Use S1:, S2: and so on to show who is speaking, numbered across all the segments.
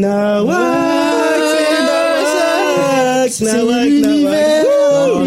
S1: Nawak, c'est Nawak, Nawak, Nawak.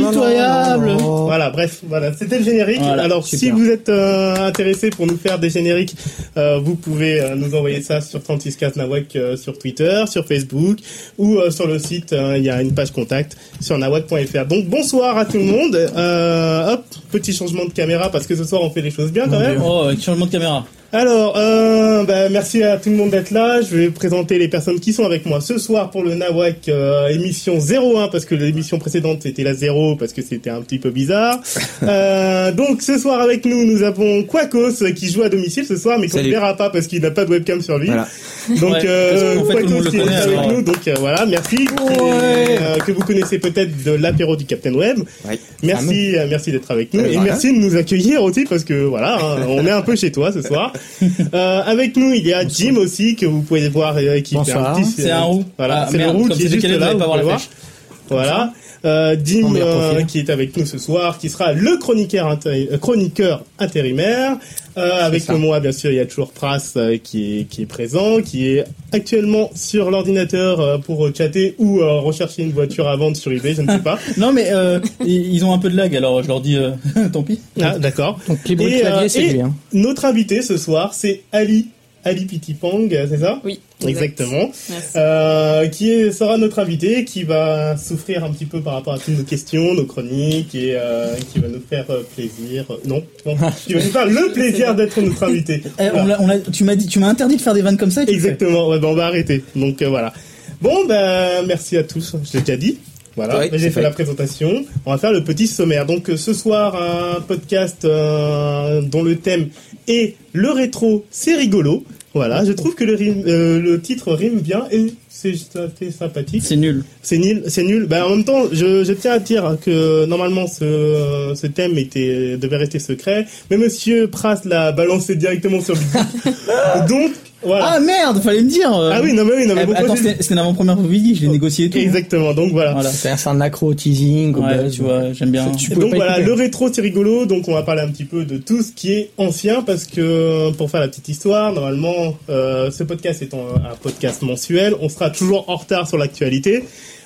S2: Impitoyable.
S1: Voilà, bref, voilà, c'était le générique.
S2: Voilà,
S1: Alors,
S2: super.
S1: si vous êtes euh, intéressé pour nous faire des génériques, euh, vous pouvez euh, nous envoyer ça sur 36 Nawak euh, sur Twitter, sur Facebook ou euh, sur le site. euh, Il y a une page contact sur nawak.fr. Donc, bonsoir à tout le monde. Euh, hop, petit changement de caméra parce que ce soir on fait les choses bien quand même.
S2: Oh, avec changement de caméra.
S1: Alors, euh, bah, merci à tout le monde d'être là. Je vais présenter les personnes qui sont avec moi ce soir pour le Nawak euh, émission 01 parce que l'émission précédente c'était la 0 parce que c'était un petit peu bizarre. Euh, donc ce soir avec nous, nous avons Quacos euh, qui joue à domicile ce soir mais qu'on ne
S3: Salut.
S1: verra pas parce qu'il n'a pas de webcam sur lui.
S3: Voilà.
S1: Donc
S2: Ouais,
S1: euh,
S2: parce qu'en fait, tout le
S1: Quacos
S2: monde le
S1: qui est
S2: connaît,
S1: avec
S2: alors.
S1: nous. Donc euh, voilà, merci. Et, euh, que vous connaissez peut-être de l'apéro du Captain Web.
S3: Ouais.
S1: Merci, euh, merci d'être avec nous
S3: Euh,
S1: et
S3: voilà.
S1: merci de nous accueillir aussi parce que voilà, hein, on est un peu chez toi ce soir. Euh, avec nous, il y a Jim aussi que vous pouvez voir euh, qui
S4: Bonsoir.
S1: fait un petit-
S2: C'est un roux.
S1: Voilà,
S2: Ah,
S1: c'est le
S2: merde,
S1: roux
S2: comme
S1: qui
S2: c'est
S1: est juste
S2: décalé, vous
S1: là,
S2: allez pas
S1: vous
S2: voir
S1: pouvez
S2: la
S1: voir.
S2: flèche.
S1: Voilà. Euh, Jim
S4: On met un
S1: euh,
S4: profil.
S1: qui est avec nous ce soir, qui sera le chroniqueur, intéri- euh, chroniqueur intérimaire. Euh, avec
S4: ça.
S1: moi, bien sûr, il y a toujours Pras euh, qui, est, qui est présent, qui est actuellement sur l'ordinateur euh, pour euh, chatter ou euh, rechercher une voiture à vendre sur eBay, je ne sais pas.
S2: Non, mais euh, ils ils ont un peu de lag, alors je leur dis euh, tant pis.
S1: Ah, d'accord.
S4: Ton petit bruit
S1: Et,
S4: de clavier,
S1: euh,
S4: c'est
S1: et-
S4: lui. Hein.
S1: Notre invité ce soir, c'est Ali. Ali Pitipang, c'est ça
S5: Oui.
S1: Exactement.
S5: Merci.
S1: Euh, qui est- sera notre invité, qui va souffrir un petit peu par rapport à toutes nos questions, nos chroniques, et euh, qui va nous faire euh, plaisir. euh, Non, non, qui va nous faire le plaisir d'être notre invité.
S2: Eh, on
S1: Voilà.
S2: l'a- on l'a- tu m'as dit, tu m'as interdit de faire des vannes comme ça. et tu le fais.
S1: Exactement, ouais, ben, on va arrêter. Donc euh, voilà. Bon, ben, merci à tous, je l'ai déjà dit. Voilà,
S3: Ouais,
S1: Ben, j'ai
S3: c'est
S1: fait
S3: fait.
S1: la présentation. On va faire le petit sommaire. Donc euh, ce soir, un podcast euh, dont le thème est le rétro, c'est rigolo. Voilà, je trouve que le, rime- euh, le titre rime bien et c'est c'est sympathique.
S2: C'est nul.
S1: C'est nul, c'est nul. Bah, en même temps, je, je tiens à dire que normalement ce, ce thème était devait rester secret, mais Monsieur Pras l'a balancé directement sur le Donc voilà.
S2: Ah merde, fallait me dire. euh.
S1: Ah oui, non mais oui, non mais
S2: Eh,
S1: pourquoi
S2: attends,
S1: j'ai-
S2: c'était c'était l'avant-première Covid, je l'ai négocié et tout. hein.
S1: Exactement. Donc voilà.
S2: Voilà.
S4: C'est un- c'est un accro au teasing, au
S2: Ouais,
S4: buzz.
S2: tu vois, j'aime bien.
S4: Tu
S1: Et
S4: pouvais
S1: Donc
S4: pas
S1: voilà,
S4: écouter.
S1: le rétro c'est rigolo, donc on va parler un petit peu de tout ce qui est ancien, parce que pour faire la petite histoire, normalement euh, ce podcast étant un podcast mensuel, on sera toujours en retard sur l'actualité,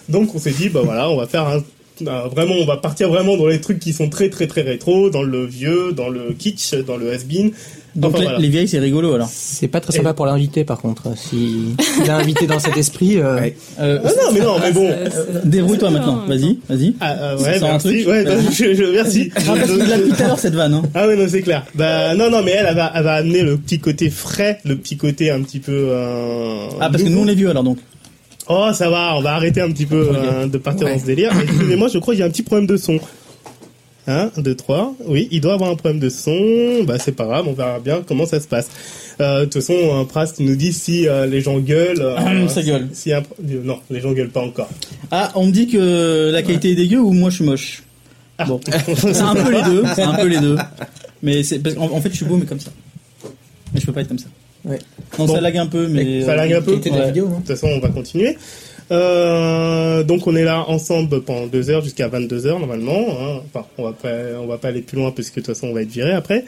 S1: donc on s'est dit, bah voilà, on va faire un... un- vraiment, on va partir vraiment dans les trucs qui sont très très très rétro, dans le vieux, dans le kitsch, dans le has-been.
S2: Donc
S1: Enfin,
S2: les,
S1: voilà.
S2: les vieilles, c'est rigolo alors.
S4: C'est pas très sympa pour l'invité, par contre. hein, Si il a invité dans cet esprit, euh,
S3: Ouais.
S2: Euh,
S1: Ah non, mais non, mais bon.
S2: euh, Débrouille-toi
S5: c'est
S2: maintenant.
S5: bien,
S2: Vas-y, vas-y.
S1: Ah, euh,
S2: Ça
S1: ouais,
S2: sort un
S1: merci.
S2: truc
S1: Ouais, non, je, je- merci.
S2: Ah, parce que tu l'as depuis tout à l'heure cette vanne. Hein.
S1: Ah oui, non, c'est clair. Bah non, non, mais elle, elle va, elle va amener le petit côté frais, le petit côté un petit peu. euh,
S2: Ah parce que
S1: nouveau.
S2: nous on est vieux alors donc.
S1: Oh, ça va, on va arrêter un petit peu
S2: Ok.
S1: euh, de partir dans ce délire. Et Excusez-moi, je crois qu'il y a un petit problème de son. 1, 2, 3. Oui, il doit avoir un problème de son. Bah, c'est pas grave, on verra bien comment ça se passe. Euh, de toute façon, euh, Prast nous dit si euh, les gens gueulent. euh,
S2: Ah, Ça gueule.
S1: Si, un- euh, non, les gens gueulent pas encore.
S2: Ah, on me dit que la qualité est dégueu ou moi je suis moche.
S1: Ah.
S2: Bon, c'est un peu les deux, c'est un peu les deux. Mais c'est parce qu'en- en fait je suis beau mais comme ça. Mais je peux pas être comme ça.
S4: Ouais.
S2: Non,
S1: Bon.
S2: ça lague un peu mais euh,
S1: Ça lague un peu.
S4: qualité de la
S2: Ouais.
S4: vidéo,
S1: De
S4: non
S1: toute façon, on va continuer. Euh, donc on est là ensemble pendant deux heures jusqu'à 22 heures normalement. hein. Enfin, on va pas, on va pas aller plus loin parce que de toute façon on va être viré après.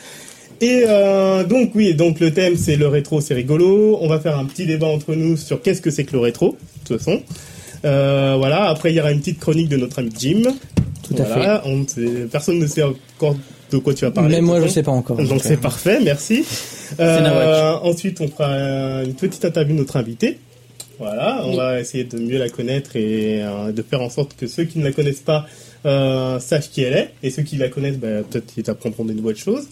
S1: Et euh, donc oui, donc le thème c'est le rétro, c'est rigolo. On va faire un petit débat entre nous sur qu'est-ce que c'est que le rétro. De toute façon, Euh, voilà. Après il y aura une petite chronique de notre ami Jim.
S4: Tout à
S1: Voilà. On ne sait- personne ne sait encore de quoi tu vas parler.
S4: Même moi,
S1: de
S4: je
S1: toute façon.
S4: sais pas encore. hein.
S1: Donc c'est parfait, merci. Euh,
S2: Nawak.
S1: ensuite, on fera euh, une petite interview de notre invité. Voilà, on
S5: Oui.
S1: va essayer de mieux la connaître et euh, de faire en sorte que ceux qui ne la connaissent pas euh, sachent qui elle est. Et ceux qui la connaissent, bah, peut-être qu'ils apprendront des nouvelles choses.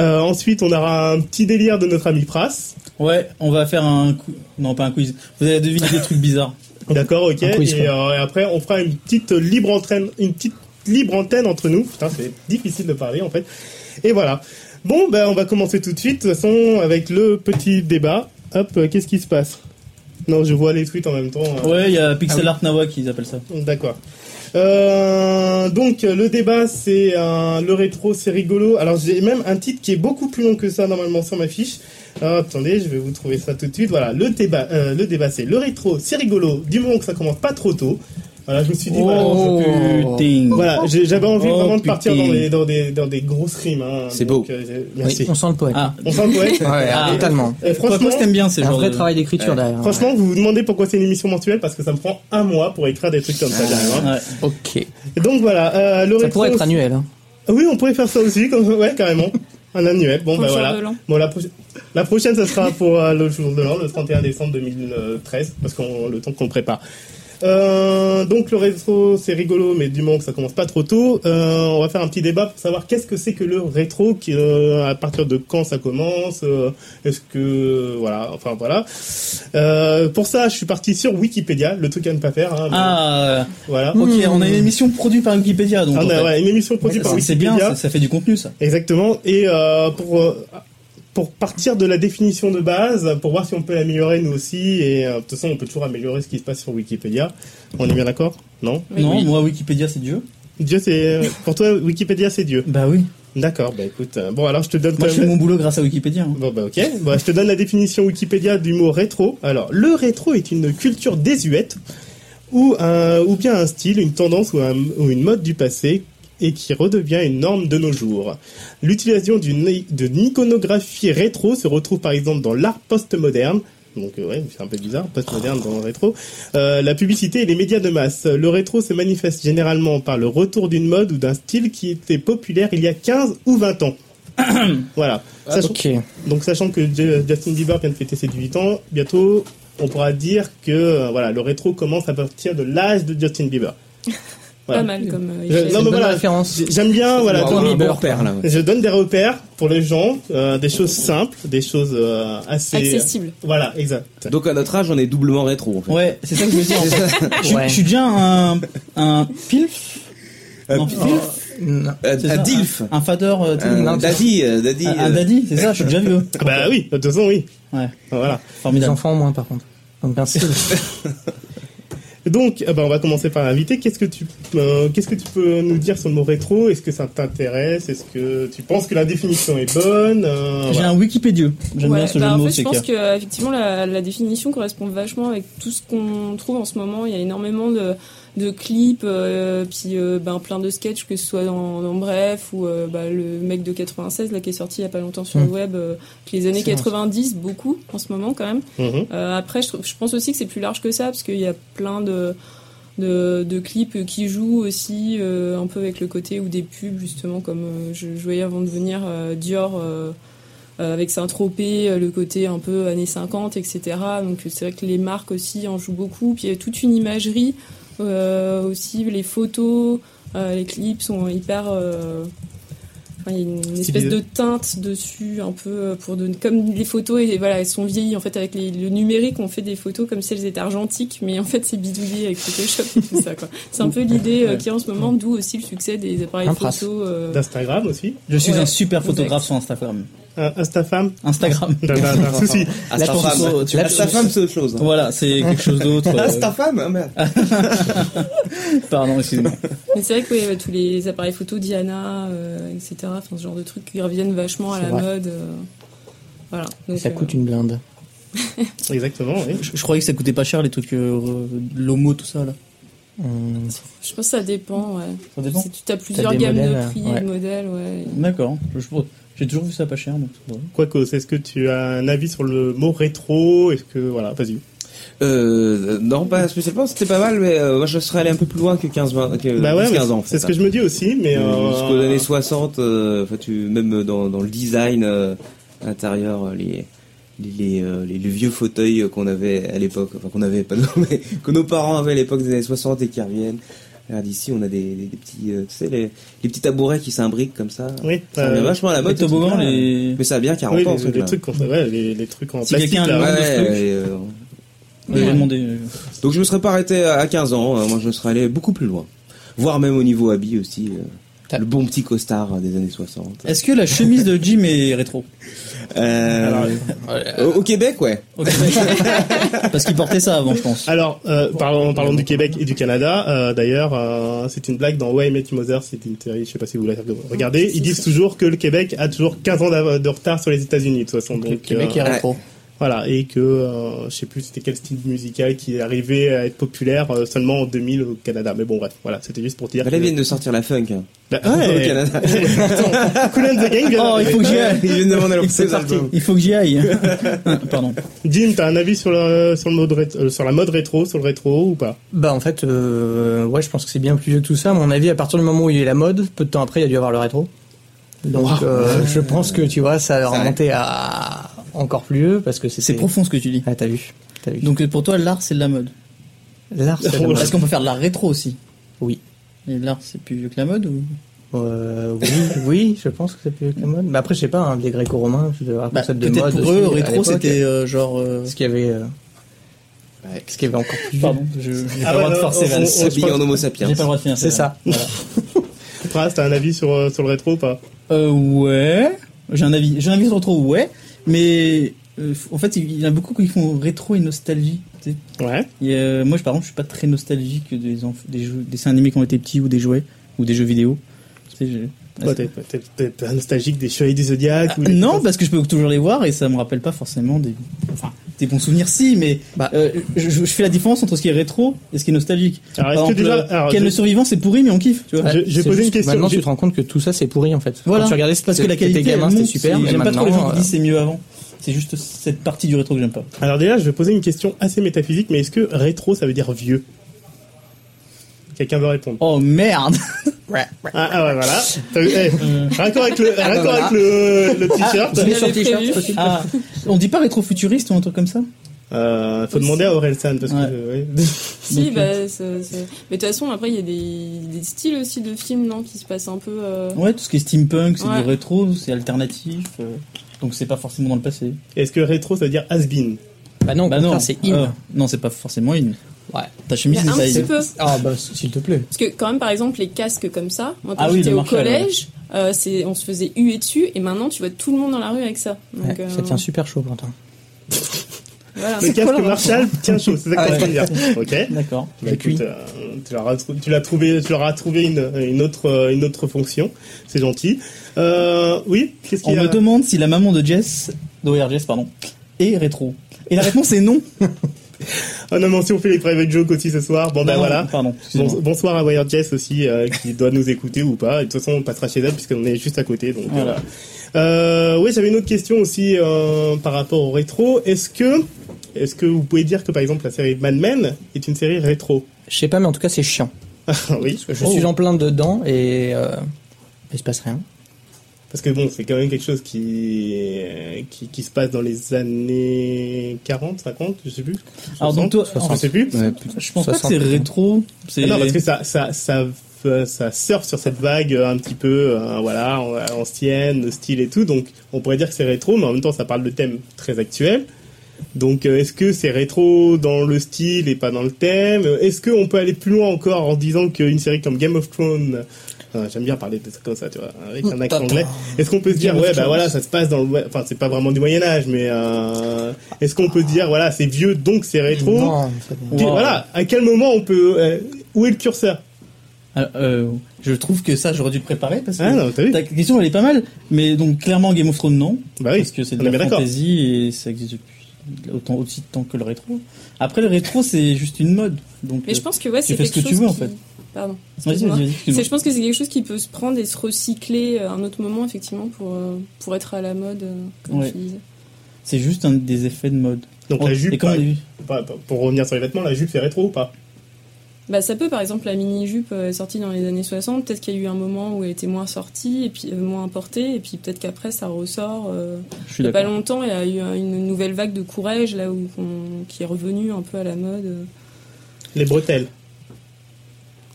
S1: Euh, ensuite, on aura un petit délire de notre ami Pras.
S2: Ouais, on va faire un cou- non pas un quiz. Vous allez deviner des trucs bizarres.
S1: D'accord, ok.
S4: Un
S1: Et,
S4: quiz, quoi.
S1: euh, et après, on fera une petite libre entraîne, une petite libre antenne entre nous. Putain, c'est difficile de parler en fait. Et voilà. Bon, ben on va commencer tout de suite. De toute façon, avec le petit débat. Hop, euh, qu'est-ce qui se passe Non, je vois les tweets en même temps. euh.
S2: Ouais, il y a Pixel Art Nawa qui appelle ça.
S1: D'accord. Euh, donc euh, le débat c'est euh, le rétro, c'est rigolo. Alors j'ai même un titre qui est beaucoup plus long que ça normalement sur ma fiche. Ah, attendez, je vais vous trouver ça tout de suite. Voilà, le débat, euh, le débat c'est le rétro, c'est rigolo. Du moment que ça commence pas trop tôt. Voilà, je me suis dit, voilà,
S2: Oh putain.
S1: Voilà, j'ai- j'avais envie
S2: Oh,
S1: vraiment de partir dans
S2: putain.
S1: des, dans des, dans des grosses rimes. hein.
S3: C'est
S1: Donc,
S3: beau.
S1: euh, j'ai-
S4: Oui,
S1: merci.
S4: on sent le poète.
S2: Ah,
S1: On s'en poète.
S3: Ouais,
S2: Ah,
S1: Et-
S4: totalement.
S1: et
S2: toi,
S1: franchement,
S2: Cos, t'aimes bien ces
S4: Un
S2: genres
S4: vrai
S2: de-
S4: travail d'écriture
S3: Ouais.
S4: derrière.
S1: franchement, vous vous demandez pourquoi c'est une émission mensuelle parce que ça me prend un mois pour écrire des trucs comme ça. quand même, hein.
S2: Ouais.
S3: Ok.
S1: Et Donc voilà, euh, le
S4: ça
S1: rétro
S4: pourrait être
S1: aussi-
S4: annuel. hein.
S1: Ah Oui, on pourrait faire ça aussi, comme... ouais, carrément. Un annuel. Bon,
S5: Pour
S1: bah
S5: le jour
S1: voilà.
S5: de l'an.
S1: Bon, la, proche- la prochaine, ça sera pour euh, le jour de l'an, le 31 décembre 2013, parce qu'on le temps qu'on le prépare. Euh, donc le rétro c'est rigolo mais du moment que ça commence pas trop tôt euh, on va faire un petit débat pour savoir qu'est-ce que c'est que le rétro qui, euh, à partir de quand ça commence euh, est-ce que voilà enfin voilà Euh, pour ça je suis parti sur Wikipédia le truc à ne pas faire hein, mais
S2: Ah,
S1: voilà
S2: ok, on a une émission produite par Wikipédia, donc.
S1: Hmm. Ah,
S2: en
S1: mais
S2: fait.
S1: ouais, une émission produite par
S2: C'est- C'est
S1: Wikipédia
S2: bien, ça, ça fait du contenu, ça.
S1: Exactement. Et euh, pour euh, pour partir de la définition de base, pour voir si on peut l'améliorer nous aussi. Et euh, de toute façon, on peut toujours améliorer ce qui se passe sur Wikipédia. On est bien d'accord Non
S5: Oui.
S2: non, moi, Wikipédia, c'est Dieu.
S1: Dieu, c'est euh, pour toi Wikipédia, c'est Dieu.
S2: Bah oui.
S1: D'accord. Bah écoute, euh, bon alors je te donne.
S2: Moi,
S1: quand
S2: je fais
S1: même-
S2: mon boulot grâce à Wikipédia. hein.
S1: Bon bah ok, Bon, je te donne la définition Wikipédia du mot rétro. Alors, le rétro est une culture désuète ou, un- ou bien un style, une tendance ou, un- ou une mode du passé et qui redevient une norme de nos jours. L'utilisation d'une i- d'une iconographie rétro se retrouve par exemple dans l'art postmoderne. Donc euh, ouais, c'est un peu bizarre, postmoderne dans le rétro. Euh, la publicité et les médias de masse. Le rétro se manifeste généralement par le retour d'une mode ou d'un style qui était populaire il y a 15 ou 20 ans. voilà. Sachant-
S4: ok.
S1: donc sachant que J- Justin Bieber vient de fêter ses 18 ans, bientôt on pourra dire que euh, voilà, le rétro commence à partir de l'âge de Justin Bieber. Voilà.
S5: Pas mal comme. euh,
S1: Je-
S5: hypothèse.
S1: non,
S4: une
S1: mais
S4: bonne
S1: voilà,
S4: référence.
S1: j- j'aime bien voilà,
S3: Wow,
S1: donner-
S3: un bon repère, là. ouais.
S1: je donne des repères pour les gens, euh, des choses simples, des choses euh, assez
S5: Accessible.
S1: Voilà, exact.
S3: Donc à notre âge, on est doublement rétro. En fait.
S2: Ouais, c'est ça que je veux dire. en fait. Je suis-
S4: Ouais.
S2: Je suis déjà un, un pilf.
S3: Un
S2: Non, pilf,
S4: Non.
S3: Euh,
S2: c'est ça,
S3: un dilf.
S2: Un, un fader. euh, tu sais,
S3: Un
S2: un,
S3: daddy. euh, daddy,
S2: un
S3: euh,
S2: Ah, daddy, c'est ça, je suis déjà vieux.
S1: Ah Bah oui, de toute façon, oui.
S2: Ouais,
S1: Voilà.
S4: Les
S2: formidable.
S4: enfants, moins par contre. Donc, un style.
S1: Donc, euh, bah, on va commencer par l'invité. Qu'est-ce que tu, euh, qu'est-ce que tu peux nous dire sur le mot rétro Est-ce que ça t'intéresse Est-ce que tu penses que la définition est bonne Euh,
S2: J'ai
S1: voilà.
S2: un Wikipédia. J'aime
S5: Ouais,
S2: bien ce
S5: bah,
S2: jeu de
S5: en
S2: mots,
S5: fait,
S2: c'est
S5: je pense
S1: hein.
S2: clair.
S5: que euh, effectivement la, la définition correspond vachement avec tout ce qu'on trouve en ce moment. Il y a énormément de, de clips, euh, puis euh, ben, plein de sketchs, que ce soit dans, dans Bref ou euh, bah, le mec de 96 là qui est sorti il y a pas longtemps sur le
S1: Hmm.
S5: web, euh, que les années
S4: Excellent.
S5: 90 beaucoup en ce moment quand même.
S1: Mhm.
S5: Euh, après, je, trouve- je pense aussi que c'est plus large que ça, parce qu'il y a plein de, de, de clips qui jouent aussi euh, un peu avec le côté ou des pubs, justement, comme euh, je, je voyais avant de venir euh, Dior euh, euh, avec Saint-Tropez, euh, le côté un peu années 50, etc. Donc c'est vrai que les marques aussi en jouent beaucoup. Puis il y a toute une imagerie euh, aussi, les photos, euh, les clips sont hyper. euh, enfin, il y a une- une espèce de teinte dessus, un peu euh, pour donner. Comme les photos, et voilà, elles sont vieillies. En fait, avec les- le numérique, on fait des photos comme si elles étaient argentiques, mais en fait, c'est bidouillé avec Photoshop et tout ça, quoi. C'est un peu l'idée euh, qu'il y a en ce moment, d'où aussi le succès des appareils
S4: Un prince.
S5: photo. euh,
S1: D'Instagram aussi.
S2: Je suis
S5: Ouais,
S2: un super
S5: exact.
S2: photographe sur Instagram.
S1: Un- Instafam.
S2: Instagram.
S1: T'as- t'as- t'as euh, un souci.
S3: Ah,
S2: La
S3: c'est ta
S2: chanson,
S3: femme.
S2: tu-
S3: Ah,
S2: la
S3: c'est ta
S2: chanson.
S3: femme, c'est autre chose.
S2: Voilà, c'est quelque chose d'autre. euh,
S3: Ah, c'est ta femme Ah, merde.
S2: Pardon, excusez-moi.
S5: Mais c'est vrai que ouais, ouais, tous les appareils photo, Diana, euh, etc., enfin, ce genre de trucs qui reviennent vachement à
S4: C'est
S5: la
S4: vrai.
S5: mode. euh, voilà. Donc,
S4: Ça
S5: euh,
S4: coûte une blinde.
S1: Exactement, oui.
S2: Je, je croyais que ça coûtait pas cher les trucs euh, re- l'homo tout ça là.
S4: Hum,
S5: Je pense que ça dépend, ouais.
S2: Ça dépend.
S5: C'est- Tu as plusieurs
S4: des
S5: gammes
S4: modèles,
S5: de prix
S4: ouais.
S5: et de modèles, ouais.
S2: D'accord. Je- je- J'ai toujours vu ça pas cher donc. c'est bon.
S1: Quacos, est-ce que tu as un avis sur le mot rétro Est-ce que. Voilà, vas-y.
S3: Euh, non, pas spécialement, c'était pas mal, mais euh, moi je serais allé un peu plus loin que 15, 20, que
S1: bah ouais,
S3: 10,
S1: mais
S3: 15 ans. en
S1: c'est
S3: fait,
S1: ce que
S3: hein.
S1: je me dis aussi, mais.
S3: Euh,
S1: euh,
S3: Jusqu'aux années 60, euh, enfin, tu, même dans, dans le design euh, intérieur, euh, les, les, les, euh, les- les vieux fauteuils euh, qu'on avait à l'époque, enfin qu'on avait pas nous, mais que nos parents avaient à l'époque des années 60 et qui reviennent. Regarde ici, on a des, des- des petits, euh, tu sais, les, les petits tabourets qui s'imbriquent comme ça.
S1: Oui,
S3: Ça
S1: euh,
S3: revient vachement à la mode.
S2: les
S3: ce
S2: toboggans
S3: truc-là.
S2: les
S3: Mais ça a bien 40
S1: oui,
S3: ans,
S1: les,
S3: ce
S1: les
S3: truc-là.
S1: trucs qu'on- ouais, les, les trucs en
S2: Si
S1: plastique.
S2: quelqu'un a
S1: là.
S2: le-
S3: Ouais,
S2: truc.
S3: et, euh,
S2: je vais demander euh,
S3: donc je me serais pas arrêté à 15 ans, euh, moi je serais allé beaucoup plus loin. Voire même au niveau habit aussi. euh,
S4: T'as-
S3: le bon petit costard euh, des années 60.
S2: Est-ce que la chemise de Jim est rétro
S3: Euh,
S1: Alors,
S3: au, au Québec, ouais.
S2: Ok. Parce qu'il portait ça avant je pense.
S1: Alors, euh, parlons, en parlant du Québec et du Canada, euh, d'ailleurs, euh, c'est une blague dans Why I Met Your Mother, c'est une série, je sais pas si vous la regardez, ils disent toujours que le Québec a toujours 15 ans d'av- de retard sur les États-Unis, de toute façon. Donc,
S4: le Québec est
S1: euh,
S4: rétro.
S1: Voilà, et que euh, je sais plus c'était quel style musical qui est arrivé à être populaire euh, seulement en 2000 au Canada. Mais bon, bref, voilà, c'était juste pour dire.
S3: Bah, là,
S1: que-
S3: ils viennent de sortir la funk. hein.
S1: Bah, ouais.
S3: Au Canada.
S1: Attends, Cool and the Gang vient
S2: Ah, Oh, il faut que j'y
S3: Ils
S2: aille.
S3: viennent de vendre leur
S2: C'est
S3: premier
S2: parti.
S3: album.
S2: Il faut que j'y aille. Pardon.
S1: Jim, t'as un avis sur, le, sur, le mode rét- euh, sur la mode rétro, sur le rétro ou pas
S4: Bah en fait, euh, ouais, je pense que c'est bien plus vieux que tout ça. À mon avis, à partir du moment où il y a eu la mode, peu de temps après, il y a dû y avoir le rétro. Donc euh, je pense que tu vois, ça a
S3: Ça,
S4: remonté à encore plus vieux parce que c'était-
S2: C'est profond ce que tu dis.
S4: Ah t'as vu, t'as vu.
S2: Donc euh, pour toi, l'art, c'est de la mode.
S4: l'art, c'est la mode.
S2: Est-ce qu'on peut faire de l'art rétro aussi
S4: Oui.
S2: Et l'art, c'est plus vieux que la mode ou
S4: Euh, oui, oui, je pense que c'est plus vieux que la mode. Mais après, je sais pas, hein, les Gréco-Romains, je- un
S2: Bah,
S4: concept de
S2: Peut-être
S4: mode.
S2: pour
S4: aussi,
S2: eux,
S4: à
S2: rétro,
S4: l'époque.
S2: c'était euh, genre. euh,
S4: ce qu'il y avait, euh, ce qu'il y avait encore plus vieux.
S2: Pardon, je j'ai
S1: Ah
S2: pas le
S1: ouais,
S2: droit de
S1: non,
S2: forcer
S1: on-
S2: Val.
S1: on-
S2: J'ai
S3: S'habiller en homo sapiens.
S2: pas le droit de finir.
S4: C'est
S2: Val.
S4: ça.
S1: Pras, t'as un avis sur, euh, sur le rétro ou pas
S2: Euh, ouais. J'ai un avis. J'ai un avis sur trop, ouais. Mais euh, en fait, il y en a beaucoup qui font rétro et nostalgie. tu sais.
S1: Ouais.
S2: Et, euh, moi, je- par exemple, je suis pas très nostalgique des, enf- des, jeux, des dessins animés quand on était petit ou des jouets ou des jeux vidéo. Tu sais, je-
S1: Quoi, t'es- t'es- T'es t'es un nostalgique des Chevaliers du Zodiac
S2: Ah,
S1: ou des-
S2: non, parce que je peux toujours les voir et ça me rappelle pas forcément des, enfin, des bons souvenirs, si, mais
S4: Bah.
S2: euh, je, je fais la différence entre ce qui est rétro et ce qui est nostalgique.
S1: Alors,
S2: Par
S1: Ah, est-ce que
S2: exemple,
S1: déjà.
S2: euh,
S1: alors,
S2: Ken
S1: je-
S2: le survivant, c'est pourri, mais on kiffe, tu vois.
S1: Je- je vais poser
S4: C'est juste
S1: une
S4: que
S1: question.
S4: Maintenant,
S1: J'ai-
S4: tu te rends compte que tout ça, c'est pourri en fait.
S2: Voilà.
S4: Quand tu regardais,
S2: Parce que la qualité,
S4: t'étais gamin,
S2: elle
S4: c'était
S2: monte,
S4: super.
S2: et
S4: mais
S2: J'aime pas trop les gens
S4: maintenant, euh,
S2: qui disent c'est mieux avant. C'est juste cette partie du rétro que j'aime pas.
S1: alors déjà, je vais poser une question assez métaphysique, mais est-ce que rétro, ça veut dire vieux Quelqu'un veut répondre
S2: Oh merde
S1: Ah, ah ouais, voilà. T'as vu, eh, Rien qu'avec avec le, rien qu'avec le, le t-shirt.
S5: Je l'avais prévu.
S2: ah, On dit pas rétro-futuriste ou un truc comme ça
S1: Euh, faut demander à Aurel San parce
S2: Ouais.
S1: que. ouais.
S2: Donc,
S5: Si, bah, ça- ça- mais de toute façon, après, il y a des, des styles aussi de films, non, qui se passent un peu. euh,
S2: Ouais, tout ce qui est steampunk, c'est
S5: Ouais.
S2: du rétro, c'est alternatif. euh, donc c'est pas forcément dans le passé.
S1: Est-ce que rétro, ça veut dire has been
S4: Bah non, au
S2: Bah non,
S4: contraire, c'est in.
S2: Ah, non, c'est pas forcément in.
S4: Ouais.
S2: Ta chemise,
S5: Mais un
S2: c'est
S5: petit peu.
S4: Ah bah s'il te plaît.
S5: Parce que quand même, par exemple, les casques comme ça, moi quand
S2: Ah oui,
S5: j'étais
S2: le
S5: au
S2: Marshall,
S5: collège, euh, c'est- on se faisait huer dessus, et maintenant tu vois tout le monde dans la rue avec ça. Donc,
S4: Ouais,
S5: euh,
S4: Ça tient super chaud, Quentin.
S5: voilà.
S1: Le casque Marshall tient chaud, c'est ça que ça veut dire. Ok.
S2: D'accord.
S1: Bah, écoute, euh, tu leur as trou- tu l'as trouvé, tu leur as trouvé une, une autre, euh, une autre fonction. C'est gentil. Euh, oui. Qu'est-ce
S2: On
S1: qu'il y a
S2: me demande si la maman de Jess, d'OR Jess, pardon, est rétro. Et la réponse est non.
S1: Ah non, mais si on fait les private jokes aussi ce soir. Bon ben
S2: Non,
S1: voilà.
S2: Pardon.
S1: Bon-
S2: excusez-moi.
S1: bonsoir à Wire Jess aussi, euh, qui doit nous écouter ou pas. Et de toute façon, on passera chez elle puisqu'on est juste à côté. Donc
S2: Voilà.
S1: voilà. Euh, oui, j'avais une autre question aussi euh, par rapport au rétro. Est-ce que, est-ce que vous pouvez dire que par exemple la série Mad Men est une série rétro
S4: Je sais pas, mais en tout cas, c'est chiant.
S1: Oui.
S4: Parce que je
S1: Oh.
S4: suis en plein dedans et euh, il se passe rien.
S1: Parce que bon, c'est quand même quelque chose qui, qui, qui se passe dans les années 40, 50, je sais plus.
S2: Alors donc toi,
S1: 60, je sais plus.
S3: Ouais,
S2: je pense pas que c'est
S4: 60.
S2: rétro. c'est-
S1: Ah non, parce que ça, ça, ça, euh, ça surfe sur cette vague euh, un petit peu, euh, voilà, an- ancienne, style et tout. Donc, on pourrait dire que c'est rétro, mais en même temps, ça parle de thèmes très actuels. Donc, euh, est-ce que c'est rétro dans le style et pas dans le thème Est-ce qu'on peut aller plus loin encore en disant qu'une série comme Game of Thrones euh, J'aime bien parler de ça comme ça, tu vois, avec un accent anglais. Est-ce qu'on peut se dire,
S4: Game of
S1: ouais, bah
S4: Thrones.
S1: voilà, ça se passe dans le. Enfin, c'est pas vraiment du Moyen-Âge, mais. euh, Est-ce qu'on peut dire, voilà, c'est vieux, donc c'est rétro
S4: Non, c'est pas-
S1: Ok,
S2: Wow.
S1: Voilà, à quel moment on peut. euh, où est le curseur
S2: Alors, euh, je trouve que ça, j'aurais dû le préparer parce que
S1: Ah non, t'as vu
S2: ta question, elle est pas mal. Mais donc, clairement, Game of Thrones, non.
S1: Bah oui,
S2: parce que c'est
S1: on
S2: de
S1: est
S2: la
S1: bien d'accord.
S2: fantasy et ça existe depuis autant, aussi de temps que le rétro. Après, le rétro, c'est juste une mode. Donc,
S5: Mais je
S2: euh,
S5: pense que ouais,
S2: Tu
S5: c'est
S2: fais ce
S5: quelque
S2: que tu
S5: chose
S2: veux, en
S5: qui-
S2: fait.
S5: Pardon.
S2: vas-y,
S5: excuse-moi.
S2: vas-y, vas-y, excuse-moi.
S5: C'est- Je pense que c'est quelque chose qui peut se prendre et se recycler à un autre moment, effectivement, pour, euh, pour être à la mode, euh, comme
S2: Ouais.
S5: tu disais.
S2: C'est juste un des effets de mode.
S1: Donc la
S2: Et
S1: jupe,
S2: comme on
S1: par-
S2: dit-
S1: pas- pas- pour revenir sur les vêtements, la jupe c'est rétro ou pas
S5: Bah, ça peut, par exemple, la mini-jupe euh, est sortie dans les années 60. Peut-être qu'il y a eu un moment où elle était moins sortie, et puis euh, moins portée, et puis peut-être qu'après ça ressort. euh,
S2: je suis
S5: Il n'y a pas
S2: d'accord.
S5: longtemps, il y a eu euh, une nouvelle vague de courage là où qu'on- qui est revenue un peu à la mode. euh,
S1: Les bretelles.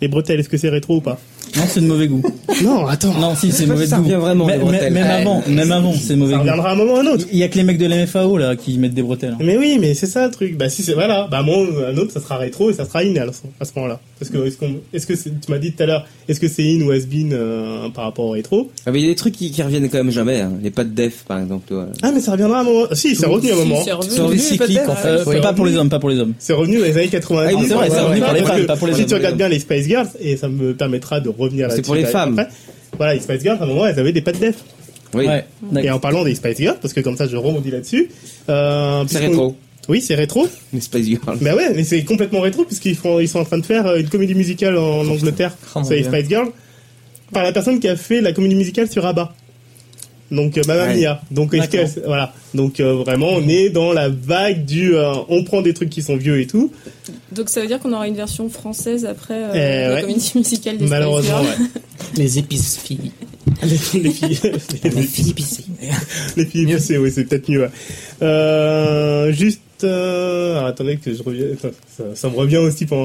S1: Les bretelles, est-ce que c'est rétro ou pas
S2: Non, c'est de mauvais goût.
S1: Non, attends.
S2: non, si, c'est de mauvais
S3: ça
S2: goût.
S3: revient vraiment,
S2: Mais-
S3: les
S2: mais-
S3: bretelles.
S2: même
S3: Ouais.
S2: avant, même avant, c'est de mauvais
S1: Ça
S2: goût.
S1: reviendra à un moment ou à un autre.
S2: Il y a que les mecs de la MFAO là qui mettent des bretelles. hein.
S1: Mais oui, mais c'est ça le truc. Bah si c'est voilà, bah moi un autre ça sera rétro et ça sera in à ce- à ce moment-là. Parce que est-ce qu'on, est-ce que c'est- tu m'as dit tout à l'heure, est-ce que c'est in ou has been euh, par rapport au rétro
S3: Ah, mais il y a des trucs qui, qui reviennent quand même jamais. hein. Les pattes def, par exemple. tu vois.
S1: Ah mais ça reviendra à un moment. Si, c'est revenu à Oh, un
S5: Si,
S1: moment.
S5: c'est revenu.
S2: C'est revenu
S4: Oui,
S2: cyclique
S4: peut-être,
S2: en fait.
S3: euh,
S4: ouais.
S2: C'est Pas pour les hommes, pas pour les hommes.
S1: C'est revenu dans les années 80.
S3: Ah oui,
S2: c'est vrai, c'est revenu pour les
S1: Parce
S2: femmes,
S1: que
S2: pas pour les
S1: Si
S2: hommes,
S1: tu
S2: pour les
S1: regardes
S2: hommes.
S1: bien les Spice Girls, et ça me permettra de revenir là-dessus.
S3: pour les
S1: après,
S3: femmes.
S1: Voilà, les Spice Girls, à un moment, elles avaient des pattes def.
S3: Oui.
S2: Ouais,
S1: Et
S2: d'accord.
S1: en parlant des Spice Girls, parce que comme ça je rebondis là-dessus. euh,
S3: C'est
S1: puisqu'on-
S3: rétro.
S1: Oui, c'est rétro.
S3: Les Spice Girls.
S1: Bah ouais, mais c'est complètement rétro puisqu'ils font, ils sont en train de faire euh, une comédie musicale en Angleterre
S4: Oh mon
S1: sur les
S4: Dieu.
S1: Spice Girls par la personne qui a fait la comédie musicale sur ABBA. Donc euh, Mamma
S3: Ouais.
S1: Mia. Donc est-ce que-
S2: D'accord.
S1: voilà. Donc euh, vraiment on est dans la vague du euh, on prend des trucs qui sont vieux et tout.
S5: Donc ça veut dire qu'on aura une version française après euh,
S1: Eh
S5: la
S1: ouais.
S5: comédie musicale des Spice
S1: Malheureusement,
S5: Girls.
S1: ouais.
S4: Les épices filles.
S1: les, les filles, les,
S4: filles épicées.
S1: les filles
S4: Mieux.
S1: épicées, oui, c'est peut-être mieux. ouais. Euh, juste, euh, alors, attendez que je reviens. enfin, ça, ça me revient aussi pour,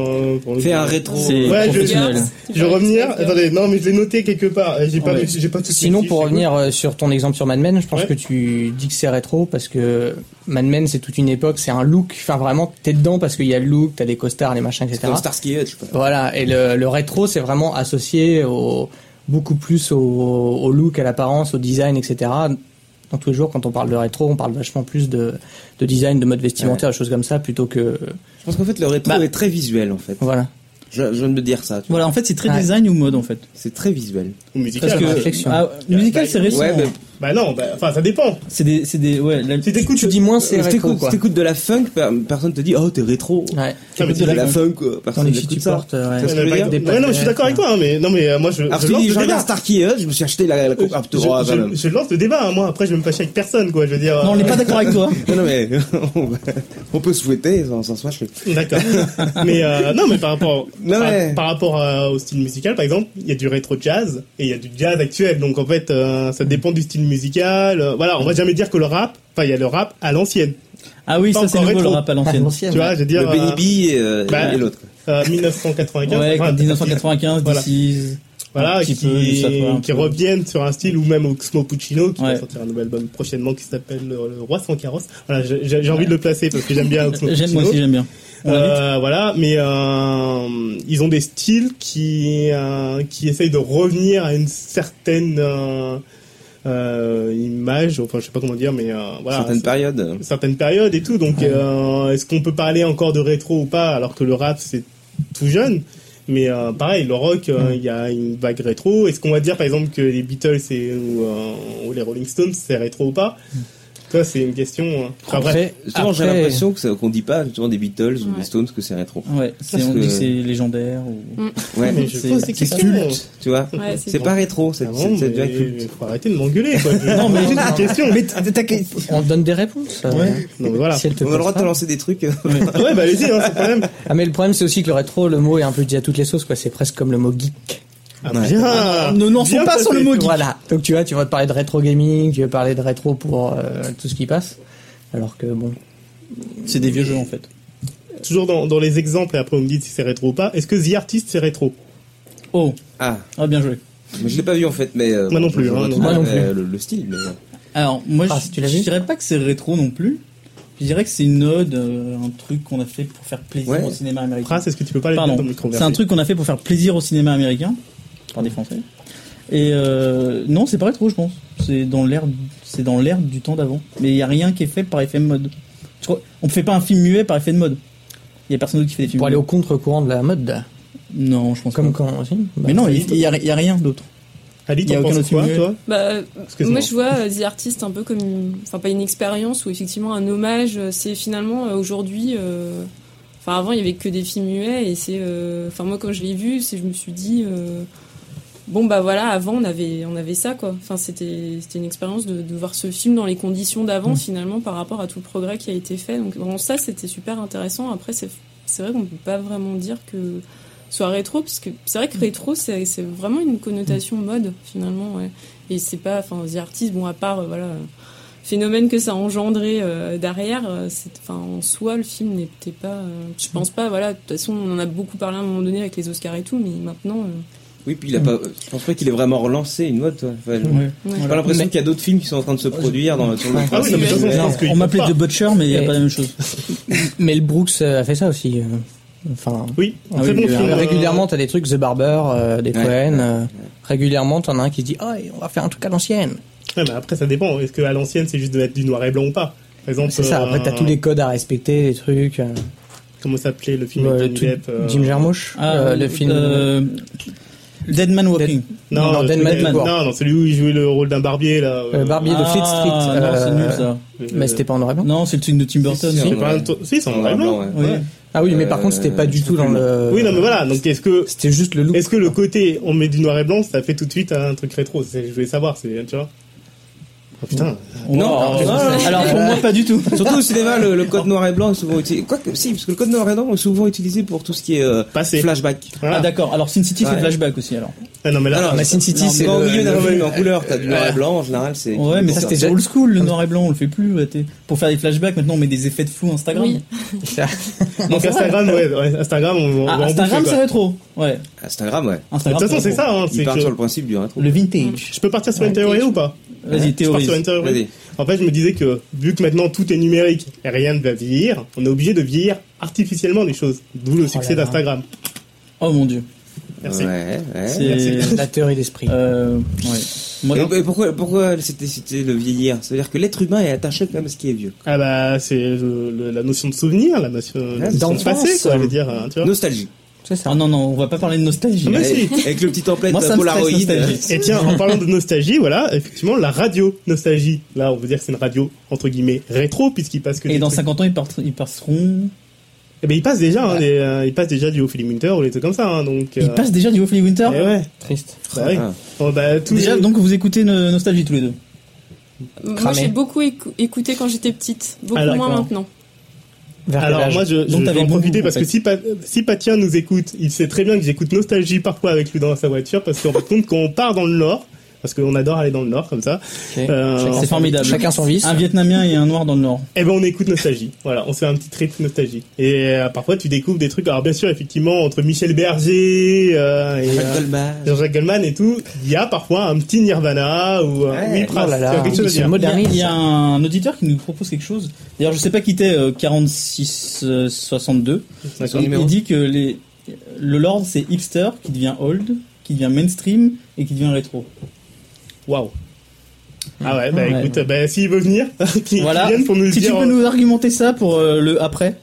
S1: pour le
S3: Fais
S1: coup.
S3: un rétro.
S2: C'est
S1: Ouais, Ah, je-
S2: professionnel.
S5: Tu
S1: Je vais
S5: parles des
S1: revenir.
S5: Spice Girls.
S1: Attendez, non, mais je l'ai noté quelque part. J'ai pas,
S2: Ouais.
S1: j'ai pas tout de suite
S4: Sinon,
S1: dit,
S4: pour
S1: c'est
S4: revenir euh, sur ton exemple sur Mad Men, je pense
S1: Ouais.
S4: que tu dis que c'est rétro parce que Mad Men, c'est toute une époque, c'est un look. Enfin, vraiment, t'es dedans parce qu'il y a le look, t'as des costards, les machins,
S3: C'est
S4: etc.
S3: comme Starsky et Hutch. quoi.
S4: Voilà. Et le, le rétro, c'est vraiment associé au, beaucoup plus au, au look, à l'apparence, au design, etc. Dans tous les jours, quand on parle de rétro, on parle vachement plus de, de design, de mode vestimentaire, des choses comme ça, plutôt que
S3: Je pense qu'en fait, le rétro
S4: Bah.
S3: est très visuel, en fait.
S4: voilà.
S3: Je, je viens de me dire ça. tu vois.
S2: Voilà, en fait, c'est très
S4: Ouais.
S2: design ou mode en fait.
S3: C'est très visuel.
S1: cool. Ou musical,
S2: Parce
S1: bah,
S2: que
S4: réflexion.
S2: ah, musical, c'est récent.
S3: Ouais, mais
S1: Bah non, bah, enfin, ça dépend.
S2: C'est des, c'est des, ouais. la-
S1: Si t'écoutes,
S4: Tu dis moins c'est
S3: si
S4: rétro,
S3: t'écoutes
S4: quoi.
S3: si t'écoutes de la funk, per- personne te dit Oh, t'es rétro.
S4: Ouais.
S1: Non, mais
S3: T'écoutes de la funk, euh,
S4: Dans
S3: personne
S4: les filles,
S3: n'écoute
S4: tu
S3: ça.
S4: portes. ouais.
S3: Ça,
S1: Ouais,
S3: c'est ce que je veux
S1: bah,
S3: dire.
S1: ouais,
S4: Des
S1: non, mais je suis d'accord avec toi, hein, mais non, mais euh, moi je,
S3: Alors,
S1: je
S3: tu
S1: lance
S3: dis,
S1: le
S3: Ah, je
S1: débat.
S3: regarde Starsky et Hutch, je me suis acheté la. la, la- Ah,
S1: Je,
S3: oh, quand même.
S1: je- je lance le débat. hein. Moi, après, je vais me fâcher avec personne, quoi. Je veux dire.
S2: Non, on
S1: euh,
S2: n'est pas d'accord avec toi.
S3: Non, non, mais on, va- on peut souhaiter sans, sans se fâcher.
S1: D'accord. mais euh, non, mais par rapport,
S3: Non,
S1: par,
S3: mais-
S1: par rapport à- au style musical, par exemple, il y a du rétro jazz et il y a du jazz actuel. Donc en fait, euh, ça dépend du style musical. Euh, voilà, on va jamais dire que le rap. Enfin, il y a le rap à l'ancienne.
S2: Ah oui,
S1: Pas
S2: ça c'est
S1: encore
S2: nouveau le
S1: rétro.
S2: rap à l'ancienne.
S1: Tu vois, je veux dire.
S3: le Benny B et, euh,
S1: bah,
S3: et l'autre. quoi.
S1: euh, euh, 1995.
S2: Ouais,
S1: enfin,
S2: 1995,
S1: Voilà.
S2: d'ici.
S1: Voilà,
S2: un petit
S1: qui,
S2: peu, ça fait un
S1: qui
S2: peu.
S1: reviennent sur un style ou même Oxmo Puccino qui va
S2: Ouais.
S1: sortir un nouvel album prochainement qui s'appelle le, le Roi sans carrosse. Voilà, j'ai j'ai- j'ai envie de le placer parce que j'aime bien Oxmo Puccino.
S2: J'aime, moi aussi, j'aime bien. On l'invite
S1: Euh, voilà, mais euh, ils ont des styles qui euh, qui essayent de revenir à une certaine euh, euh, image, enfin je sais pas comment dire, mais euh, voilà,
S3: Certaines périodes.
S1: certaines périodes et tout. Donc, euh, est-ce qu'on peut parler encore de rétro ou pas, alors que le rap c'est tout jeune Mais euh, pareil, le rock, euh, il y a une vague rétro. Est-ce qu'on va dire par exemple que les Beatles et, ou, euh, ou les Rolling Stones c'est rétro ou pas
S2: Mm.
S1: Ça, c'est une question. euh. Enfin, bref.
S4: Après,
S3: Souvent, j'ai
S4: après-
S3: l'impression que ça- qu'on dit pas souvent des Beatles ou des
S5: Ouais.
S3: Stones que c'est rétro.
S2: euh, Ouais, c'est,
S3: Parce
S2: on dit
S3: que-
S2: que c'est légendaire. Ou...
S3: Ouais,
S1: Mais je
S2: C'est-
S1: pose des
S2: c'est
S1: questions. euh,
S3: tu vois.
S5: Ouais,
S3: C'est pas rétro, c'est
S1: Ah
S3: c'est-
S1: bon,
S3: ça devient
S1: mais
S3: culte.
S1: Faut arrêter de m'engueuler, quoi. non, mais j'ai des questions.
S4: On te donne des réponses. euh,
S1: Non, mais voilà.
S4: si elle te
S3: On a le droit de te
S4: passe
S3: lancer des trucs. euh,
S1: Ouais, bah allez-y, hein, c'est le problème.
S4: pas. Ah mais le problème c'est aussi que le rétro, le mot est un peu dit à toutes les sauces quoi. C'est presque comme le mot geek.
S1: Ah,
S3: Ouais.
S1: bien.
S2: Ne lançons
S1: Bien
S2: pas sur le
S1: passé.
S2: mot geek.
S4: Voilà. Donc tu vois, tu vas te parler de rétro gaming, tu vas parler de rétro pour euh, tout ce qui passe. Alors que bon,
S2: C'est des vieux jeux en fait.
S1: Toujours dans, dans les exemples, et après on me dit si c'est rétro ou pas. Est-ce que The Artist c'est rétro
S2: Oh,
S3: Ah,
S2: ah, bien joué.
S3: mais je l'ai pas vu en fait, mais. euh,
S1: Moi non
S3: je
S1: plus,
S3: vois
S1: hein,
S3: tout
S4: moi
S3: à
S4: non
S3: fait, euh, Le, le style, mais.
S2: Alors, moi,
S4: Ah,
S2: je,
S4: tu l'as
S2: je
S4: vu
S2: dirais pas que c'est rétro non plus. Je dirais que c'est une ode, euh, un truc qu'on a fait pour faire plaisir
S3: Ouais.
S2: au cinéma américain.
S1: Prince, est-ce que tu peux pas aller
S2: Pardon.
S1: dans le micro
S2: C'est un truc qu'on a fait pour faire plaisir au cinéma américain par des Français. Et euh, non, c'est pas rétro, je pense. C'est dans l'air, c'est dans l'air du temps d'avant. Mais il y a rien qui est fait par effet de mode. Tu crois- On ne fait pas un film muet par effet de mode. Il y a personne d'autre qui fait des films.
S4: pour aller au
S2: muets.
S4: contre-courant de la mode,
S2: Non, je pense
S4: comme
S2: pas.
S4: quand aussi. bah,
S2: Mais non, il il y, a- il y a rien d'autre.
S1: Ali,
S2: y a
S1: t'en
S2: aucun
S1: penses
S2: autre
S1: quoi,
S2: film.
S1: toi
S5: Bah, euh,
S1: Excuse-moi.
S5: moi, je vois euh, The Artist un peu comme, une- enfin pas une expérience ou effectivement un hommage. euh, C'est finalement euh, aujourd'hui, euh, enfin avant il y avait que des films muets et c'est, euh, enfin moi quand je l'ai vu, c'est je me suis dit euh, bon bah voilà avant on avait on avait ça quoi. Enfin c'était c'était une expérience de, de voir ce film dans les conditions d'avant finalement par rapport à tout le progrès qui a été fait. Donc vraiment ça c'était super intéressant. Après c'est c'est vrai qu'on peut pas vraiment dire que ce soit rétro parce que c'est vrai que rétro c'est c'est vraiment une connotation mode finalement. Ouais et c'est pas enfin The Artist bon à part euh, voilà euh, phénomène que ça a engendré euh, derrière euh, c'est enfin en soi le film n'était pas euh, je pense pas voilà de toute façon on en a beaucoup parlé à un moment donné avec les Oscars et tout mais maintenant euh,
S3: Oui, puis il a pas.
S1: Mm.
S3: Je pense pas qu'il ait vraiment relancé une mode, toi. Enfin, J'ai
S5: ouais.
S3: pas l'impression qu'il y a d'autres films qui sont en train de se produire dans, sur le
S1: Ah oui, non, mais de toute façon, je
S2: Non,
S1: pense qu'ils
S2: on
S1: peuvent
S2: m'appelait
S1: pas.
S2: The Butcher, mais il n'y a
S4: Et- euh,
S2: pas la même chose.
S4: Mel Brooks euh, a fait ça aussi. euh, Enfin,
S1: Oui,
S2: Ah
S1: très
S2: oui,
S1: bon
S2: mais
S1: film.
S2: euh,
S1: euh,
S4: régulièrement t'as des trucs The Barber, euh, des
S3: Ouais,
S4: Cohen.
S3: ouais,
S4: euh, régulièrement t'en as un qui se dit, oh, on va faire un truc à l'ancienne.
S1: ouais, bah, après, ça dépend. Est-ce qu'à l'ancienne, c'est juste de mettre du noir et blanc ou pas Par exemple,
S4: C'est ça. Après t'as
S1: euh,
S4: tous les codes à respecter, les trucs. euh,
S1: Comment s'appelait le film
S4: Ouais,
S1: avec
S4: tout-
S1: Johnny Depp euh,
S4: Jim Jarmusch,
S2: Ah,
S4: euh, le film.
S2: euh, Dead Man Walking.
S4: Non,
S1: euh,
S4: Dead
S1: celui-
S4: Man Walk.
S1: non, non, celui où il jouait le rôle d'un barbier là.
S4: Euh, barbier de Fleet Street.
S2: Ah, Non, c'est
S4: euh,
S2: nul ça.
S4: Mais c'était pas en noir et blanc.
S2: Non, c'est le truc de Tim Burton.
S3: Si, si,
S2: non
S1: C'est pas un
S3: Ouais.
S1: to- Si, c'est en
S3: noir et
S1: noir et blanc.
S3: blanc,
S2: Ouais.
S1: Ouais.
S4: Ah oui, mais par contre, c'était pas
S3: Euh,
S4: du
S3: je
S4: tout dans le.
S1: Oui, non, mais voilà. Donc, est-ce que,
S4: C'était juste le look.
S1: est-ce que le côté on met du noir et blanc, ça fait tout de suite un truc rétro C'est- Je voulais savoir, c'est, tu vois. Oh, putain.
S2: Non,
S3: Non,
S2: alors,
S4: non,
S2: Ah, alors, pour moi, pas du tout.
S3: Surtout au cinéma, le, le code noir et blanc est souvent utilisé. Quoique, si, parce que le code noir et blanc est souvent utilisé pour tout ce qui est euh,
S1: Passé.
S3: flashback.
S1: Voilà.
S2: Ah, d'accord. Alors, Sin City fait
S3: Ouais.
S2: flashback aussi, alors.
S1: Ah, non, mais là.
S3: Alors,
S4: Mais Sin City,
S2: Non,
S4: c'est.
S3: Quand au
S4: le-
S3: milieu d'un
S4: le-
S3: film en couleur, t'as du noir et blanc, en général, c'est.
S2: Ouais, mais ça,
S4: ça,
S2: c'était
S4: c'est-
S2: old school, le noir et blanc, on le fait plus. ouais, t'es- Pour faire des flashbacks, maintenant, on met des effets de flou Instagram.
S5: Oui.
S1: donc, Instagram, ouais, ouais, Instagram, on, on
S2: Ah,
S1: va en
S2: Instagram,
S1: bouffer,
S2: c'est
S1: quoi.
S2: rétro. Ouais.
S3: Instagram, ouais.
S1: Mais De
S2: Instagram,
S1: toute façon, c'est
S2: rétro.
S1: ça, hein.
S3: Il
S1: c'est
S3: part
S1: que-
S3: sur le principe du rétro.
S2: Le vintage.
S1: Je peux partir sur une
S5: Ouais.
S1: théorie ou pas
S2: Vas-y,
S1: Je pars sur une
S2: théorise.
S1: théorie.
S3: Vas-y.
S1: En fait, je me disais que vu que maintenant tout est numérique et rien ne va vieillir, on est obligé de vieillir artificiellement des choses. D'où le succès
S4: là là.
S1: d'Instagram.
S2: Oh mon dieu.
S1: Merci.
S3: Ouais, ouais.
S2: C'est-
S1: Merci. ben,
S4: La théorie d'esprit.
S2: Euh, ouais. Moi,
S3: Et,
S2: non.
S3: et pourquoi, pourquoi c'était cité le vieillir C'est-à-dire que l'être humain est attaché quand même à ce qui est vieux.
S1: Ah bah c'est euh, le- la notion de souvenir, la notion, la notion de
S4: d'enfance.
S1: passé, quoi, je veux dire. hein, tu vois.
S3: Nostalgie.
S4: C'est ça.
S2: Ah non, non, on va pas parler de nostalgie. hein.
S1: Mais
S2: là.
S1: si.
S3: Avec, avec le petit template
S2: Moi, ça me
S3: Polaroid. euh,
S2: stresse, nostalgie.
S1: Et tiens, en parlant de nostalgie, voilà, effectivement, la radio nostalgie. Là, on veut dire que c'est une radio entre guillemets rétro puisqu'il passe que.
S2: Et
S1: des
S2: dans
S1: trucs-
S2: 50 ans, ils, part- ils passeront.
S1: Eh ben, il passe déjà, hein, des, euh, il passe déjà du Ophélie Winter ou des trucs comme ça, hein, donc.
S2: Ils
S1: euh,
S2: passent déjà du Hopefully Winter.
S1: eh ouais.
S4: Triste.
S1: Bah oui.
S3: Ah.
S1: Bon, bah, tous
S2: Déjà,
S1: les-
S2: donc vous écoutez no- Nostalgie tous les deux.
S5: Moi,
S4: Cramé. Ah,
S5: j'ai beaucoup écou- écouté quand j'étais petite, beaucoup
S1: Alors,
S5: moins
S2: d'accord.
S5: maintenant.
S4: Vers quel
S1: Alors
S4: âge
S1: moi je,
S2: Donc,
S1: je vais
S2: t'avais
S1: en
S2: bon
S1: profiter
S2: goût,
S1: parce
S2: en
S1: que
S2: fait.
S1: si, Pa- si Patia nous écoute, il sait très bien que j'écoute Nostalgie parfois avec lui dans sa voiture parce qu'on compte qu'on part dans le Nord, parce qu'on adore aller dans le Nord comme ça,
S4: Ok.
S1: euh,
S4: Chacun
S1: c'est
S4: son-
S2: formidable.
S4: Chacun son vice.
S2: Un Vietnamien et un Noir dans le Nord.
S1: et ben on écoute Nostalgie. Voilà, on se fait un petit trip Nostalgie. Et euh, parfois tu découvres des trucs, alors bien sûr effectivement entre Michel Berger euh, et...
S3: Jacques
S1: euh,
S3: Goldman.
S1: Jean-Jacques Goldman et tout, il y a parfois un petit Nirvana ou un
S3: Ouais,
S1: Ultras.
S4: oh là là,
S1: Tu as Ah, quelque chose à
S4: c'est
S1: dire.
S4: moderne.
S2: Il
S4: Modernise.
S2: y, a, il y a un auditeur qui nous propose quelque chose. D'ailleurs, je sais pas qui t'es, euh, 4662.
S3: C'est son numéro.
S2: Il dit que les, le Lord, c'est hipster qui devient old, qui devient mainstream et qui devient rétro.
S1: Waouh. Ah ouais, bah
S2: Ouais.
S1: écoute, bah, s'il veut venir, qu'il
S2: Voilà.
S1: vienne pour nous
S2: si
S1: dire... euh,
S2: tu peux nous argumenter ça pour euh, le après.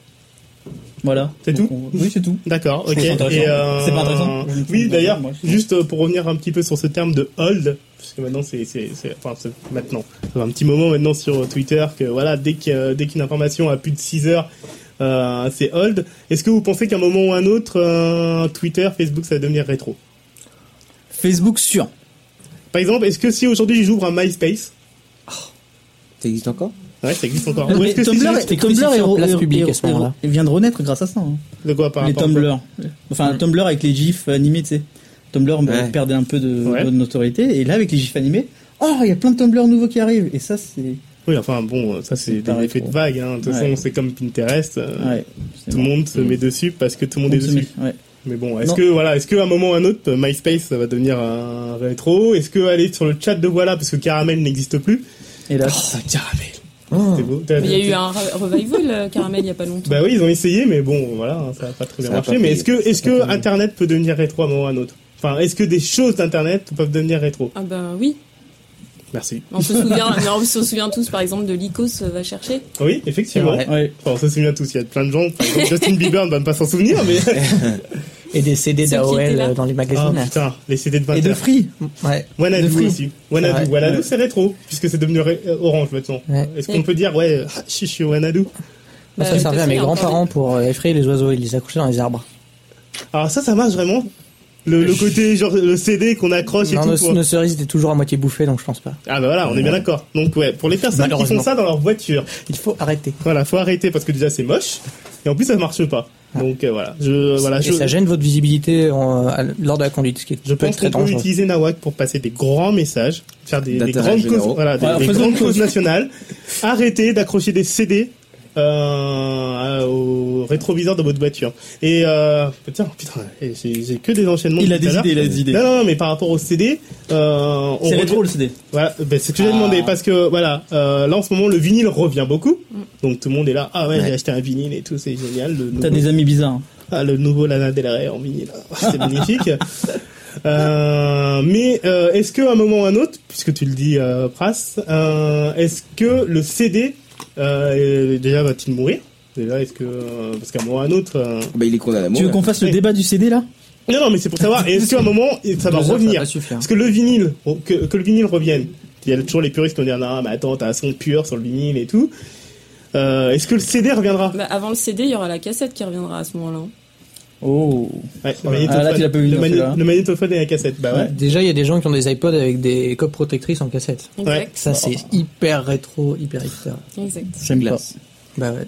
S2: Voilà.
S1: C'est
S2: Donc,
S1: tout
S2: on- Oui, c'est tout.
S1: D'accord,
S2: Je
S1: ok.
S2: trouve ça intéressant.
S1: Et, euh,
S2: C'est pas intéressant
S1: Oui, d'ailleurs,
S2: Moi, je trouve
S1: juste euh, pour revenir un petit peu sur ce terme de hold, parce que maintenant, c'est, c'est, c'est- enfin, c'est maintenant, ça fait un petit moment maintenant sur Twitter que voilà, dès que, euh, dès qu'une information a plus de 6 heures, euh, c'est hold. Est-ce que vous pensez qu'à un moment ou un autre, euh, Twitter, Facebook, ça va devenir rétro
S2: Facebook sûr.
S1: Par exemple, est-ce que si aujourd'hui j'ouvre un MySpace,
S3: Ça existe encore
S1: ouais, ça existe encore. Ou
S2: Mais
S1: est-ce que si
S2: Tumblr,
S1: j'utilise-
S2: et
S4: crucifié
S2: Tumblr est
S4: en
S2: re-
S4: place
S2: est-
S4: publique
S2: est-
S4: à ce moment-là.
S2: est- vient de renaître grâce à ça. hein.
S1: de quoi par
S2: les
S1: rapport à quoi
S2: Tumblr. Enfin, Tumblr avec les gifs animés, tu sais. Tumblr bah,
S3: Ouais.
S2: perdait un peu de,
S1: Ouais.
S2: de notoriété. Et là, avec les gifs animés, oh, il y a plein de Tumblr nouveaux qui arrivent. Et ça, c'est.
S1: Oui, enfin bon, ça c'est
S2: C'est
S1: des
S2: pas
S1: effets de
S2: rétro.
S1: vague. Hein. De toute
S2: Ouais.
S1: façon, c'est comme Pinterest. euh,
S2: Ouais. c'est
S1: Tout le
S2: bon. Mm.
S1: monde se met dessus parce que tout le monde est
S2: Tout le monde se
S1: dessus.
S2: met, ouais.
S1: Mais bon, est-ce
S2: Non.
S1: que voilà, est-ce qu'à un moment ou à un autre, MySpace ça va devenir un rétro Est-ce que aller sur le chat de voilà parce que Caramel n'existe plus
S2: Et là,
S1: Caramel,
S4: Oh.
S1: c'est beau. T'as-
S5: Mais il y a eu
S1: t'as-
S5: un re- revival euh, Caramel il y a pas longtemps.
S1: Bah oui, ils ont essayé, mais bon, voilà, hein, ça n'a pas très bien
S3: Ça a
S1: marché.
S3: pas
S1: Mais
S3: pris.
S1: est-ce que est-ce
S2: Ça a
S1: que
S2: pas pris.
S1: Internet peut devenir rétro à un moment ou à un autre Enfin, est-ce que des choses d'Internet peuvent devenir rétro
S5: Ah bah oui,
S1: Merci.
S5: on se souvient, mais on se souvient tous par exemple de l'Icos euh, va chercher.
S1: Oui, effectivement.
S4: C'est vrai.
S2: ouais.
S1: Enfin, on se souvient tous, il y a plein de gens. Par exemple, Justin Bieber ne va pas s'en souvenir, mais.
S4: Et des CD
S5: Ceux qui étaient là.
S4: d'AOL euh, dans les
S1: Ah
S4: magazines.
S1: putain, les CD de 20
S2: Et de Free.
S4: Ouais.
S1: Wanadu
S2: De Free.
S1: aussi. Wanadu,
S4: C'est vrai.
S1: Wanadu,
S2: Ouais.
S1: c'est rétro, puisque c'est devenu ré- euh, orange maintenant.
S4: Ouais.
S1: Est-ce qu'on peut dire, ouais, ah, je suis Wanadu
S4: Moi,
S5: Bah,
S4: ça servait à mes
S5: peut-être,
S4: grands-parents pour euh, effrayer les oiseaux. Ils les accrochaient dans les arbres.
S1: Alors ça, ça marche vraiment le, le côté, genre, le CD qu'on accroche et
S4: Non,
S1: Ah, tout.
S4: nos,
S1: pour-
S4: nos cerises étaient toujours à moitié bouffées, donc je pense pas.
S1: Ah bah voilà, on est bien d'accord. Donc ouais, pour les personnes qui font
S4: Malheureusement.
S1: ça dans leur voiture,
S4: Il faut arrêter.
S1: voilà, faut arrêter parce que déjà c'est moche, et en plus ça marche pas. Donc euh, voilà, je, voilà,
S4: Ah. Et
S1: je,
S4: ça gêne votre visibilité en, à- lors de la conduite, ce qui est
S1: je
S4: peut être
S1: pense
S4: très
S1: qu'on peut
S4: dangereux.
S1: utiliser Nawak pour passer des grands messages, faire des, des
S3: D'intérêt
S1: grandes
S3: généraux.
S1: causes, voilà, des,
S2: Voilà,
S1: des
S2: faisons
S1: grandes
S2: une
S1: causes
S2: pause.
S1: nationales. Arrêtez d'accrocher des CD euh, à- au rétroviseur de votre voiture. Et euh, tiens, putain, et j'ai j'ai que des enchaînements.
S2: Il a
S1: depuis
S2: des
S1: tout à
S2: idées, il
S1: l'heure.
S2: a des idées.
S1: Non, non, non, mais par rapport au CD, euh, on
S2: C'est
S1: revient-
S2: rétro Ah. le CD.
S1: Voilà, ben, c'est ce que j'ai demandé parce que voilà, euh, là en ce moment le vinyle revient beaucoup,
S2: Mm.
S1: donc tout le monde est là. Ah ouais, j'ai acheté un vinyle et tout, c'est génial. Le nouveau,
S2: T'as des amis bizarres.
S1: ah, le nouveau Lana Del Rey en vinyle, Ah, c'est magnifique. Euh, mais euh, est-ce que à un moment ou un autre, puisque tu le dis, euh, Pras, euh, est-ce que le CD euh, est- déjà va-t-il mourir Déjà, est-ce que euh, parce qu'à un moment ou un autre, euh,
S3: Bah, il est condamné à
S2: Tu veux
S3: mourir.
S2: qu'on fasse le
S1: Ouais.
S2: débat du CD là
S1: Non, non, mais c'est pour savoir, est-ce qu'à un moment, ça va
S4: Deux heures,
S1: revenir
S4: va suffire.
S1: Parce que le vinyle, que, que le vinyle revienne. Il y a toujours les puristes qui vont dire, non, mais attends, t'as un son pur sur le vinyle et tout. Euh, est-ce que le CD reviendra
S5: Bah, avant le CD, il y aura la cassette qui reviendra à ce moment-là.
S2: Oh.
S1: Ouais, le
S2: Ah, là, tu l'as pas vu,
S1: le,
S2: non,
S1: magné-
S2: celui-là.
S1: le magnétophone et la cassette. Bah ouais.
S4: Déjà, il y a des gens qui ont des iPods avec des coques protectrices en cassette.
S5: Exact.
S1: Oh.
S4: Ça, c'est hyper rétro, hyper hipster.
S5: Exact.
S2: J'aime pas.
S3: Classe.
S4: Bah ouais.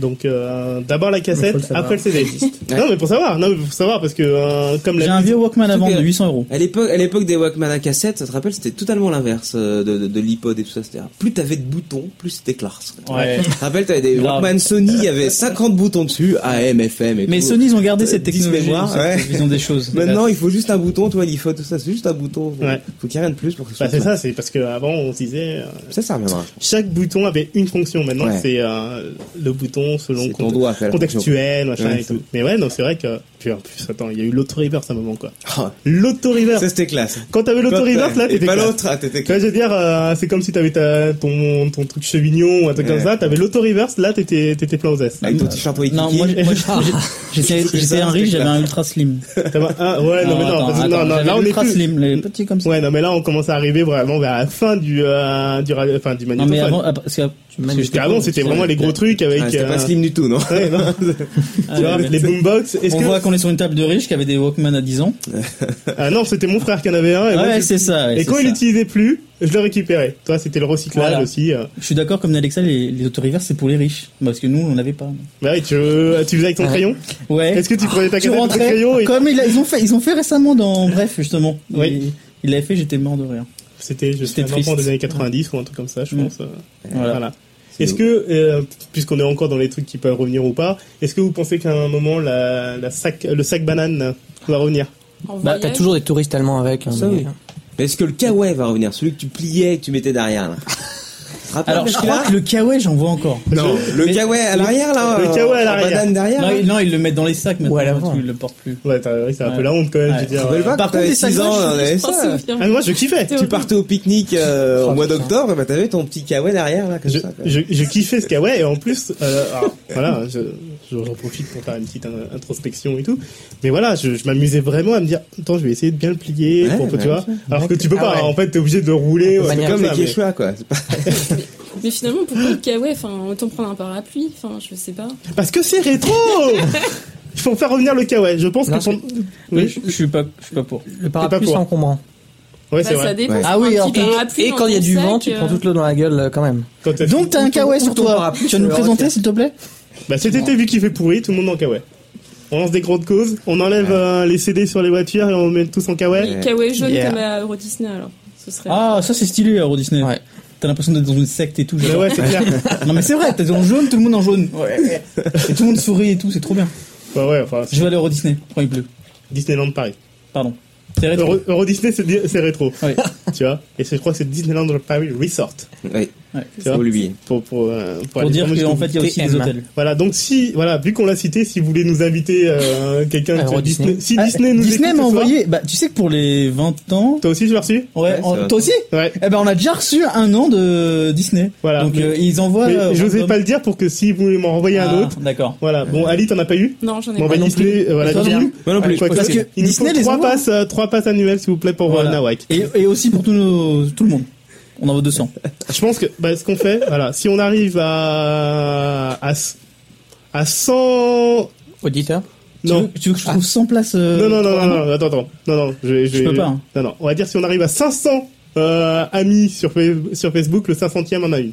S1: Donc euh, d'abord la
S4: Mais faut le
S1: cassette,
S4: savoir.
S1: après le CD. Non, mais pour savoir, non, mais pour savoir, parce que euh, comme
S2: J'ai
S1: la
S2: un vieux Walkman à vendre de
S3: Super.
S2: 800 euros.
S3: À l'époque, à l'époque des Walkman à cassette, ça te rappelle, c'était totalement l'inverse euh, de, de, de l'iPod et tout ça. C'est-à-dire, plus t'avais de boutons, plus c'était classe.
S2: Ouais.
S3: Tu te rappelles, t'avais des
S2: Grave.
S3: Walkman Sony, il y avait 50 boutons dessus, AM, FM et
S2: Mais
S3: tout.
S2: Sony, ils ont gardé cette
S3: Dix
S2: technologie,
S3: mémoires,
S2: cette
S3: ouais.
S2: vision des choses.
S3: Maintenant, il faut juste un bouton, toi, l'iPhone, tout ça, c'est juste un bouton. Faut,
S1: Ouais.
S3: faut qu'il y ait rien de plus pour que ce
S1: Bah,
S3: soit.
S1: c'est
S3: ça.
S1: ça, c'est parce qu'avant on se disait euh,
S3: Ça, ça reviendra.
S1: chaque bouton avait une fonction. Maintenant
S3: Ouais.
S1: c'est euh, le bouton selon
S3: C'est ton
S1: conte-
S3: doigt, fait la
S1: contextuel, machin
S3: Ouais,
S1: et
S3: c'est
S1: tout.
S3: bon.
S1: Mais ouais, non, c'est vrai que puis en plus attends, il y a eu l'auto-reverse à un moment quoi.
S3: Oh,
S1: L'auto-reverse.
S3: ça, c'était classe.
S1: Quand t'avais l'auto-reverse là,
S3: Et
S1: t'étais
S3: pas
S1: classe.
S3: l'autre, ah, t'étais
S1: Tu vois,
S3: classe.
S1: je veux dire, euh, c'est comme si t'avais ta, ton, ton truc chevignon ou un truc
S3: Ouais.
S1: comme ça, t'avais l'auto-reverse, là t'étais, t'étais plein aux S.
S3: Avec ton t-shirt Waikiki. Ah,
S2: Non, moi, j'ai- moi, j'ai- j'étais j'étais un riche, j'avais un ultra slim.
S1: T'avais un- ouais, non, mais non,
S2: attends,
S1: parce-
S2: attends,
S1: non, non,
S2: j'avais
S1: là on est
S2: l'ultra
S1: plus,
S2: slim, les petits comme ça.
S1: Ouais, non, mais là, on commence à arriver vraiment vers la fin du, euh, du, radio- enfin, du
S2: non,
S1: magnétophone.
S2: mais avant, ah, parce que, parce que
S1: Parce
S2: j'étais
S1: qu'avant,
S2: pauvre,
S1: c'était
S2: tu sais,
S1: vraiment les gros trucs avec
S3: Ah, c'était
S1: euh,
S3: pas slim du tout, non
S1: ouais, non,
S2: ah,
S1: tu vois,
S2: ouais,
S1: les
S2: mais-
S1: boombox. Est-ce
S2: On
S1: que
S2: voit qu'on est sur une table de riches qui avait des Walkman à 10 ans.
S1: ah non, c'était mon frère qui en avait un. Et, moi,
S2: Ouais,
S1: je-
S2: c'est ça. ouais,
S1: et
S2: c'est
S1: quand il
S2: ça.
S1: l'utilisait plus, je le récupérais. Toi, c'était le recyclage
S2: Voilà.
S1: aussi. euh.
S2: Je suis d'accord, comme Nalexa, les, les autoriverses, c'est pour les riches. Parce que nous, on n'avait pas.
S1: Bah oui, tu, veux- tu faisais avec ton
S4: Ouais.
S1: crayon
S2: Ouais. Eh,
S1: Est-ce que tu prenais ta cassette
S2: tu
S1: avec ton
S2: rentrais
S1: crayon et...
S2: Comme il a- ils, ont fait, ils ont fait récemment dans Bref, justement.
S1: Oui.
S2: Il- Il l'avait fait, j'étais mort de rire.
S1: C'était, je
S2: C'était
S1: sais, un enfant des
S2: triste.
S1: années 90 ou un truc comme ça, je
S2: Mm.
S1: pense. euh,
S2: Voilà.
S1: Voilà. Est-ce que, euh, puisqu'on est encore dans les trucs qui peuvent revenir ou pas, est-ce que vous pensez qu'à un moment, la, la sac, le sac banane va revenir
S5: En
S4: Bah, t'as
S5: voyage,
S4: toujours des touristes allemands avec. hein,
S3: Ça,
S4: mais-
S3: oui. Mais Est-ce que le kawaii va revenir Celui que tu pliais et que tu mettais derrière, là. Rappelle
S2: Alors, je crois
S3: là
S2: que le kawaii, j'en vois encore.
S3: Non, le
S2: Mais-
S3: kawaii à l'arrière, là
S1: Le
S3: en-
S1: kawaii à
S3: en
S1: l'arrière.
S3: banane derrière hein.
S2: Non,
S3: là.
S2: ils- non, ils le mettent dans les sacs maintenant.
S4: Ou à l'avant.
S2: Ils le portent plus.
S1: Ouais, t'as- oui, c'est un
S2: Ouais.
S1: peu la honte quand même.
S2: Ouais.
S1: Je veux dire,
S3: Tu te rappelles
S1: euh,
S3: pas
S2: Par
S3: quand t'avais
S2: contre, les
S3: 6
S2: sacs
S3: ans,
S2: moches,
S3: on
S5: je
S3: avait
S5: pense
S3: ça.
S5: au film.
S1: Ah, mais moi, je kiffais.
S5: C'était
S3: Tu
S5: horrible.
S3: partais au pique-nique euh,
S4: Oh,
S3: au mois
S4: putain.
S3: d'octobre, bah, t'avais ton petit kawaii derrière, là, comme
S1: Je,
S3: ça. quoi.
S1: je, je kiffais ce kawaii et en plus, euh, alors, voilà, je- je- j'en profite pour faire une petite euh, introspection et tout. Mais voilà, je, je m'amusais vraiment à me dire, attends, je vais essayer de bien le plier,
S3: Ouais,
S1: pour, tu
S3: ouais,
S1: vois.
S3: ouais.
S1: Alors que tu peux
S4: Ah
S1: pas,
S4: ouais.
S1: en fait, t'es obligé de le rouler. ouais,
S4: manière
S1: comme
S3: Comme
S1: ça, mais-
S3: les Quechua, quoi. C'est pas-
S5: Mais finalement, pourquoi le kawaii Enfin, autant prendre un parapluie. Enfin, je sais pas.
S1: Parce que c'est rétro. Il faut faire revenir le kawaii. Je pense
S4: Non,
S1: que. ton-
S2: Mais
S1: Oui,
S2: je, je suis pas, je suis pas pour.
S4: Le parapluie,
S1: pour.
S4: c'est encombrant.
S1: ouais,
S5: Bah,
S1: c'est
S5: ça
S1: vrai.
S5: dépend.
S3: Ouais.
S5: c'est
S4: Ah
S5: un
S4: oui,
S5: petit
S4: alors-
S5: parapluie
S4: et
S5: dans
S4: quand il y a
S5: ton
S4: du
S5: sac,
S4: vent, tu
S5: euh,
S4: prends toute l'eau dans la gueule euh, quand même.
S1: Quand t'as-
S2: Donc, t'as un kawaii sur toi. Tu vas nous
S4: le
S2: présenter,
S4: retire.
S2: s'il te plaît
S1: Bah, cet été, vu qu'il fait pourri, tout le monde en kawaii. On lance des gros de cause, on enlève euh, les CD sur les voitures et on met tous en kawaii.
S5: Et kawaii jaune
S2: Yeah.
S5: comme à Euro Disney alors. Ce serait.
S2: Ah, ça, c'est stylé, Euro Disney.
S4: Ouais.
S2: T'as l'impression d'être dans une secte et tout.
S1: Bah
S2: j'adore.
S1: ouais, c'est clair.
S2: Non, mais c'est vrai, t'es en jaune, tout le monde en jaune. Ouais. Et tout le monde sourit et tout, c'est trop bien.
S1: bah ouais, enfin,
S2: Je vais aller au Disney quand il pleut.
S1: Disneyland Paris.
S2: Pardon. C'est rétro.
S1: Euro, Euro Disney, c'est di- c'est rétro.
S2: Ouais.
S1: tu vois Et c'est- je crois que c'est Disneyland Paris Resort.
S3: Ouais,
S1: Tu vois
S3: faut l'oublier.
S1: Pour, pour, euh, pour
S2: Pour
S1: aller
S2: dire
S1: vraiment jusqu'au
S2: qu'en fait, il y a aussi des
S4: TM.
S2: hôtels.
S1: Voilà, donc si, voilà, vu qu'on l'a cité, si vous voulez nous inviter euh, quelqu'un
S4: Alors,
S1: de
S4: Disney.
S1: Disney, si
S2: Ah,
S1: Disney nous
S2: Disney
S1: écoute
S2: m'a
S1: ce soir-
S2: envoyé. Bah, tu sais que pour les 20 ans.
S1: Toi aussi, tu l'as reçu
S2: Ouais,
S3: Ouais,
S2: en-
S3: c'est vrai.
S2: toi aussi
S1: Ouais.
S2: Eh ben, on a déjà reçu un an de Disney.
S1: Voilà.
S2: Donc,
S1: Mais-
S2: euh, ils envoient.
S1: Mais
S2: euh,
S1: je n'osais
S2: random.
S1: pas le dire pour que si vous voulez m'en renvoyer un
S2: Ah,
S1: autre.
S2: D'accord.
S1: Voilà, bon, Ali, t'en as pas eu
S5: Non, j'en ai
S1: Bon,
S5: pas.
S1: bah, Disney, euh, voilà,
S2: Et toi,
S1: Disney.
S2: non
S3: Moi non plus.
S1: Quoi
S2: Parce
S1: qu'il-
S2: que
S1: il nous
S2: Disney
S1: faut
S2: les
S1: trois
S2: envoie.
S1: passes, euh, trois passes annuelles, s'il vous plaît, pour
S2: Voilà.
S1: euh, Nawak.
S2: Et, et aussi pour tous nos, tout le monde. On envoie 200.
S1: Je pense que bah, ce qu'on fait, voilà, si on arrive à à, à 100
S4: Auditeur
S2: Tu,
S1: non.
S2: veux, tu veux que je trouve 100 places
S1: non
S2: euh,
S1: non non non
S2: vraiment
S1: non attends attends non non je vais- je,
S2: Je
S1: vais-
S2: peux pas, hein.
S1: non non on va dire si on arrive à 500 euh, amis sur fa- sur Facebook le 500e en a une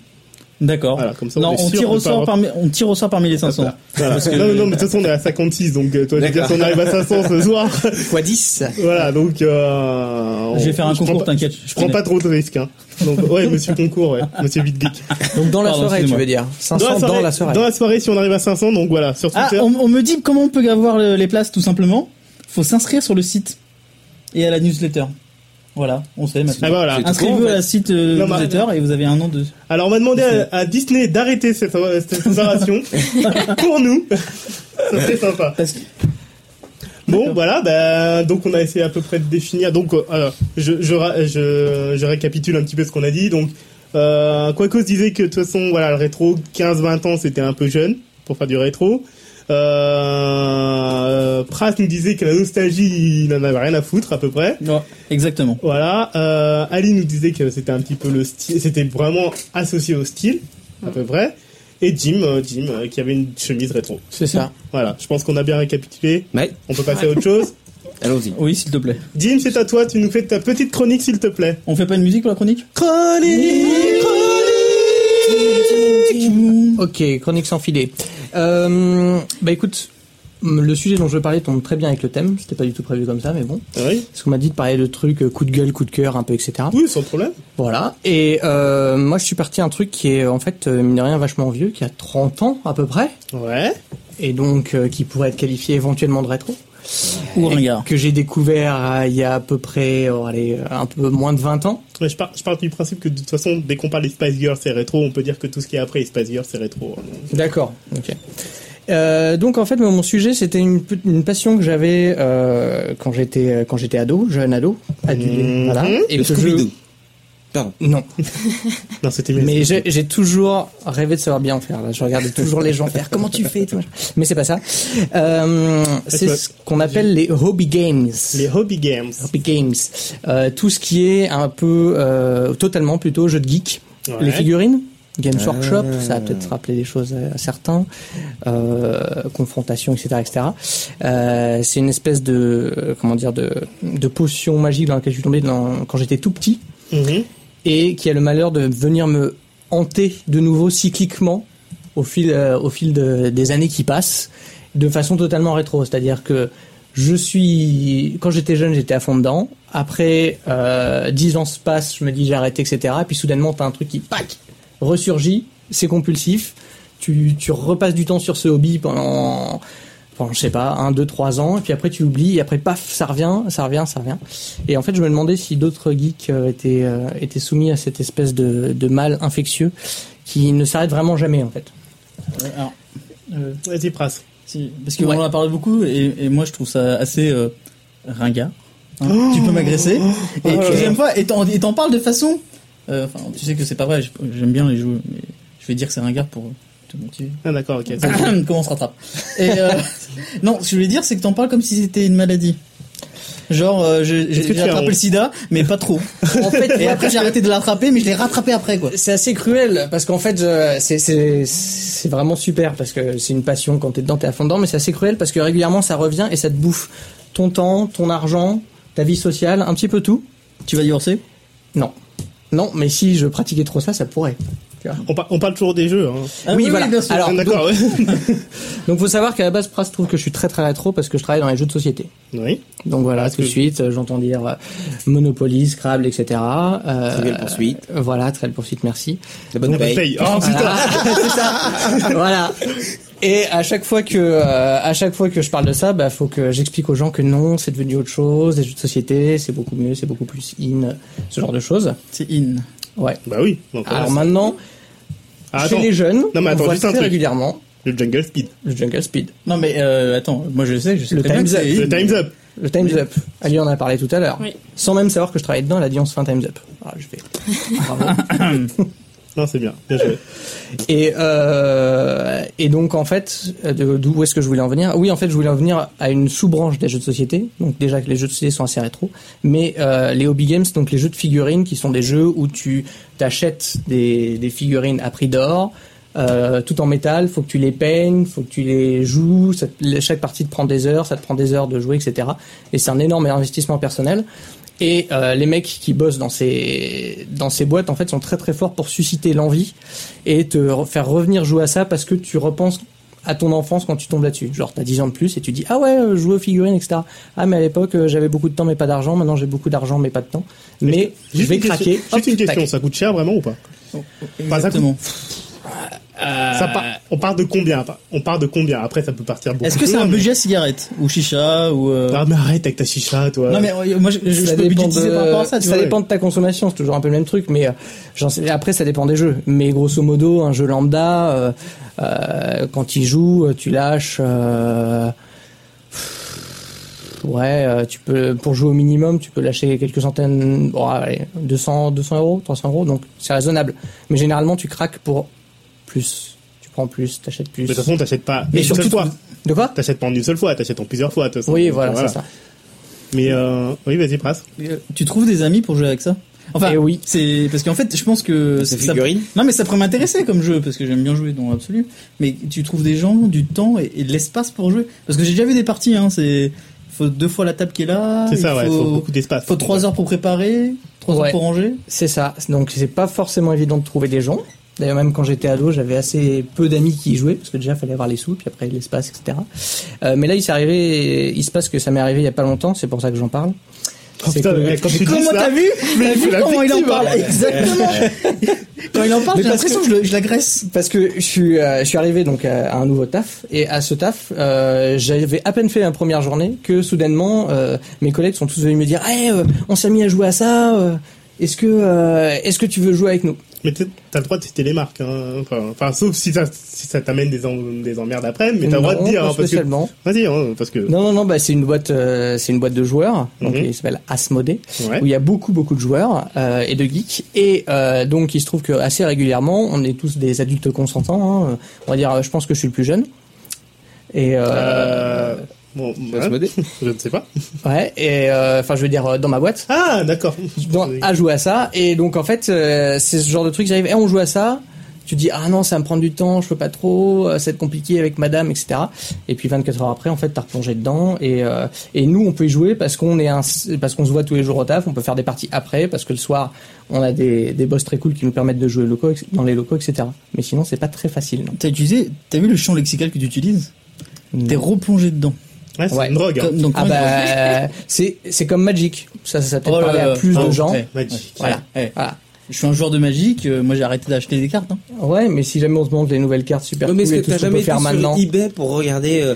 S2: D'accord.
S1: voilà comme ça
S2: Oh. Non,
S1: on, est
S2: on
S1: sûr
S2: tire,
S1: de
S2: au
S1: pas
S2: sort
S1: avoir-
S2: parmi, on tire au sort parmi les 500.
S1: Voilà. non non non, mais de toute façon on est à 56 donc euh, toi je veux dire si
S3: D'accord.
S1: on arrive à 500 ce soir
S4: Fois 10.
S1: voilà donc euh,
S2: Je vais faire un
S1: je prends
S2: concours,
S1: pas-
S2: t'inquiète.
S1: je prends pas trop de risques hein. donc ouais monsieur concours ouais monsieur Bitgeek
S4: Donc dans la
S2: Pardon,
S4: soirée, tu
S2: excusez-moi.
S4: veux dire. 500 dans la soirée.
S1: Dans la soirée, si on arrive à 500, donc voilà, sur
S2: Ah,
S1: Twitter.
S2: on, on me dit comment on peut avoir le- les places tout simplement. Faut s'inscrire sur le site et à la newsletter. Voilà, on sait
S1: Ah bah
S2: maintenant.
S1: voilà.
S3: c'est-
S2: Inscrivez-vous
S3: bon, en
S2: à la site euh,
S1: Non, bah-
S2: newsletter et vous avez un an de.
S1: Alors on m'a demandé à, à Disney d'arrêter cette, euh, cette opération pour nous. Ça serait sympa.
S2: Parce que-
S1: Bon voilà, bah, donc on a essayé à peu près de définir. Donc euh, alors, je, je, ra- je, je récapitule un petit peu ce qu'on a dit. Donc euh, Quacos disait que de toute façon voilà le rétro 15-20 ans c'était un peu jeune pour faire du rétro. Euh, Kras nous disait que la nostalgie, il en avait rien à foutre à peu près.
S2: Ouais, exactement.
S1: Voilà. Euh, Ali nous disait que c'était un petit peu le style, c'était vraiment associé au style à peu près. Et Jim, euh, Jim, euh, qui avait une chemise rétro.
S4: C'est ça.
S1: Voilà. Je pense qu'on a bien récapitulé.
S3: Ouais,
S1: On peut passer à autre chose.
S3: allons-y.
S2: Oui, s'il te plaît.
S1: Jim, c'est à toi. Tu nous fais ta petite chronique, s'il te plaît.
S2: On fait pas de musique pour la chronique
S4: Ok, chronique sans filet. Euh, bah écoute, le sujet dont je veux parler tombe très bien avec le thème. C'était pas du tout prévu comme ça, mais bon.
S1: Oui.
S4: Parce qu'on m'a dit de parler de trucs euh, coup de gueule, coup de cœur, un peu, etc.
S1: Ah Oui, sans problème.
S4: Voilà. Et euh, moi, je suis parti à un truc qui est en fait, euh, mine de rien, vachement vieux, qui a 30 ans à peu près,
S1: Ouais.
S4: et donc euh, qui pourrait être qualifié éventuellement de rétro.
S2: Ou
S4: Et
S2: ringard
S4: Que j'ai découvert euh, il y a à peu près, oh, allez, un peu moins de 20 ans.
S1: Mais je, pars, je pars du principe que de toute façon, dès qu'on parle des Spice Girls, c'est rétro. On peut dire que tout ce qui est après les Spice Girls, c'est rétro. hein.
S4: D'accord. Ok. Euh, donc en fait mon mon sujet c'était une, pe- une passion que j'avais euh, quand j'étais quand j'étais ado jeune ado adulte
S1: Mhm.
S4: voilà et
S3: Le
S4: que je-
S3: Scooby-Doo. Pardon.
S4: non
S1: Non, c'était mieux.
S4: mais j'ai j'ai toujours rêvé de savoir bien en faire là je regardais toujours les gens faire comment tu fais tu vois. mais c'est pas ça euh, c'est
S1: Ouais,
S4: ce qu'on appelle les hobby games
S1: Les Hobby Games.
S4: hobby games Euh, tout ce qui est un peu euh, totalement plutôt jeu de geek
S1: Ouais.
S4: Ah, les figurines Games
S3: Ah.
S4: Workshop, ça va peut-être rappeler des choses à à certains, euh, confrontation, etc., etc. Euh, c'est une espèce de euh, comment dire de, de potion magique dans laquelle je suis tombé dans- quand j'étais tout petit
S1: Mhm.
S4: et qui a le malheur de venir me hanter de nouveau cycliquement au fil, euh, au fil de- des années qui passent, de façon totalement rétro. C'est-à-dire que je suis, quand j'étais jeune, j'étais à fond dedans. Après, euh, 10 ans se passent, je me dis j'ai arrêté, etc. Et puis soudainement, t'as un truc qui, pac, ressurgit, c'est compulsif. Tu, tu repasses du temps sur ce hobby pendant, pendant, je sais pas, 1, 2, 3 ans. Et puis après, tu oublies. Et après, paf, ça revient, ça revient, ça revient. Et en fait, je me demandais si d'autres geeks euh, étaient, euh, étaient soumis à cette espèce de, de mal infectieux qui ne s'arrête vraiment jamais, en fait.
S2: Ouais, alors, euh,
S1: Vas-y, Pras.
S2: si, parce qu'on
S4: Ouais.
S2: en a parlé beaucoup et, et moi je trouve ça assez euh, ringard. hein. tu peux m'agresser. Et
S1: Oh. là là.
S2: deuxième fois, et t'en et t'en parles de façon. euh, Enfin, tu sais que c'est pas vrai, j'ai- j'aime bien les jeux, mais je vais dire que c'est ringard pour te motiver.
S1: Ah, d'accord, ok. c'est-
S2: Comment on se rattrape et, euh, Non, ce que je voulais dire, c'est que t'en parles comme si c'était une maladie. Genre, euh, j'ai
S1: Est-ce que
S2: j'ai
S1: tu as honte
S2: attrapé le sida, mais pas trop.
S4: En fait,
S2: Et après, j'ai arrêté de l'attraper, mais je l'ai rattrapé après, quoi.
S4: c'est assez cruel parce qu'en fait, euh, c'est- c'est c'est vraiment super parce que c'est une passion quand t'es dedans, t'es à fond dedans, mais c'est assez cruel parce que régulièrement, ça revient et ça te bouffe ton temps, ton argent, ta vie sociale, un petit peu tout.
S2: Tu vas divorcer
S4: Non. Non, mais si je pratiquais trop ça, ça pourrait. Tu vois.
S1: On, par- on parle toujours des jeux. Hein.
S2: Ah
S4: Oui, voilà.
S2: bien sûr.
S4: Alors,
S1: Ah, d'accord, ouais.
S4: Donc, faut savoir qu'à la base, Pras trouve que je suis très très rétro parce que je travaille dans les jeux de société.
S1: Oui.
S4: Donc voilà,
S1: Parce
S4: tout de
S1: que-
S4: suite, euh, j'entends dire euh, Monopoly, Scrabble, etc. Euh,
S3: Trivial Pursuit.
S4: euh, Voilà, Trivial Poursuite, merci.
S3: La
S1: On
S3: bonne
S1: paye.
S3: paye.
S1: Oh, putain.
S4: voilà. Et à chaque fois que, euh, à chaque fois que je parle de ça, bah, faut que j'explique aux gens que non, c'est devenu autre chose, les jeux de société, c'est beaucoup mieux, c'est beaucoup plus in, ce genre de choses.
S2: C'est in.
S4: Ouais.
S1: Bah oui. donc,
S4: Ah, Alors
S1: voilà.
S4: maintenant,
S1: Ah,
S4: chez
S1: attends,
S4: les jeunes,
S1: Non, mais attends,
S4: on voit
S1: juste un
S4: très
S1: truc.
S4: régulièrement
S1: le Jungle Speed.
S4: le Jungle Speed,
S2: Non, mais euh, attends, moi je sais, je sais
S4: Le
S2: très bien
S4: Time's
S2: que
S1: Le
S2: c'est in.
S1: Time's Up.
S4: le Time's Up. Ali en a parlé tout à l'heure.
S5: Oui.
S4: Sans même savoir que je travaillais dedans, elle a dit on se fait un Time's Up. Alors, je fais, bravo.
S1: Non, c'est bien. Bien joué.
S4: Et, euh, et donc en fait, euh, de- d'où est-ce que je voulais en venir Oui, en fait, je voulais en venir à une sous-branche des jeux de société. Donc déjà que les jeux de société sont assez rétro, mais euh, les hobby games, donc les jeux de figurines, qui sont des jeux où tu t'achètes des, des figurines à prix d'or, euh, tout en métal. Faut que tu les peignes, faut que tu les joues. ça te- chaque partie te prend des heures, ça te prend des heures de jouer, etc. Et c'est un énorme investissement personnel. Et euh, les mecs qui bossent dans ces dans ces boîtes en fait sont très très forts pour susciter l'envie et te re- faire revenir jouer à ça parce que tu repenses à ton enfance quand tu tombes là-dessus. Genre t'as 10 ans de plus et tu dis ah ouais euh, jouer aux figurines etc. Ah mais à l'époque euh, j'avais beaucoup de temps mais pas d'argent. Maintenant j'ai beaucoup d'argent mais pas de temps. Mais je
S1: Juste
S4: vais
S1: une question-
S4: craquer.
S1: Juste
S4: Hop,
S1: une
S4: tac.
S1: question. Ça coûte cher vraiment ou pas
S2: Oh, Exactement.
S1: Ça part- On part de combien pas- On part de combien Après, ça peut partir beaucoup.
S2: Est-ce que
S1: plus
S2: c'est un
S1: loin, mais-
S2: budget cigarette ou chicha ou euh,
S1: Ah, mais arrête avec ta chicha, toi.
S2: Non mais euh, moi je, je- je
S4: ça
S2: peux
S4: dépend,
S2: budgétiser
S4: de...
S2: par rapport à ça. Tu
S4: ça
S2: vois.
S4: dépend de ta consommation, c'est toujours un peu le même truc, mais euh, j'en sais- après ça dépend des jeux. Mais grosso modo, un jeu lambda, euh, euh, quand il joue, euh, tu lâches. euh, pff, Ouais, euh, tu peux pour jouer au minimum, tu peux lâcher quelques centaines, bon, ah, allez, 200, 200 euros, 300 euros, donc c'est raisonnable. Mais généralement, tu craques pour plus. Tu prends plus, t'achètes plus.
S1: Mais de toute façon, t'achètes pas
S4: Mais
S1: une
S4: surtout,
S1: seule fois.
S4: De quoi
S1: T'achètes pas en une seule fois, t'achètes en plusieurs fois. de toute façon.
S4: Oui,
S1: Donc,
S4: voilà, c'est ça.
S1: Mais euh, oui, vas-y, passe.
S2: Tu trouves des amis pour jouer avec ça Enfin,
S4: Eh oui.
S2: c'est parce qu'en fait, je pense que
S3: Ces
S2: ça-
S3: figurines
S2: Non, mais ça pourrait m'intéresser comme jeu parce que j'aime bien jouer dans l'absolu. Mais tu trouves des gens, du temps et, et de l'espace pour jouer. Parce que j'ai déjà vu des parties. Hein, c'est faut deux fois la table qui est là.
S1: C'est
S2: Ah, il
S1: ça, ouais, il faut beaucoup d'espace.
S2: faut trois heures pour préparer, trois
S4: Ouais.
S2: heures pour ranger.
S4: C'est ça. Donc c'est pas forcément évident de trouver des gens. D'ailleurs même quand j'étais ado, j'avais assez peu d'amis qui y jouaient parce que déjà fallait avoir les sous, puis après l'espace, etc. Euh, mais là il s'est arrivé, il se passe que ça m'est arrivé il y a pas longtemps. C'est pour ça que j'en parle.
S1: Oh,
S4: C'est
S1: putain,
S4: que-
S1: mais quand tu dis
S2: Comment
S1: ça-
S2: t'as vu
S1: Mais
S2: T'as
S1: il
S2: vu
S1: faut la
S2: comment il en
S1: victime,
S2: parle
S1: hein.
S2: Exactement. Quand il en parle,
S4: Mais
S2: j'ai
S4: parce
S2: l'impression que, je le- je l'agresse.
S4: Parce que je suis, euh, je suis arrivé donc à, à un nouveau taf et à ce taf, euh, j'avais à peine fait ma première journée que soudainement euh, mes collègures sont tous venus me dire, hey, euh, on s'est mis à jouer à ça. euh, est-ce que euh, est-ce que tu veux jouer avec nous
S1: Mais t'es- t'as le droit de citer les marques. Hein. Enfin, enfin, sauf si ça, si ça t'amène des, en- des emmerdes après, mais t'as le droit de
S4: Non,
S1: dire.
S4: pas
S1: hein, parce que...
S4: spécialement.
S1: Vas-y, hein, parce que.
S4: Non, non, non, bah, c'est une boîte, euh, c'est une boîte de joueurs, donc
S1: Mhm.
S4: il s'appelle Asmodée,
S1: Ouais.
S4: où il y a beaucoup, beaucoup de joueurs euh, et de geeks, et euh, donc il se trouve que assez régulièrement, on est tous des adultes consentants. hein. On va dire, euh, je pense que je suis le plus jeune. Et euh,
S1: Euh, Bon, ouais,
S3: Asmodée
S1: je ne sais pas.
S4: ouais, et euh, enfin, je veux dire euh, dans ma boîte,
S1: Ah, d'accord.
S4: dans- à jouer à ça. Et donc en fait, euh, c'est ce genre de truc, j'arrive, et on joue à ça. Tu dis ah non ça va me prendre du temps je peux pas trop euh, c'est compliqué avec madame etc et puis 24 heures après en fait t'as replongé dedans et, euh, et nous on peut y jouer parce qu'on est un, parce qu'on se voit tous les jours au taf on peut faire des parties après parce que le soir on a des, des boss très cool qui nous permettent de jouer locaux, dans les locaux etc mais sinon c'est pas très facile non.
S2: T'as utilisé, t'as vu le champ lexical que tu utilises T'es replongé dedans.
S1: Ouais, c'est
S4: Ouais.
S1: une drogue. hein.
S2: Comme- donc,
S4: ah
S2: comment-
S4: bah c'est c'est comme Magic ça ça, ça peut
S2: Oh là
S4: parler
S2: là,
S4: à plus
S2: non,
S4: de gens Ah,
S2: ouais,
S1: Magic.
S2: Voilà. ouais.
S4: Voilà.
S2: Je suis un joueur de magique. euh, moi, j'ai arrêté d'acheter des cartes. hein.
S4: ouais mais si jamais on se demande les nouvelles cartes super
S3: Ouais, mais est-ce
S4: cool et
S3: que
S4: tout ce
S3: t'as
S4: qu'on
S3: jamais
S4: peut
S3: été
S4: faire
S3: sur
S4: maintenant
S3: eBay pour regarder euh,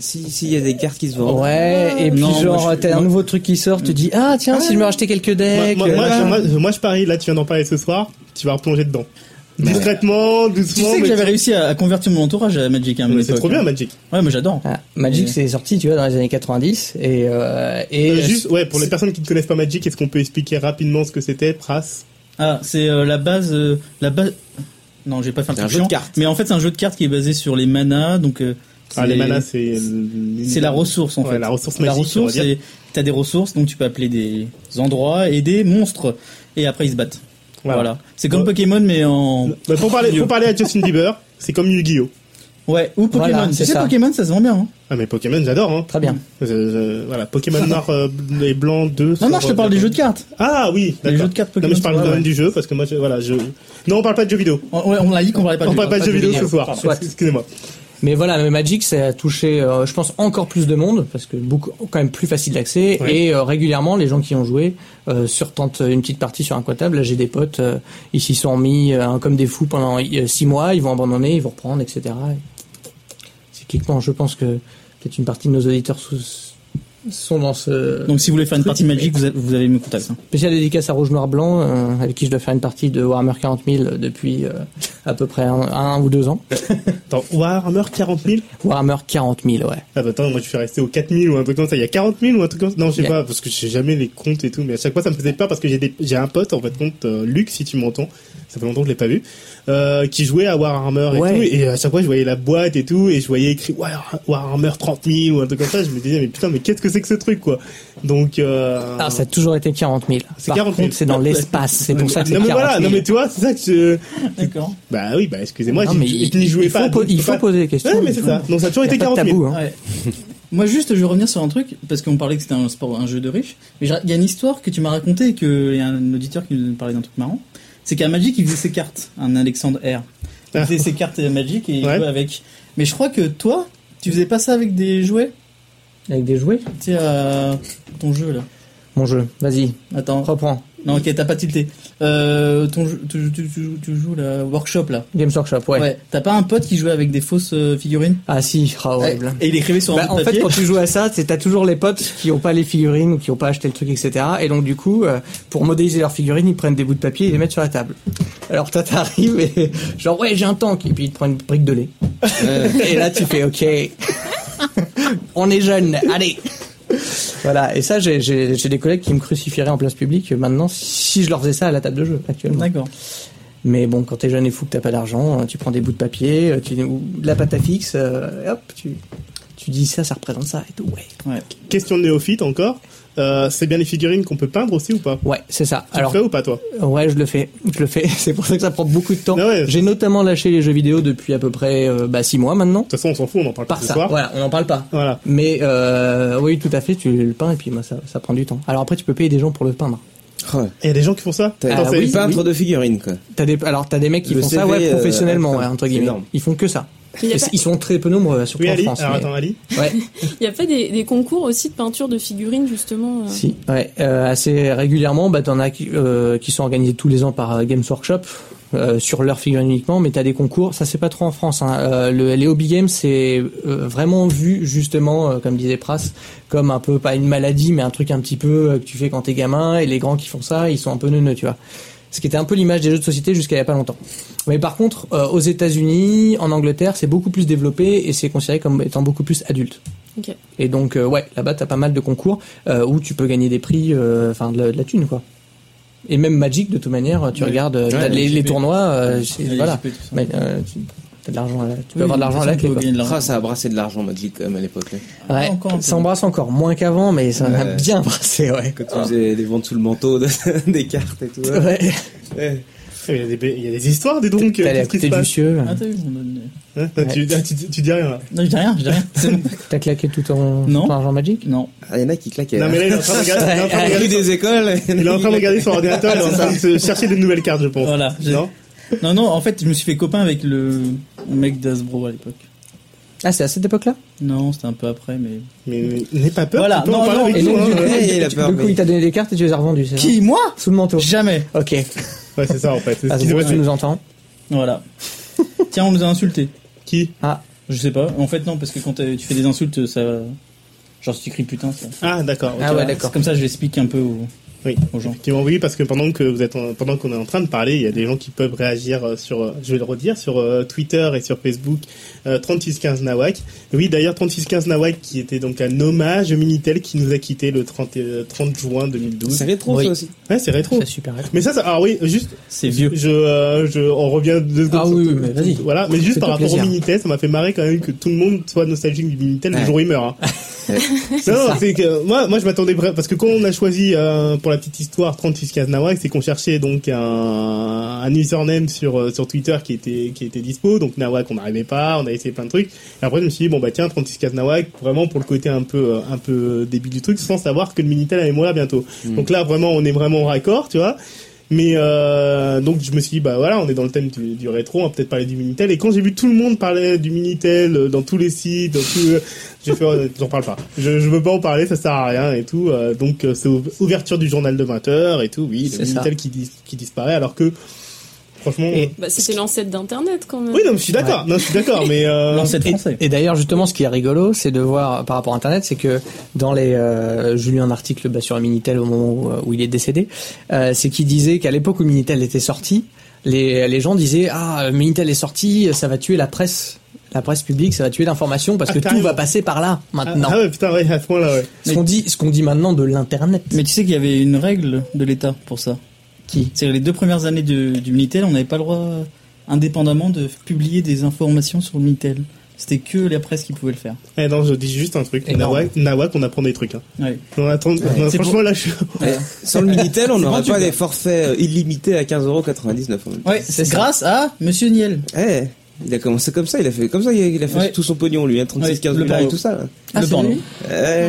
S3: si- s'il y a des cartes qui se vendent
S4: Ouais,
S1: Ah.
S4: et puis
S2: Non, moi,
S4: genre,
S2: je-
S4: t'as un
S2: moi-
S4: nouveau truc qui sort, tu dis, ah tiens, si je me rachetais quelques
S1: Moi,
S4: decks.
S1: moi, moi,
S4: euh,
S1: je, moi, je- moi, je parie, là, tu viens d'en parler ce soir, tu vas replonger dedans. Discrètement,
S2: Tu
S1: doucement.
S2: sais que
S1: mais
S2: j'avais réussi à, à convertir mon entourage à Magic. Hein, à
S1: Mais
S2: une
S1: c'est
S2: époque,
S1: trop bien,
S2: hein.
S1: Magic.
S2: Ouais, moi j'adore.
S4: voilà. Ah, Magic,
S2: Et-
S4: c'est sorti, tu vois, dans les années 90, et, euh, et
S1: Euh, juste, ouais, pour les
S4: c'est-
S1: personnes qui ne connaissent pas Magic, est-ce qu'on peut expliquer rapidement ce que c'était, Pras
S2: Ah, c'est euh, la base, euh, la base. Non, j'ai pas fait
S3: C'est
S2: un,
S3: un
S2: truc
S3: jeu de
S2: chiant,
S3: cartes.
S2: Mais en fait, c'est un jeu de cartes qui est basé sur les manas. Donc, euh,
S1: Ah, les
S2: c'est-
S1: manas, c'est.
S2: C'est la ressource en
S1: Ouais,
S2: fait.
S1: la ressource
S2: La
S1: magique,
S2: ressource,
S1: on va
S2: c'est t'as des ressources, donc tu peux appeler des endroits et des monstres, et après ils se battent. Voilà. Euh, C'est comme
S1: Ouais.
S2: Pokémon, mais en
S1: Bah, pour, parler, pour parler à Justin Bieber, c'est comme Yu-Gi-Oh!
S2: ouais ou Pokémon.
S4: Voilà, c'est
S2: tu sais,
S4: ça.
S2: Pokémon, ça se vend bien. Hein.
S1: Ah, mais Pokémon, j'adore, hein.
S4: Très bien.
S1: Je- je- voilà, Pokémon Noir euh, et Blanc 2.
S2: Non, non,
S1: sur-
S2: je te parle des jeux de cartes.
S1: Ah oui,
S2: Les
S1: d'accord.
S2: jeux de cartes
S1: Non,
S2: Pokémon.
S1: mais je parle
S2: ouais,
S1: quand même
S2: ouais.
S1: du jeu parce que moi, je, voilà, je. Non, on parle pas de jeux vidéo.
S2: On, ouais, on l'a dit qu'on parlait pas.
S1: on
S2: de
S1: parle pas de jeux vidéo ce soir.
S4: Soit.
S1: Excusez-moi.
S4: Mais voilà, mais Magic, ça a touché, euh, je pense, encore plus de monde, parce que beaucoup, quand même plus facile d'accès,
S1: Ouais.
S4: et euh, régulièrement, les gens qui ont joué, euh, surtentent une petite partie sur un quotable. Là, j'ai des potes, euh, ils s'y sont mis euh, comme des fous pendant euh, six mois, ils vont abandonner, ils vont reprendre, etc. Et Cycliquement, je pense que peut-être une partie de nos auditeurs sous- sont dans ce
S2: Donc si vous voulez faire une partie Magic, vous, avez- vous avez mes contacts. hein.
S4: spécial dédicace à Rouge Noir Blanc, euh, avec qui je dois faire une partie de Warhammer 40 000 depuis euh, à peu près un, un ou deux ans.
S1: Attends, Warhammer 40 000
S4: Warhammer 40 000, ouais.
S1: Ah bah attends, moi je suis resté aux 4 000 ou un truc comme ça. Il y a 40 000 ou un truc comme ça Non, je sais
S4: Yeah.
S1: pas, parce que je sais jamais les comptes et tout. Mais à chaque fois, ça me faisait peur parce que j'ai des... j'ai un pote, en fait, compte, euh, Luc, si tu m'entends, ça fait longtemps que je l'ai pas vu, euh, qui jouait à Warhammer et
S4: Ouais.
S1: tout. Et à chaque fois, je voyais la boîte et tout, et je voyais écrit War- Warhammer 30 000 ou un truc comme ça. Je me disais, mais putain, mais qu'est-ce que c'est que ce truc, quoi Donc, euh...
S4: Ah, ça a toujours été 40 000.
S1: C'est
S4: Par
S1: 40 000.
S4: contre, c'est dans l'espace, c'est pour ça que c'est
S1: non mais
S4: 40 000.
S1: voilà, non mais tu vois, c'est ça que je...
S2: D'accord.
S1: Bah oui, bah excusez-moi,
S4: Non,
S1: j'y-
S4: mais
S1: je n'y
S4: il-
S1: jouais
S4: il faut
S1: pas.
S4: po-
S1: donc je
S4: il
S1: peux
S4: faut
S1: pas-
S4: poser des questions.
S1: Ouais, mais c'est ça. Donc ça a toujours
S4: Y a
S1: été
S4: pas de
S1: 40 000.
S4: tabou, hein.
S2: Ouais. Moi juste, je veux revenir sur un truc parce qu'on parlait que c'était un sport, un jeu de riche. Mais j'ai- il y a une histoire que tu m'as racontée et que il y a un auditeur qui nous parlait d'un truc marrant. C'est qu'à Magic, il faisait ses cartes, un Alexandre R. Il faisait ses cartes euh, Magic et il
S1: Ouais.
S2: jouait avec. Mais je crois que toi, tu faisais pas ça avec des jouets.
S4: Avec des jouets
S2: Tu sais, à ton jeu là.
S4: Mon jeu, vas-y,
S2: Attends.
S4: reprends.
S2: Non, ok, t'as pas tilté. Euh, ton jeu, tu, tu- tu- tu joues la workshop là.
S4: Games Workshop, ouais.
S2: T'as pas un pote qui jouait avec des fausses euh, figurines
S4: Ah si, ah, horrible.
S2: Et il écrivait sur un
S4: Bah,
S2: bout
S4: en
S2: de
S4: fait,
S2: papier.
S4: quand tu joues à ça, c'est t'as toujours les potes qui ont pas les figurines ou qui ont pas acheté le truc, etc. Et donc du coup, euh, pour modéliser leurs figurines, ils prennent des bouts de papier et les mettent sur la table. Alors toi, t'arrives et genre ouais, j'ai un tank et puis ils te prennent une brique de lait. et là, tu fais ok, on est jeune, allez. Voilà. Et ça, j'ai- j'ai j'ai des collègues qui me crucifieraient en place publique euh, maintenant si je leur faisais ça à la table de jeu actuellement.
S2: D'accord.
S4: Mais bon, quand t'es jeune et fou que t'as pas d'argent, euh, tu prends des bouts de papier, euh, tu, ou de la pâte à fixe, euh, et hop, tu, tu dis ça, ça représente ça et tout. Ouais,
S2: Ouais.
S1: Question de néophyte encore. Euh, c'est bien les figurines qu'on peut peindre aussi ou pas
S4: ouais c'est ça.
S1: Tu le
S4: Alors,
S1: fais ou pas toi
S4: ouais, je le fais, je le fais. C'est pour ça que ça prend beaucoup de temps.
S1: Ah ouais.
S4: J'ai notamment lâché les jeux vidéo depuis à peu près 6 mois maintenant.
S1: De toute façon, on s'en fout, on en parle
S4: Par
S1: pas ce
S4: ça,
S1: soir.
S4: voilà, on n'en parle pas.
S1: Voilà.
S4: Mais euh, oui, tout à fait, tu le peins et puis bah, ça, ça prend du temps. Alors après, tu peux payer des gens pour le peindre.
S3: Oh,
S1: Il y a des gens qui font ça
S3: t'as
S4: Ah
S3: t'as
S4: oui,
S3: une peintre de figurines, quoi.
S4: T'as des, alors t'as des mecs qui
S3: Le
S4: font
S3: CV,
S4: ça ouais,
S3: euh,
S4: professionnellement,
S3: attends,
S4: ouais, entre
S3: c'est
S4: guillemets.
S3: énorme.
S4: Ils font que ça.
S5: Il y a
S4: Et
S5: pas-
S4: c'est- Ils sont très peu nombreux, hein, surtout
S1: Oui,
S4: en
S1: Ali.
S4: France.
S1: Alors
S4: mais-
S1: attends, Ali.
S4: Ouais,
S5: Il n'y a pas des, des concours aussi de peinture de figurines, justement euh,
S4: si, ouais, euh, assez régulièrement. Bah t'en as qui, euh, qui sont organisés tous les ans par euh, Games Workshop euh, sur leur figurine uniquement, mais t'as des concours. Ça c'est pas trop en France. Hein. Euh, le, les hobby games c'est euh, vraiment vu justement, euh, comme disait Pras, comme un peu pas une maladie, mais un truc un petit peu euh, que tu fais quand t'es gamin. Et les grands qui font ça, ils sont un peu neuneux, tu vois. Ce qui était un peu l'image des jeux de société jusqu'à il y a pas longtemps. Mais par contre, euh, aux États-Unis, en Angleterre, c'est beaucoup plus développé et c'est considéré comme étant beaucoup plus adulte.
S5: Ok.
S4: Et donc, euh, ouais, là-bas, t'as pas mal de concours euh, où tu peux gagner des prix, euh, enfin de, la- de la thune, quoi. Et même Magic, de toute manière, tu
S2: Ouais.
S4: regardes euh,
S2: Ouais,
S4: t'as
S2: la
S4: les, les
S2: JP.
S4: tournois, euh, c'est-
S2: Il y a
S4: voilà.
S2: les JP, tout ça.
S4: Mais, euh, tu t'as de l'argent à la- tu peux
S2: Oui,
S4: avoir de l'argent à la
S2: ça,
S4: clé,
S2: on
S4: quoi.
S2: peut gagner de
S3: Ah,
S2: l'argent.
S3: ça a brassé de l'argent, Magic, quand même, à l'époque. hein. là.
S4: Ouais,
S2: encore un peu.
S4: ça embrasse encore moins qu'avant, mais ça a
S3: Ouais.
S4: bien brassé, ouais.
S3: Quand tu faisais des ventes sous le manteau, de- des cartes et tout. hein. ouais.
S4: Ouais.
S3: Ouais.
S1: Eh, Il y a des, il y a des histoires, dis donc.
S4: T'es allé
S1: euh,
S4: à
S1: Qu'est-ce qui
S4: côté
S1: se
S4: du
S1: passe
S4: cieux,
S2: Ah, t'as vu, on donne-
S1: Hein tu, ah, tu- tu dis rien là.
S2: Non, je dis rien, je dis rien. C'est bon.
S4: t'as claqué tout ton,
S2: Non.
S4: ton argent Magic
S2: Non.
S3: Ah, y en a qui Ah, claquaient.
S1: Non, mais là, il est en train de regarder- il est en train de
S3: rue
S1: regarder
S3: des écoles.
S1: son- il est en train de regarder son ordinateur, il est en train de se chercher des nouvelles cartes, je pense.
S2: Voilà, j'ai-
S1: Non
S2: Non, non, en fait, je me suis fait copain avec le mec d'Asbro à l'époque.
S4: Ah, c'est à cette époque-là
S2: Non, c'était un peu après, mais.
S1: Mais mais n'aie pas peur,
S2: Voilà,
S1: tu peux en
S2: non,
S1: parler
S2: non,
S1: avec
S4: Et
S1: nous,
S4: donc,
S1: hein.
S4: du coup,
S3: ouais, il a
S4: tu-
S3: peur,
S4: du coup,
S3: mais-
S4: il t'a donné des cartes et tu les as revendues, c'est ça
S2: Qui Moi
S4: Sous le manteau.
S2: Jamais
S4: Ok.
S1: Ouais, c'est ça en fait. C'est
S4: Ah,
S1: ce
S4: c'est
S1: qui
S4: bon,
S1: devrait
S4: tu
S1: être-
S4: nous entends.
S2: Voilà. Tiens, on nous a insultés.
S1: Qui
S4: Ah,
S2: Je sais pas. En fait, non, parce que quand t'as- tu fais des insultes, ça. Genre, si tu cries putain, ça.
S1: Ah, d'accord. ok.
S4: Ah ouais, d'accord.
S2: C'est Comme ça, je l'explique un peu aux,
S1: Oui.
S2: aux gens.
S1: Effectivement, oui, parce que pendant que vous êtes en- pendant qu'on est en train de parler, il y a des gens qui peuvent réagir euh, sur, euh, je vais le redire, sur euh, Twitter et sur Facebook, euh, 3615 Nawak. Oui, d'ailleurs, 3615 Nawak, qui était donc un hommage au Minitel qui nous a quitté le 30, euh, 30 juin 2012.
S3: C'est rétro,
S4: Oui.
S3: ça aussi.
S1: Ouais, c'est rétro.
S4: c'est super.
S1: Mais ça, ça, alors oui, juste,
S2: C'est vieux.
S1: je, euh, je, on revient deux secondes.
S4: Ah
S1: sur
S4: oui,
S1: tout-
S4: oui, mais vas-y.
S1: Voilà, mais juste
S4: Fais-toi
S1: par rapport au
S4: plaisir.
S1: Minitel, ça m'a fait marrer quand même que tout le monde soit nostalgique du Minitel le
S3: Ouais.
S1: jour où il meurt. hein.
S3: Ouais.
S1: non, non, c'est que euh, moi, moi je m'attendais vrai- parce que quand on a choisi euh, pour la petite histoire 36 Kaznawak, c'est qu'on cherchait donc un, un username sur euh, sur Twitter qui était qui était dispo, donc Nawak on n'arrivait pas, on a essayé plein de trucs. Et après je me suis dit bon bah tiens 36 Kaznawak vraiment pour le côté un peu euh, un peu débile du truc sans savoir que le Minitel allait mourir bientôt.
S4: Mm.
S1: Donc là vraiment on est vraiment au raccord, tu vois. Mais euh, donc je me suis dit bah voilà on est dans le thème du, du rétro on va peut-être parler du minitel et quand j'ai vu tout le monde parler du minitel euh, dans tous les sites dans tout, euh, j'ai fait euh, j'en parle pas je, je veux pas en parler ça sert à rien et tout euh, donc euh, c'est ouv- ouverture du journal de 20 heures et tout oui le
S4: C'est ça.
S1: minitel qui, dis- qui disparaît alors que franchement euh,
S4: Et-
S5: bah, C'était l'ancêtre d'Internet, quand même.
S1: oui non mais je suis d'accord non je suis d'accord mais euh,
S2: L'ancêtre
S4: Et,
S2: français.
S4: et d'ailleurs, justement, ce qui est rigolo, c'est de voir par rapport à Internet, c'est que dans les, euh, j'ai lu un article bah, sur un Minitel au moment où, euh, où il est décédé, euh, c'est qu'il disait qu'à l'époque où Minitel était sorti, les, les gens disaient ah euh, Minitel est sorti, ça va tuer la presse, la presse publique, ça va tuer l'information parce
S1: Ah,
S4: que tout
S1: carrément.
S4: va passer par là
S1: ah,
S4: maintenant.
S1: ah ouais putain ouais à ce point là ouais
S4: ce qu'on dit, ce qu'on dit maintenant de l'internet.
S2: Mais tu sais qu'il y avait une règle de l'État pour ça.
S4: Qui
S2: C'est les deux premières années de- du Minitel, on n'avait pas le droit, euh, indépendamment, de publier des informations sur le Minitel. C'était que la presse qui pouvait le faire.
S1: Eh non je dis juste un truc
S4: Énorme.
S1: Nawak, Nawak on apprend des trucs hein.
S2: Ouais.
S1: on attend non,
S2: C'est
S1: franchement
S2: pour-
S1: là je suis
S2: Voilà.
S3: Sans le Minitel, on
S2: C'est
S3: n'aurait
S2: gratuit,
S3: pas
S2: quoi.
S3: des forfaits euh, illimités à 15,99€. en même temps.
S2: Ouais, c'est grâce à Monsieur Niel.
S3: Eh, il a commencé comme ça, il a fait comme ça, il a fait
S2: Ouais.
S3: tout son pognon, lui, hein, 36,
S2: Ouais,
S3: 15
S2: le
S3: 000 euros et
S2: barreau.
S3: tout ça. là.
S5: Ah,
S2: le
S5: c'est
S2: porno.
S5: lui
S3: Eh,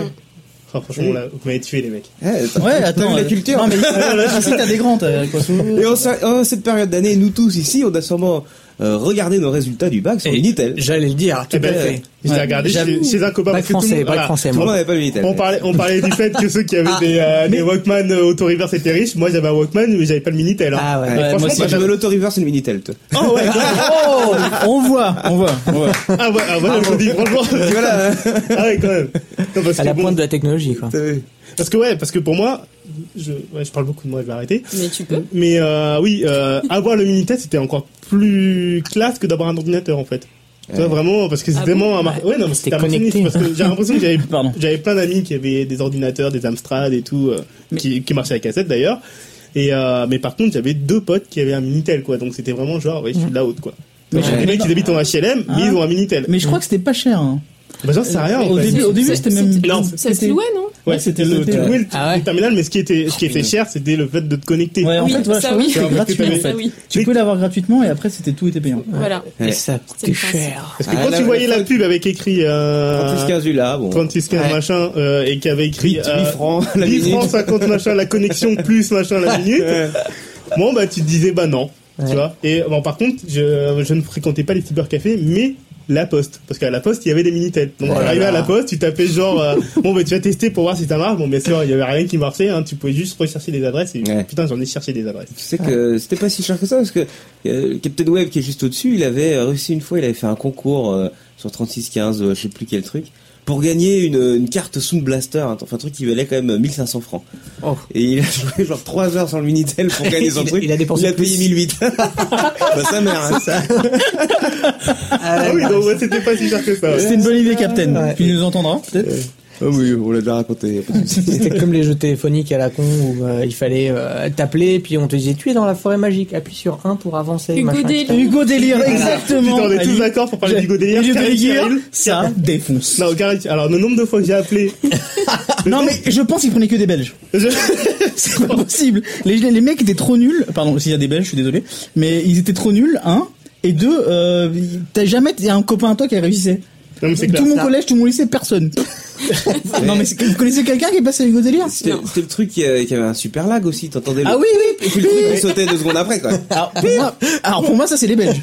S1: Ah, franchement là vous m'avez tué les mecs
S3: eh, t'as-
S2: Ouais,
S3: t'as
S2: attends.
S3: vu la
S2: euh,
S3: culture. Oh,
S2: Non, mais ici, t'as des grands, t'as quoi,
S3: Et en, ce- en cette période d'année, nous tous ici, on a sûrement euh, regardé nos résultats du bac sur
S4: Et-
S3: Minitel.
S4: J'allais le dire. Tout
S1: Eh ben,
S4: à fait.
S1: Je l'ai
S2: Ouais,
S1: regardé chez,
S4: j'avoue.
S1: chez un copain.
S4: Bac
S1: parce que tout le
S4: français,
S1: monde-
S4: bac
S1: voilà.
S4: français,
S3: Tout le monde
S4: moi.
S3: n'avait pas le Minitel.
S1: On parlait, on parlait du fait que ceux qui avaient
S4: Ah.
S1: des, euh, des Walkman euh, auto-reverse étaient riches. Moi, j'avais un Walkman, mais j'avais pas le Minitel. hein.
S4: Ah ouais.
S3: Ouais,
S2: moi
S3: moi,
S2: aussi,
S3: moi j'avais l'auto-reverse et le Minitel. toi.
S1: Oh, ouais, grave.
S2: Oh, on voit, on voit, on voit.
S1: ah ouais, ah ouais, je me dis, franchement.
S3: Et voilà,
S1: ah ouais, quand même. Non, parce,
S4: À
S1: que
S4: la
S1: bon-
S4: pointe de la technologie, quoi.
S3: t'as vu.
S1: parce que ouais, parce que pour moi, je, ouais, je parle beaucoup de moi, je vais arrêter.
S5: Mais tu peux.
S1: Mais euh, oui, euh, avoir le Minitel, c'était encore plus classe que d'avoir un ordinateur en fait. Tu vois,
S3: Ouais.
S1: vraiment, parce que c'est
S5: Ah
S1: vraiment
S5: bon
S1: un mar-
S5: Ouais.
S1: Ouais, non, mais c'était un
S4: C'était
S1: marxiste,
S4: connecté.
S1: parce que j'ai l'impression que j'avais,
S2: Pardon.
S1: j'avais plein d'amis qui avaient des ordinateurs, des Amstrad et tout, euh, qui, qui marchaient à cassette d'ailleurs. Et euh, mais par contre, j'avais deux potes qui avaient un minitel quoi, donc c'était vraiment genre ouais, je suis de la haute quoi.
S2: Mais
S1: Donc, j'ai
S2: ouais.
S1: des mecs qui habitent en HLM, mais
S2: Ah.
S1: ils ont un minitel.
S2: Mais je crois que c'était pas cher. hein.
S1: Bah, j'en sais rien. en
S2: Au
S1: fait.
S2: début, au début,
S5: C'est-
S2: c'était même.
S5: c'est-
S1: Non,
S5: Ça se
S2: c'était-
S5: louait, non
S1: Ouais,
S2: Ouais,
S1: c'était
S2: c'était
S1: le,
S2: le-
S1: tout louer le,
S4: Ah ouais.
S1: le terminal, mais ce qui était, ce qui était
S3: punaise.
S1: cher, c'était le fait de te connecter.
S2: Ouais, en
S5: Oui,
S2: fait, voilà,
S5: ça
S2: je crois
S5: oui.
S2: que c'était gratuit en
S5: Ça
S2: fait.
S5: oui.
S2: Tu
S1: Mais-
S2: pouvais l'avoir gratuitement et après c'était tout était payant.
S5: Voilà.
S3: Ouais.
S4: Et ça
S5: C'est le
S4: coûtait
S5: principe.
S4: cher.
S1: Parce que
S3: Ah,
S1: quand
S3: là,
S1: tu voyais
S3: là,
S1: la pub avec écrit euh,
S3: 36 là, bon.
S1: 36
S4: Ouais.
S1: machin euh, et qui avait écrit
S3: 8
S1: euh,
S3: francs la
S1: 10
S3: minute.
S1: francs 50 machin la connexion plus machin la minute. Bon bah tu te disais bah non, tu
S4: Ouais.
S1: vois. Et bon par contre, je, je ne fréquentais pas les cybercafés mais la poste parce qu'à la poste il y avait des minitel. Donc
S4: Voilà.
S1: arrivé à la poste, tu tapais genre euh, bon bah tu vas tester pour voir si ça marche. Bon bien sûr, il y avait rien qui marchait hein, tu pouvais juste rechercher des adresses et
S3: Ouais.
S1: putain, j'en ai cherché des adresses.
S3: Tu sais que c'était pas si cher que ça parce que euh, Captain Web qui est juste au-dessus, il avait euh, réussi une fois, il avait fait un concours euh, sur 3615, euh, je sais plus quel truc, pour gagner une, euh, une carte Sound Blaster, hein, enfin un truc qui valait quand même 1500 francs.
S4: Oh.
S3: Et il a joué genre 3 heures sur le Minitel pour gagner son
S4: Il a-
S3: truc.
S4: il a dépensé
S3: Il a
S4: plus.
S3: payé 1008. bah, sa mère, hein, ça.
S1: Ah oui, donc ouais, c'était pas si cher que ça. ouais.
S2: C'était une bonne idée, Captain.
S4: Ouais.
S2: Tu nous entendras peut-être.
S3: Ah oui, on l'a déjà raconté. y a pas de souci.
S4: Ah C'était comme les jeux téléphoniques à la con où euh, il fallait euh, t'appeler puis on te disait tu es dans la forêt magique, appuie sur 1 pour avancer.
S5: Hugo
S4: machin,
S5: Délie.
S4: etc.
S2: Hugo délire,
S1: Putain,
S2: exactement.
S1: on est tous
S2: Allez.
S1: d'accord pour parler d'Hugo Délire.
S2: Hugo
S1: Carré
S2: Délire,
S1: Cyril.
S2: ça défonce.
S1: Non, Carré- alors le nombre de fois que j'ai appelé. Le
S2: Non
S1: nombre-
S2: mais je pense qu'ils prenaient que des Belges.
S1: Je-
S2: C'est pas possible. Les, les mecs étaient trop nuls. Pardon, s'il y a des Belges, je suis désolé. Mais ils étaient trop nuls, un. Et deux, euh, t'as jamais y a un copain à toi qui réussissait.
S1: Non, mais c'est clair.
S2: Tout mon collège, tout mon lycée, personne. non mais c'est- vous connaissez quelqu'un qui est passé à Hugo Délire
S3: C'était c'était le truc qui, euh, qui avait un super lag aussi, t'entendais le...
S2: Ah oui, oui.
S3: Et puis le truc qui sautait deux secondes après quoi.
S2: Alors pour moi, alors, pour moi, ça c'est les Belges.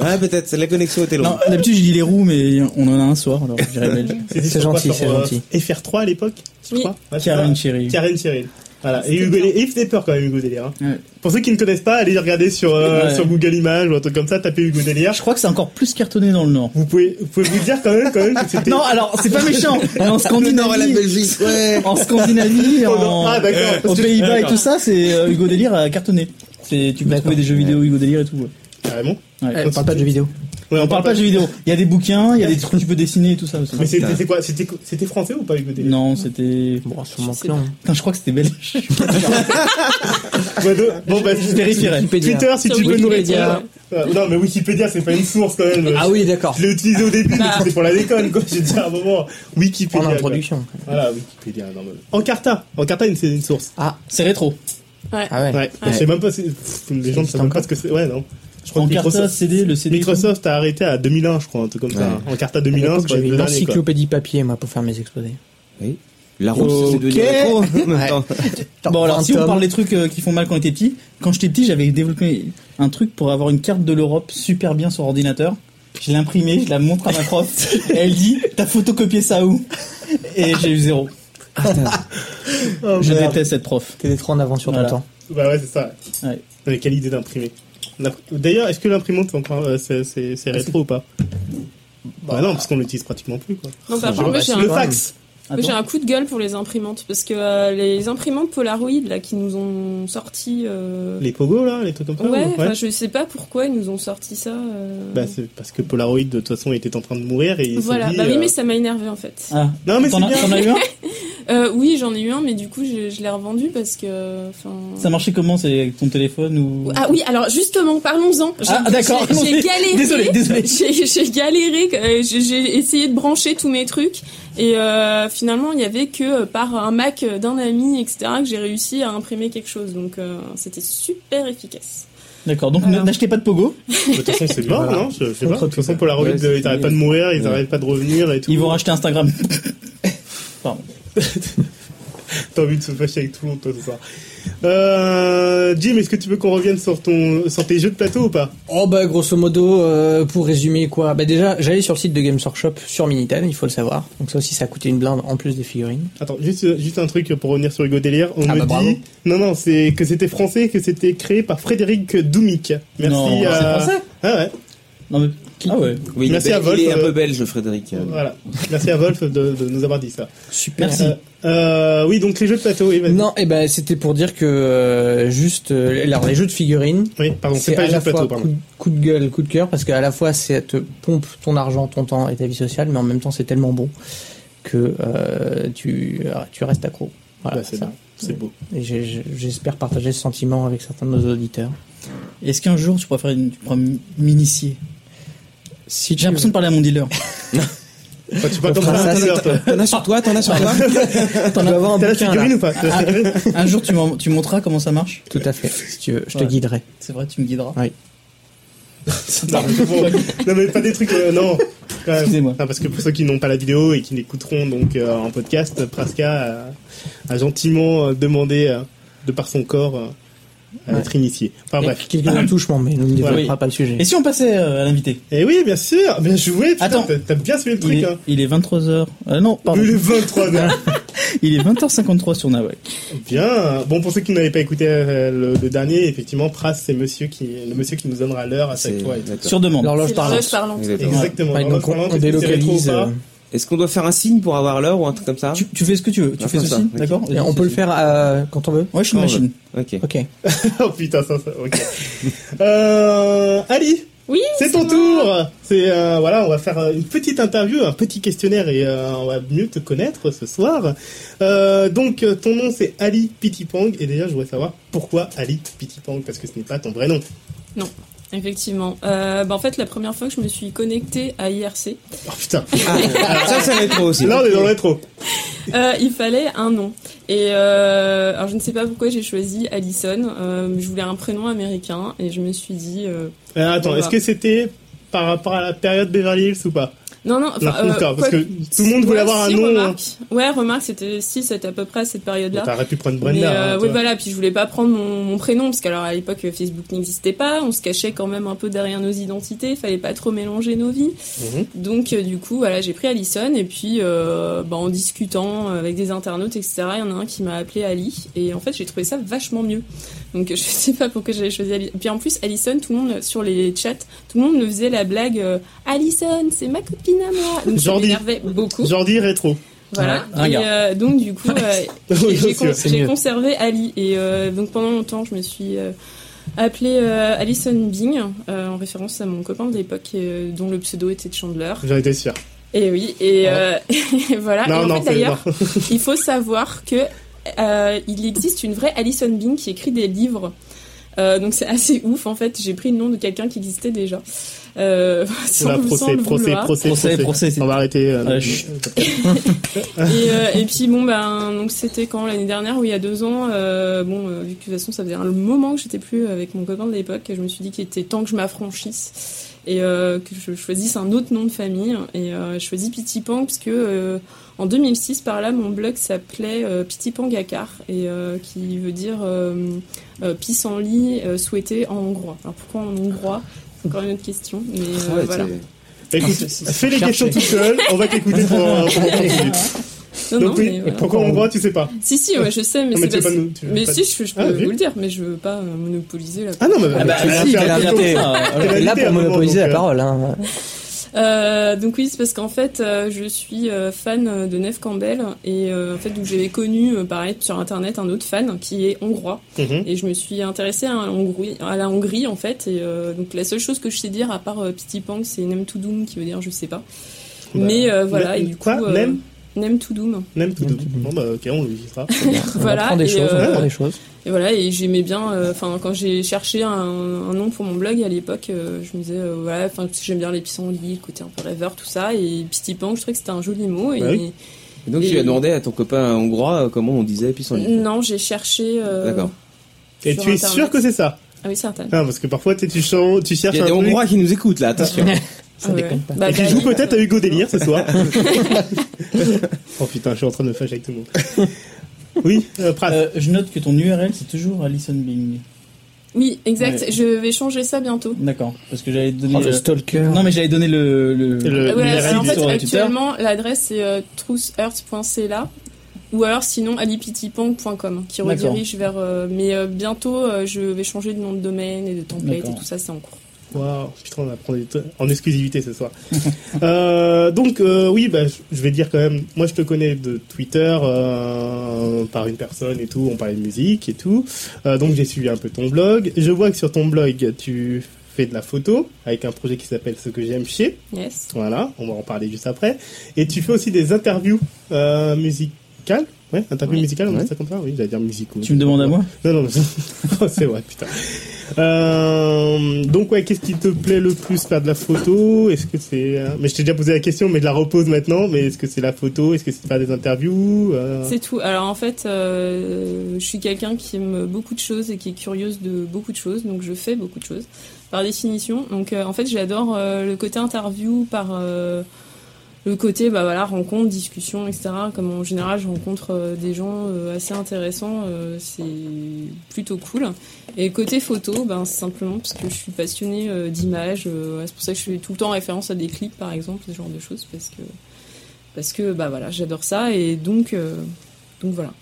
S3: Ouais peut-être, la connexion était longue.
S2: Non, d'habitude je dis les roux, mais on en a un soir, alors je dirais Belge.
S4: C'est gentil, c'est gentil.
S1: Et faire 3 à l'époque, je
S5: Oui. Ah,
S1: crois. Ouais, c'est
S2: Karen
S1: ça.
S2: Chéri.
S1: Karen Cheryl. Voilà. Et Hugo Délire. Et il faisait peur quand même, Hugo Délire. hein.
S2: Ouais.
S1: Pour ceux qui ne connaissent pas, allez regarder sur, euh,
S2: Ouais.
S1: sur Google Images ou un truc comme ça, tapez Hugo Délire.
S2: Je crois que c'est encore plus cartonné dans le Nord.
S1: Vous pouvez, vous pouvez vous dire quand même, quand même que c'était.
S2: Non, alors c'est pas méchant. Mais en
S3: Le Nord et la
S2: Scandinavie,
S3: Belgique, ouais.
S2: en Scandinavie,
S1: Oh non.
S2: en,
S1: Ah, d'accord. Parce
S2: aux
S1: que-
S2: Pays-Bas et
S1: D'accord.
S2: tout ça, c'est euh, Hugo Délire a cartonné. C'est tu peux
S4: D'accord.
S2: trouver des jeux vidéo Hugo Délire et tout. ouais.
S1: Carrément.
S2: Ouais.
S4: Ouais, on parle pas de jeux vidéo.
S1: Ouais,
S2: On parle pas de jeux vidéo. Il y a des bouquins, il y a des trucs que tu peux dessiner et tout ça aussi.
S1: Mais c'était c'est quoi C'était c'était français ou pas, Hugo Délire
S2: Non, c'était.
S4: Bon, sûrement
S5: Je sais
S4: que non.
S2: Putain, je crois que c'était belge.
S1: Ouais, de- Bon, bah,
S2: Je vérifierai.
S4: Wikipédia.
S1: Twitter, si
S5: Sur
S1: tu peux nous
S5: Wikipédia.
S1: répondre. Ouais, Non, mais Wikipédia, c'est pas une source quand même.
S4: Ah oui, d'accord.
S1: Je l'ai utilisé au début,
S5: Ah.
S1: mais c'était pour la déconne, quoi. J'ai dit à un moment, Wikipédia.
S4: En
S1: quoi.
S4: introduction.
S1: Voilà, Wikipédia, non, mais- Encarta. Encarta, une- c'est une source.
S4: Ah,
S2: C'est rétro.
S5: Ouais.
S4: ah ouais.
S1: Ouais. Je sais même pas si, pff, les gens ne savent même pas ce que c'est. Ouais, non. Je crois que
S2: Encarta,
S1: Microsoft,
S2: CD, le CD.
S1: Microsoft a arrêté à 2001, je crois, un truc comme ça. Encarta
S4: À
S1: 2001,
S4: l'époque,
S1: c'est
S4: J'avais
S1: le
S4: une
S1: dernier, quoi.
S4: encyclopédie papier moi, pour faire mes exposés.
S3: Oui. La route, c'est devenu
S4: Ok.
S3: rétro en même
S4: Ouais.
S3: temps.
S2: Bon alors
S4: Un
S2: si on
S4: tome.
S2: parle des trucs euh, qui font mal quand on était petit, quand j'étais petit j'avais développé un truc pour avoir une carte de l'Europe super bien sur ordinateur. Je l'ai imprimée, je la montre à ma prof, et elle dit t'as photocopié ça où Et j'ai eu zéro.
S1: Oh,
S2: Je
S1: merde.
S2: déteste cette prof.
S4: T'étais trop en avance sur
S2: Voilà.
S4: ton temps.
S1: Bah ouais, c'est ça.
S2: Ouais.
S1: Mais quelle idée d'imprimer. L'impr- D'ailleurs, est-ce que l'imprimante, c'est encore, euh, c'est, c'est, c'est rétro ou pas? Bah non, parce qu'on l'utilise pratiquement plus, quoi.
S5: Non, par
S4: Ah,
S5: contre, moi, j'ai
S1: Le
S5: bah, un-
S1: fax!
S5: moi, j'ai
S2: Attends.
S5: un coup de gueule pour les imprimantes parce que euh, les imprimantes Polaroid là qui nous ont sorti. euh,
S1: Les pogos, là, les trucs comme ça?
S5: Ouais,
S1: ou-
S5: enfin, je sais pas pourquoi ils nous ont sorti ça. euh.
S1: Bah, c'est parce que Polaroid, de toute façon, était en train de mourir et il
S5: voilà,
S1: s'est dit,
S5: bah oui,
S1: euh,
S5: mais ça m'a énervé en fait.
S2: Ah.
S1: Non, mais
S2: T'en
S1: c'est
S2: as-
S1: bien.
S2: t'en as eu un
S5: Euh, oui, j'en ai eu un, mais du coup, je, je l'ai revendu parce que. enfin-
S2: Ça marchait comment C'est avec ton téléphone ou
S5: Ah oui, alors justement, parlons-en. J'ai-
S2: Ah, d'accord.
S5: j'ai- J'ai galéré.
S2: Désolé, désolé.
S5: J'ai j'ai galéré. euh, J'ai j'ai essayé de brancher tous mes trucs et euh, finalement, il y avait que euh, par un Mac d'un ami, etc., que j'ai réussi à imprimer quelque chose. Donc, euh, c'était super efficace.
S2: D'accord, donc
S5: Alors.
S2: n'achetez pas de Pogo.
S1: Bah, De toute façon, c'est mort,
S4: Voilà.
S1: non Je sais pas. De
S4: Contre
S1: toute façon,
S4: tout.
S1: Polaroid,
S3: Ouais, c'est
S1: ils arrêtent
S3: fini.
S1: pas de mourir, ils
S3: Ouais.
S1: arrêtent pas de revenir et tout.
S2: Ils vont racheter Instagram. Pardon.
S1: T'as envie de se fâcher avec tout le monde, toi, ce soir. Euh, Jim, est-ce que tu veux qu'on revienne sur, ton, sur tes jeux de plateau ou pas
S4: Oh bah grosso modo, euh, pour résumer quoi, bah déjà j'allais sur le site de Games Workshop sur Minitel, il faut le savoir. Donc ça aussi ça a coûté une blinde en plus des figurines.
S1: Attends, juste, juste un truc pour revenir sur Hugo Délire. On
S4: Ah
S1: me
S4: bah,
S1: dit.
S4: bravo.
S1: Non, non, c'est que c'était français, que c'était créé par Frédéric Doumic. Merci
S2: Non, c'est
S1: à.
S2: français
S1: Ah ouais,
S2: Non, mais... Ah ouais.
S3: Oui, il est
S1: Merci
S3: bel-
S1: à Wolf, Ah,
S3: Il est un
S1: euh,
S3: peu belge, Frédéric. euh.
S1: voilà. Merci à Wolf de, de nous avoir dit ça.
S4: Super.
S2: Merci.
S1: Euh, euh, oui, donc les jeux de plateau, oui, vas-y.
S4: Non, et ben c'était pour dire que euh, juste euh, alors les jeux de figurines,
S1: Oui, pardon, c'est
S4: c'est
S1: pas
S4: à
S1: les jeux
S4: la
S1: de plateau,
S4: fois
S1: pardon.
S4: coup de, coup de gueule, coup de cœur parce qu'à la fois ça te pompe ton argent, ton temps et ta vie sociale mais en même temps c'est tellement bon que euh, tu tu restes accro. Voilà,
S1: Bah, c'est
S4: ça.
S1: bien. C'est beau.
S4: Et j'ai- j'ai- j'espère partager ce sentiment avec certains de nos auditeurs.
S2: Est-ce qu'un jour tu pourras faire une, tu pourras m'initier
S4: Si
S2: J'ai l'impression de parler à mon dealer.
S1: Enfin, tu parles
S4: On
S1: comme
S4: fera
S1: ça,
S4: ça,
S1: un trailer, toi.
S3: T'en as sur toi, t'en as sur toi.
S4: T'en avoir un
S1: T'as la
S4: bouquin là.
S1: figurine ou pas T'as la figurine
S2: Un jour tu, m'en- tu monteras comment ça marche
S4: Tout à fait, si tu veux, je te
S2: Ouais.
S4: guiderai.
S2: C'est vrai, tu me guideras.
S4: Oui.
S1: Non, bon, non, mais pas des trucs. euh, non. Quand même.
S2: Excusez-moi.
S1: Non, parce que pour ceux qui n'ont pas la vidéo et qui l'écouteront donc euh, en podcast, Praska a, a gentiment euh, demandé euh, de par son corps euh, à
S4: Ouais.
S1: être initié. Enfin
S4: Et
S1: Ah, bref.
S4: Quelques attouchements, mais nous ne développera
S2: Oui.
S4: pas le sujet.
S2: Et si on passait euh, à l'invité
S1: Et Eh oui, bien sûr. Bien joué. Putain,
S2: Attends.
S1: t'as- T'as bien suivi le
S2: il,
S1: truc.
S2: est-
S1: Hein.
S2: il est 23h. Euh, non, pardon.
S1: Il est 23 h
S2: Il est 20h53 sur Nawak.
S1: Bien. Bon, pour ceux qui n'avaient pas écouté euh, le, le dernier, effectivement, Pras, c'est monsieur qui, le monsieur qui nous donnera l'heure à chaque
S3: C'est-
S1: fois.
S3: d'accord.
S2: Sur demande.
S4: L'horloge
S5: C'est l'horloge
S4: parlante.
S5: parlante.
S3: Exactement.
S1: Exactement.
S4: Ouais,
S1: Alors,
S4: donc on,
S1: Roland,
S4: on
S1: est-ce que c'est
S4: délocalise.
S1: rétro ou pas
S4: euh,
S3: Est-ce qu'on doit faire un signe pour avoir l'heure ou un truc comme ça
S2: Tu, tu fais ce que tu veux. Tu
S3: Ah,
S2: fais
S3: comme ça,
S2: ceci,
S3: ok.
S2: d'accord
S4: et on peut le faire euh, quand on veut
S2: Ouais, je suis une
S3: Ah, ouais.
S2: machine.
S3: Ok.
S4: Ok.
S1: Oh putain, ça, ça, ok. euh, Ali,
S5: Oui,
S1: c'est ton
S5: moi.
S1: tour. C'est euh, voilà, on va faire euh, une petite interview, un petit questionnaire et euh, on va mieux te connaître ce soir. Euh, donc euh, ton nom c'est Ali Pitipang et déjà je voudrais savoir pourquoi Ali Pitipang parce que ce n'est pas ton vrai nom.
S5: Effectivement. Euh, bah, en fait, la première fois que je me suis connectée à IRC,
S1: Oh putain,
S3: Ah, alors ça, ça va être aussi.
S1: là on est dans le rétro.
S5: euh, il fallait un nom. Et euh, alors, je ne sais pas pourquoi j'ai choisi Allison. Euh, je voulais un prénom américain et je me suis dit. euh,
S1: Euh, attends, est-ce que c'était par rapport à la période Beverly Hills ou pas
S5: Non, non,
S1: Non,
S5: enfin, euh,
S1: d'accord,
S5: quoi
S1: parce que tout le monde voulait
S5: Ouais,
S1: avoir
S5: si,
S1: un nom.
S5: Remarque. Ouais, remarque, c'était si, c'était à peu près à cette
S1: Bon,
S5: période-là.
S1: T'aurais pu prendre
S5: Mais
S1: Brenda.
S5: euh,
S1: hein, tu
S5: oui,
S1: vois.
S5: voilà. Puis je voulais pas prendre mon, mon prénom parce qu'alors à l'époque euh, Facebook n'existait pas, on se cachait quand même un peu derrière nos identités, fallait pas trop mélanger nos vies.
S1: Mhm.
S5: Donc euh, du coup, voilà, j'ai pris Allison et puis euh, bah, en discutant avec des internautes, etc. Il y en a un qui m'a appelé Ali et en fait j'ai trouvé ça vachement mieux. Donc je sais pas pourquoi j'avais choisi Ali. Puis en plus Allison, tout le monde sur les chats, tout le monde me faisait la blague euh, Allison, c'est ma copine à moi. Donc ça
S1: Jordi.
S5: m'énervait beaucoup.
S1: Jordi rétro.
S5: Voilà.
S2: Ouais,
S5: et
S2: regarde.
S5: euh, donc du coup, euh,
S1: Oui,
S5: j'ai- j'ai
S1: bien sûr.
S5: con-
S4: c'est
S5: j'ai
S4: mieux.
S5: conservé Ali. Et euh, donc pendant longtemps, je me suis euh, appelée euh, Alison Bing, euh, en référence à mon copain de l'époque, euh, dont le pseudo était Chandler.
S1: J'en étais sûr.
S5: Et oui, et euh, voilà.
S1: Ah. non,
S5: et en
S1: non,
S5: fait,
S1: c'est
S5: d'ailleurs, il faut savoir que euh, il existe une vraie Alison Bing qui écrit des livres. Euh, donc c'est assez ouf en fait. J'ai pris le nom de quelqu'un qui existait déjà. Euh, sans,
S1: Voilà,
S5: le- sans
S1: procès,
S5: le
S1: procès,
S5: vouloir.
S1: procès,
S2: Procès, procès, c'est-
S1: On va arrêter. euh,
S2: Euh, chut.
S5: et, euh, et puis bon ben donc c'était quand l'année dernière ou il y a deux ans euh, bon euh, vu que de toute façon ça faisait un moment que j'étais plus euh, avec mon copain de l'époque je me suis dit qu'il était temps que je m'affranchisse et euh, que je choisisse un autre nom de famille et euh, je choisis Pitipang parce que euh, en 2006 par là mon blog s'appelait euh, Pitipangakar et euh, qui veut dire euh, euh, pissenlit euh, souhaité en hongrois alors pourquoi en hongrois c'est encore une autre question mais euh,
S3: Ouais,
S5: voilà
S3: c'est-
S1: Bah, Écoute, fais les questions
S4: Cherchez.
S1: tout seul, on va t'écouter pour, euh, pour 30 minutes.
S5: non,
S1: Donc
S5: non,
S1: oui,
S5: mais voilà.
S1: pourquoi on voit, tu sais pas.
S5: Si, si, ouais, je sais, mais
S1: Non, mais
S5: c'est
S1: tu veux
S5: pas.
S1: pas nous- tu veux
S5: Mais
S1: pas-
S5: si, je, je peux
S1: Ah, ok.
S5: vous le dire, mais je veux pas euh, monopoliser la.
S1: Ah non, mais
S4: Ah bah,
S1: tu vas
S4: si,
S1: faire
S4: t'es
S1: un
S4: la
S1: peu
S4: vérité.
S1: tôt.
S2: Ah,
S1: T'es
S4: Et là
S1: l'invité à un
S4: pour
S1: moment,
S4: monopoliser
S1: donc,
S4: la
S1: euh,
S4: parole. Hein.
S5: Euh, donc oui, c'est parce qu'en fait, euh, je suis euh, fan de Neve Campbell et euh, en fait, donc j'avais connu, euh, pareil, sur internet, un autre fan qui est hongrois
S1: mhm.
S5: et je me suis intéressée à la Hongrie, à la Hongrie en fait. Et euh, donc la seule chose que je sais dire, à part euh, Pitipang, c'est Nem to Doom, qui veut dire je sais pas. Mais euh, voilà,
S1: Nem-
S5: et du coup,
S1: Bah, Mhm. quoi
S5: euh,
S1: Nem
S5: Nem to Doom.
S1: Même tout
S4: Même
S1: doux.
S4: tout doux.
S1: Bon bah ok, on le visitera.
S4: On
S5: Voilà,
S4: apprend des
S5: et,
S4: choses, on
S5: euh,
S4: apprend des choses.
S5: Et voilà, et j'aimais bien, euh, enfin, quand j'ai cherché un, un nom pour mon blog à l'époque, euh, je me disais, euh, voilà, enfin, parce que j'aime bien les pissenlits, le côté un peu rêveur, tout ça, et pitipang, je trouvais que c'était un joli mot, et
S1: Bah oui.
S3: Et donc tu
S5: Et-
S3: as demandé à ton copain hongrois euh, comment on disait pissenlit.
S5: non, j'ai cherché. euh,
S3: D'accord.
S1: Et
S5: sur
S1: tu es
S5: Internet.
S1: sûr que c'est ça
S5: Ah oui, certain.
S1: Ah, Parce que parfois tu, tu, chan- tu
S3: Il
S1: cherches
S3: y a
S1: un
S3: des
S1: truc.
S3: hongrois qui nous écoutent là, attention.
S4: Ça déconne pas.
S5: Bah,
S1: Et qui
S5: bah,
S1: joue
S5: oui,
S1: peut-être à Hugo Délire ce soir. oh putain, je suis en train de me fâcher avec tout le monde. Oui, euh, Pras.
S2: Euh, je note que ton URL c'est toujours Alison Bing.
S5: Oui, exact,
S2: Ouais.
S5: je vais changer ça bientôt.
S2: D'accord. Parce que j'allais donner.
S4: Oh, le
S2: euh,
S4: stalker.
S2: Non mais j'allais donner le. le...
S1: Le-
S5: Ah ouais,
S1: l'URL
S5: alors, en
S1: du
S5: fait,
S2: Euh, sur Twitter.
S5: actuellement, l'adresse c'est euh, truthhearth.cla ou alors sinon alipitipang.com qui
S2: D'accord.
S5: redirige vers. euh, mais euh, bientôt, euh, je vais changer de nom de domaine et de template et
S2: D'accord.
S5: tout ça, c'est en cours.
S1: Waouh, putain, on apprend des trucs en exclusivité ce soir. Euh, donc, euh, oui, bah, je- je vais dire quand même, moi je te connais de Twitter euh, par une personne et tout, on parlait de musique et tout. Euh, donc, j'ai suivi un peu ton blog. Je vois que sur ton blog, tu fais de la photo avec un projet qui s'appelle Ce que j'aime chier.
S5: Yes.
S1: Voilà, on va en parler juste après. Et tu fais aussi des interviews euh, musicales. Ouais, un tapis
S3: Oui.
S1: musical, on
S3: Ouais.
S1: dit ça comme ça Oui, j'allais dire musicaux.
S2: Tu me demandes à moi
S1: Non, non, mais Oh, c'est vrai, putain. Euh, donc ouais, qu'est-ce qui te plaît le plus faire de la photo Est-ce que c'est euh, Mais je t'ai déjà posé la question, mais je la repose maintenant. Mais est-ce que c'est la photo Est-ce que c'est de faire des interviews Euh,
S5: C'est tout. Alors en fait, euh, je suis quelqu'un qui aime beaucoup de choses et qui est curieuse de beaucoup de choses, donc je fais beaucoup de choses par définition. Donc euh, en fait, j'adore euh, le côté interview par euh, le côté bah voilà rencontre, discussion, etc. Comme en général, je rencontre euh, des gens euh, assez intéressants, euh, c'est plutôt cool. Et côté photo, ben c'est simplement parce que je suis passionnée euh, d'images. euh, voilà, c'est pour ça que je fais tout le temps référence à des clips, par exemple, ce genre de choses, parce que parce que bah voilà, j'adore ça et donc euh, donc voilà.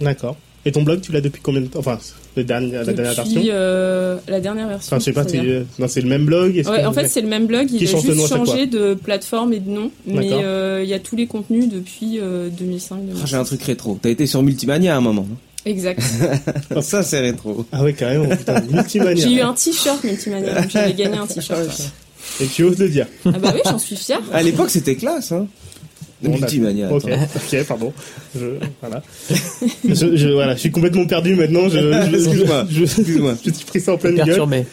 S1: D'accord. Et ton blog, tu l'as depuis combien de temps Enfin, le dernier, Ah, la dernière
S5: Depuis,
S1: version.
S5: euh, la dernière version.
S1: Enfin, je sais pas.
S5: c'est-à-dire.
S1: tu- Non, c'est le même blog. est-ce
S5: Ouais,
S1: que-
S5: en fait, c'est le même blog. Il
S1: Qui
S5: a
S1: change de
S5: juste
S1: nom à chaque
S5: changé de plateforme et de nom, mais
S1: D'accord.
S5: euh, il y a tous les contenus depuis euh, 2005.
S3: Ah, J'ai un truc rétro. T'as été sur Multimania à un moment.
S5: Exact.
S3: hein. Ça, c'est rétro.
S1: Ah ouais, carrément. Putain, multimania.
S5: J'ai eu un t-shirt Multimania. donc J'avais gagné un t-shirt. ouais.
S1: Et tu oses le dire.
S5: Ah bah oui, j'en suis fière.
S3: À l'époque, c'était classe. Hein.
S1: Bon, bah,
S3: Multimania.
S1: Ok,
S3: attends.
S1: ok, pardon. Je, voilà. je, je- voilà, je suis complètement perdu maintenant. Je,
S3: Excuse-moi,
S1: je, je,
S3: excuse-moi.
S1: je suis pris ça en pleine gueule.
S4: perturbé.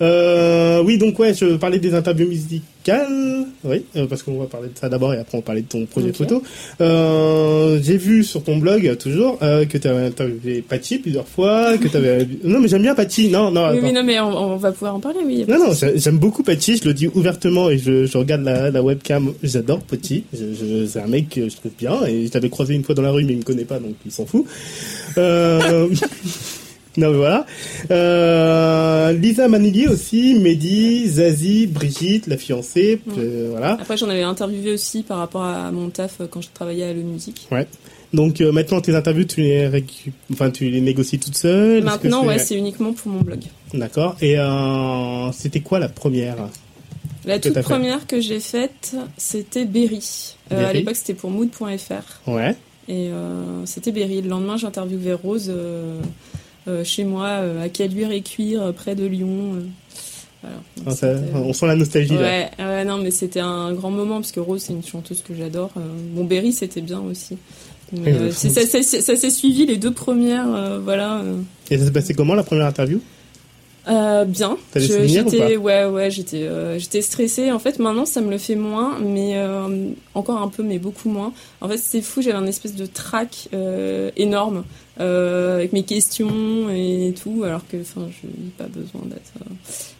S1: Euh, oui, donc ouais, je parlais des interviews musicales, oui, euh, parce qu'on va parler de ça d'abord et après on va parler de ton projet
S5: Ok.
S1: photo. Euh, J'ai vu sur ton blog euh, toujours euh, que tu avais interviewé Patty plusieurs fois, que tu avais... non mais j'aime bien Patty, non, non,
S5: Oui,
S1: Ah, attends.
S5: mais non, mais on, on va pouvoir en parler, oui.
S1: Non, non, j'a- j'aime beaucoup Patty, je le dis ouvertement et je, je regarde la, la webcam, j'adore Patty, Je- je- c'est un mec que je trouve bien et je t'avais croisé une fois dans la rue mais il me connaît pas donc il s'en fout. Euh... non mais voilà. Euh... Lisa Manili aussi, Mehdi, Zazie, Brigitte, la fiancée, euh, voilà.
S5: Après, j'en avais interviewé aussi par rapport à mon taf euh, quand je travaillais à Le Musique.
S1: Donc euh, maintenant tes interviews tu les, récu- enfin, tu les négocies toute seule Est-ce que
S5: Maintenant, ouais, c'est uniquement pour mon blog.
S1: D'accord, et euh, c'était quoi la première
S5: La
S1: Que
S5: toute
S1: t'as fait.
S5: première que j'ai faite, c'était Berry. Euh, à
S1: Berry.
S5: l'époque, c'était pour mood.fr.
S1: Ouais,
S5: Et euh, c'était Berry. Le lendemain, j'interviewais Rose euh, euh, chez moi, euh, à Caluire et Cuire, euh, près de Lyon. euh. Voilà. Donc,
S1: Ah, ça-
S5: c'était- euh,
S1: on sent la nostalgie là.
S5: Ouais, ouais, non, mais c'était un grand moment parce que Rose, c'est une chanteuse que j'adore. Euh, bon, Berry, c'était bien aussi. Mais,
S1: Oui,
S5: euh,
S1: bah,
S5: c'est- ça ça- ça s'est suivi les deux premières, euh, voilà. euh,
S1: Et ça s'est passé comment la première interview
S5: euh, bien.
S1: T'as des
S5: Je-
S1: souvenirs ou
S5: j'étais, ouais, ouais, j'étais, euh, j'étais stressée. En fait, maintenant, ça me le fait moins, mais euh, encore un peu, mais beaucoup moins. En fait, c'est fou. J'avais un espèce de trac euh, énorme euh, avec mes questions et tout, alors que, enfin, je n'ai pas besoin d'être. euh,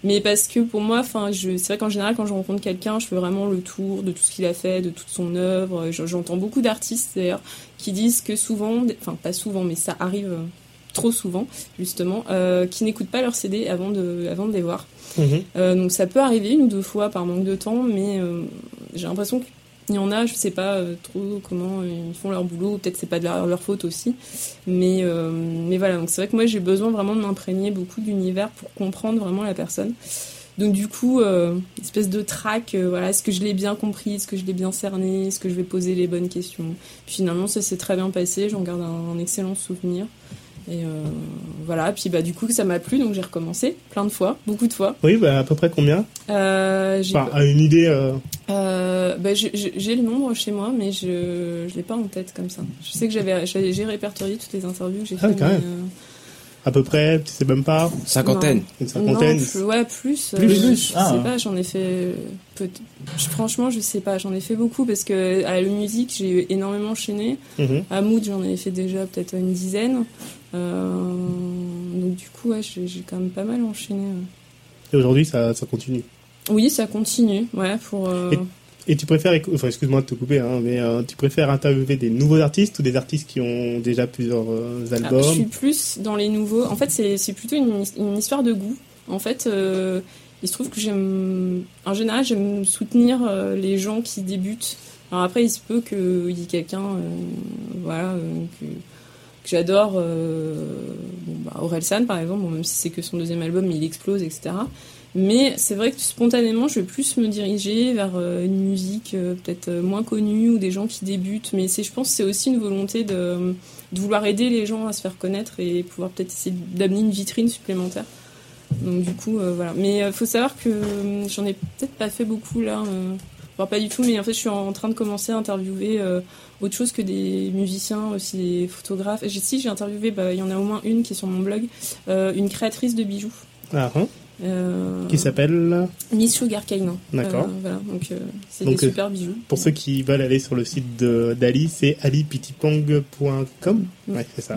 S5: Mais parce que pour moi, enfin, je, c'est vrai qu'en général, quand je rencontre quelqu'un, je fais vraiment le tour de tout ce qu'il a fait, de toute son œuvre. Je- J'entends beaucoup d'artistes d'ailleurs qui disent que souvent, enfin, pas souvent, mais ça arrive. euh, trop souvent justement, euh, qui n'écoutent pas leurs CD avant de, avant de les voir.
S1: Mhm.
S5: Euh, donc ça peut arriver une ou deux fois par manque de temps, mais euh, j'ai l'impression qu'il y en a, je sais pas euh, trop comment ils font leur boulot, peut-être c'est pas de leur, leur faute aussi, mais euh, mais voilà. Donc c'est vrai que moi j'ai besoin vraiment de m'imprégner beaucoup d'univers pour comprendre vraiment la personne. Donc du coup, euh, espèce de trac, euh, voilà, est-ce que je l'ai bien compris, est-ce que je l'ai bien cerné, est-ce que je vais poser les bonnes questions. Puis finalement, ça s'est très bien passé, j'en garde un, un excellent souvenir. Et euh, voilà, puis bah du coup ça m'a plu, donc j'ai recommencé plein de fois, beaucoup de fois.
S1: Oui, bah, à peu près combien
S5: Euh, j'ai
S1: Enfin,
S5: pas-
S1: à une idée. euh,
S5: euh, bah, j'ai- j'ai j'ai le nombre chez moi, mais je je l'ai pas en tête comme ça. Je sais que j'avais j'avais- j'ai répertorié toutes les interviews que j'ai
S1: Ah,
S5: faites.
S1: quand
S5: mais,
S1: même. À peu près, tu sais même pas,
S3: Cinquantaine.
S1: une
S5: euh, non,
S1: cinquantaine.
S5: plus- ouais, plus. euh,
S2: Plus,
S5: je-
S2: plus.
S5: je
S2: Ah.
S5: sais pas, j'en ai fait. euh, peut- je- franchement, je sais pas, j'en ai fait beaucoup parce que à la musique, j'ai énormément enchaîné.
S1: Mhm.
S5: À Mood, j'en avais fait déjà peut-être une dizaine. Euh, donc, du coup, ouais, j'ai j'ai quand même pas mal enchaîné. ouais.
S1: Et aujourd'hui, ça, ça continue.
S5: Oui, ça continue, ouais, pour. euh,
S1: Et- Et tu préfères, écou- enfin, excuse-moi de te couper, hein, mais euh, tu préfères interviewer des nouveaux artistes ou des artistes qui ont déjà plusieurs euh,
S5: Ah,
S1: albums
S5: Je suis plus dans les nouveaux. En fait, c'est c'est plutôt une, une histoire de goût. En fait, euh, il se trouve que j'aime. En général, j'aime soutenir euh, les gens qui débutent. Alors après, il se peut qu'il y ait quelqu'un euh, voilà, euh, que, que j'adore. euh, bon, bah, Aurel San, par exemple, bon, même si c'est que son deuxième album, il explose, etc. Mais c'est vrai que spontanément, je vais plus me diriger vers euh, une musique euh, peut-être euh, moins connue ou des gens qui débutent. Mais c'est, je pense que c'est aussi une volonté de de vouloir aider les gens à se faire connaître et pouvoir peut-être essayer d'amener une vitrine supplémentaire. Donc du coup, euh, voilà. Mais euh, faut savoir que euh, j'en ai peut-être pas fait beaucoup là. euh, Enfin, pas du tout, mais en fait, je suis en train de commencer à interviewer euh, autre chose que des musiciens, aussi des photographes. Et j'ai- si, j'ai interviewé, bah, il y en a au moins une qui est sur mon blog, euh, une créatrice de bijoux.
S1: Ah, hein.
S5: euh,
S1: Qui s'appelle.
S5: Miss Sugar Cane.
S1: D'accord.
S5: Euh, voilà, donc euh, c'est
S1: Donc,
S5: des
S1: euh,
S5: super bijoux.
S1: Pour ceux qui veulent aller sur le site de- d'Ali, c'est alipitipang.com.
S5: Mm.
S1: Ouais, c'est ça.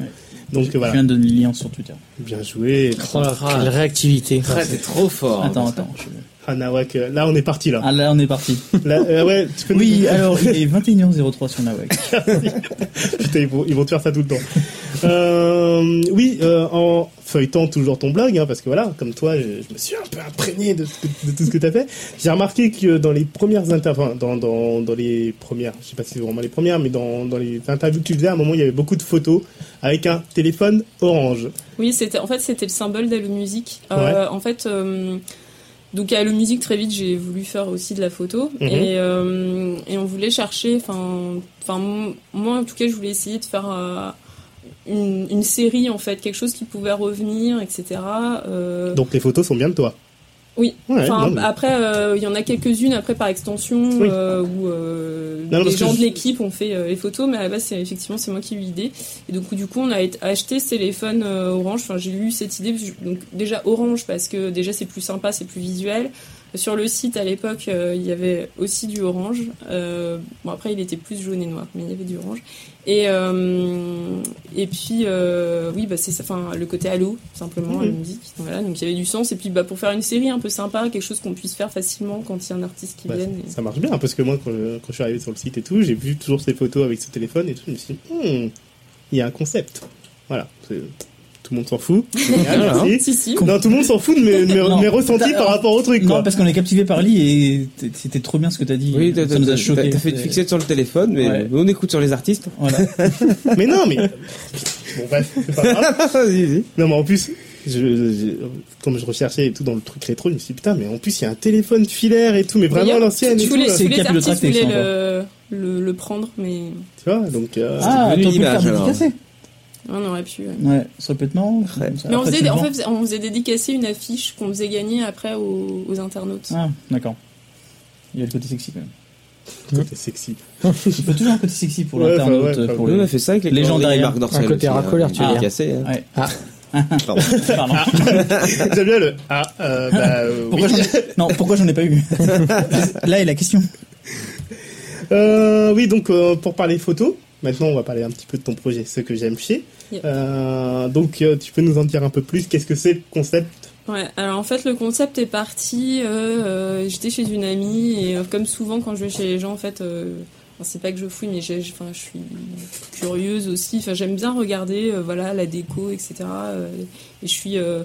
S1: Donc
S2: Je
S1: voilà,
S2: viens de donner le lien sur Twitter.
S1: bien joué.
S6: Oh là là, quelle réactivité.
S3: c'est trop fort.
S2: attends, attends. je-
S1: Hanawak, euh, là on est parti là.
S2: Ah là, on est parti.
S1: Là, euh, ouais, tu peux nous-
S2: Oui, alors il est 21h03 sur Nawak.
S1: Putain, ils vont, ils vont te faire ça tout le temps. Euh, oui, euh, en feuilletant toujours ton blog, hein, parce que voilà, comme toi, je, je me suis un peu imprégné de, ce que- de tout ce que tu as fait. J'ai remarqué que dans les premières interviews, dans, dans, dans les premières, je sais pas si c'est vraiment les premières, mais dans, dans les interviews que tu faisais, à un moment, il y avait beaucoup de photos avec un téléphone orange.
S5: Oui, c'était en fait c'était le symbole d'Allo Music. Euh, En fait, euh, donc à Allo Music très vite j'ai voulu faire aussi de la photo
S1: Mhm.
S5: et, euh, et on voulait chercher. Enfin, enfin mon- moi en tout cas je voulais essayer de faire euh, une, une série en fait, quelque chose qui pouvait revenir, etc. Euh,
S1: Donc les photos sont bien de toi.
S5: oui.
S1: Ouais,
S5: enfin,
S1: non, mais-
S5: Après, euh, il y en a quelques-unes après par extension
S1: Oui.
S5: euh, où euh,
S1: Non, non,
S5: les
S1: parce que
S5: gens
S1: je-
S5: de l'équipe ont fait euh, les photos, mais à la base, c'est effectivement c'est moi qui ai eu l'idée. Et donc du coup, on a été- acheté ce téléphone euh, orange. Enfin, j'ai eu cette idée parce que je- donc déjà orange parce que déjà c'est plus sympa, c'est plus visuel. Sur le site à l'époque, euh, il y avait aussi du orange. Euh, bon après, il était plus jaune et noir, mais il y avait du orange. Et euh, et puis euh, oui, bah c'est ça. Enfin, le côté halo simplement à la
S1: Mhm.
S5: musique. Voilà, donc il y avait du sens. Et puis bah pour faire une série un peu sympa, quelque chose qu'on puisse faire facilement quand il y a un artiste qui
S1: Bah,
S5: vient.
S1: ça marche bien, parce que moi, quand, quand je suis arrivé sur le site et tout, j'ai vu toujours ces photos avec ce téléphone et tout, je me suis dit, Hmm, il y a un concept. Voilà, c'est- tout le monde s'en fout. Génial, merci.
S5: Si si.
S1: Non, tout le monde s'en fout de mes, mes-
S2: Non.
S1: mes ressentis
S2: T'as-
S1: par rapport au truc,
S2: Non,
S1: quoi.
S2: parce qu'on est captivé par Lee et t- c'était trop bien ce que t'as dit. euh,
S3: Oui, t'as
S2: ça nous a
S3: t'as-
S2: choqué.
S3: t'as- t'as fait une fixette sur le téléphone, mais
S2: Ouais.
S3: on écoute sur les artistes.
S2: Voilà.
S1: Mais non, mais. Bon, bref, c'est pas grave.
S3: Ah, Vas-y, vas-y.
S1: Non, mais en plus, je, je- comme je recherchais et tout dans le truc rétro, je me suis dit, putain, mais en plus, il y a un téléphone filaire et tout, mais vraiment à euh.
S5: D'ailleurs,
S1: l'ancienne et
S5: Tous
S1: tout.
S5: les,
S1: là.
S5: tous
S2: C'est
S5: les
S2: capillotracté,
S5: artistes voulaient
S2: ça,
S5: le, le, le prendre, mais
S1: Tu vois, donc. euh,
S2: Ah,
S3: devenu
S2: t'aurais pu
S3: une
S2: le faire
S3: image, alors.
S2: dédicacer.
S5: on aurait pu. ouais.
S2: Ouais, ça peut être marrant.
S3: Ouais.
S2: Ça,
S5: Mais on
S2: Ah, après,
S5: faisait,
S2: tu le
S5: en
S2: vends.
S5: fait, on faisait dédicacer une affiche qu'on faisait gagner après aux, aux internautes.
S2: Ah, d'accord. Il y a le côté sexy quand même.
S1: C'était sexy.
S2: Il faut toujours un côté sexy pour
S1: Ouais,
S2: l'internaute.
S1: bah ouais,
S2: euh,
S1: bah
S2: pour
S3: Nous,
S2: le-
S3: on a fait ça avec les,
S2: Les gens
S3: calendriers
S2: derrière.
S3: Marc Dorcel
S4: Un côté
S3: aussi, hein.
S4: racoleur, tu veux
S3: Il est
S4: dire.
S3: cassé, hein.
S2: Ouais.
S4: Ah.
S3: Pardon.
S2: Pardon.
S1: Ah, J'aime bien le. Ah, euh, bah. euh, oui.
S2: Pourquoi j'en ai... Non, pourquoi j'en ai pas eu Là est la question.
S1: Euh, oui, donc euh, pour parler photo, maintenant on va parler un petit peu de ton projet, ce que j'aime chez.
S5: Yep.
S1: Euh, donc euh, tu peux nous en dire un peu plus, qu'est-ce que c'est le concept
S5: Ouais, alors en fait le concept est parti, euh, euh, j'étais chez une amie et euh, comme souvent quand je vais chez les gens en fait, euh, enfin, c'est pas que je fouille mais j'ai, j'ai- enfin, je suis curieuse aussi, enfin, j'aime bien regarder euh, voilà, la déco etc. euh, et je suis euh,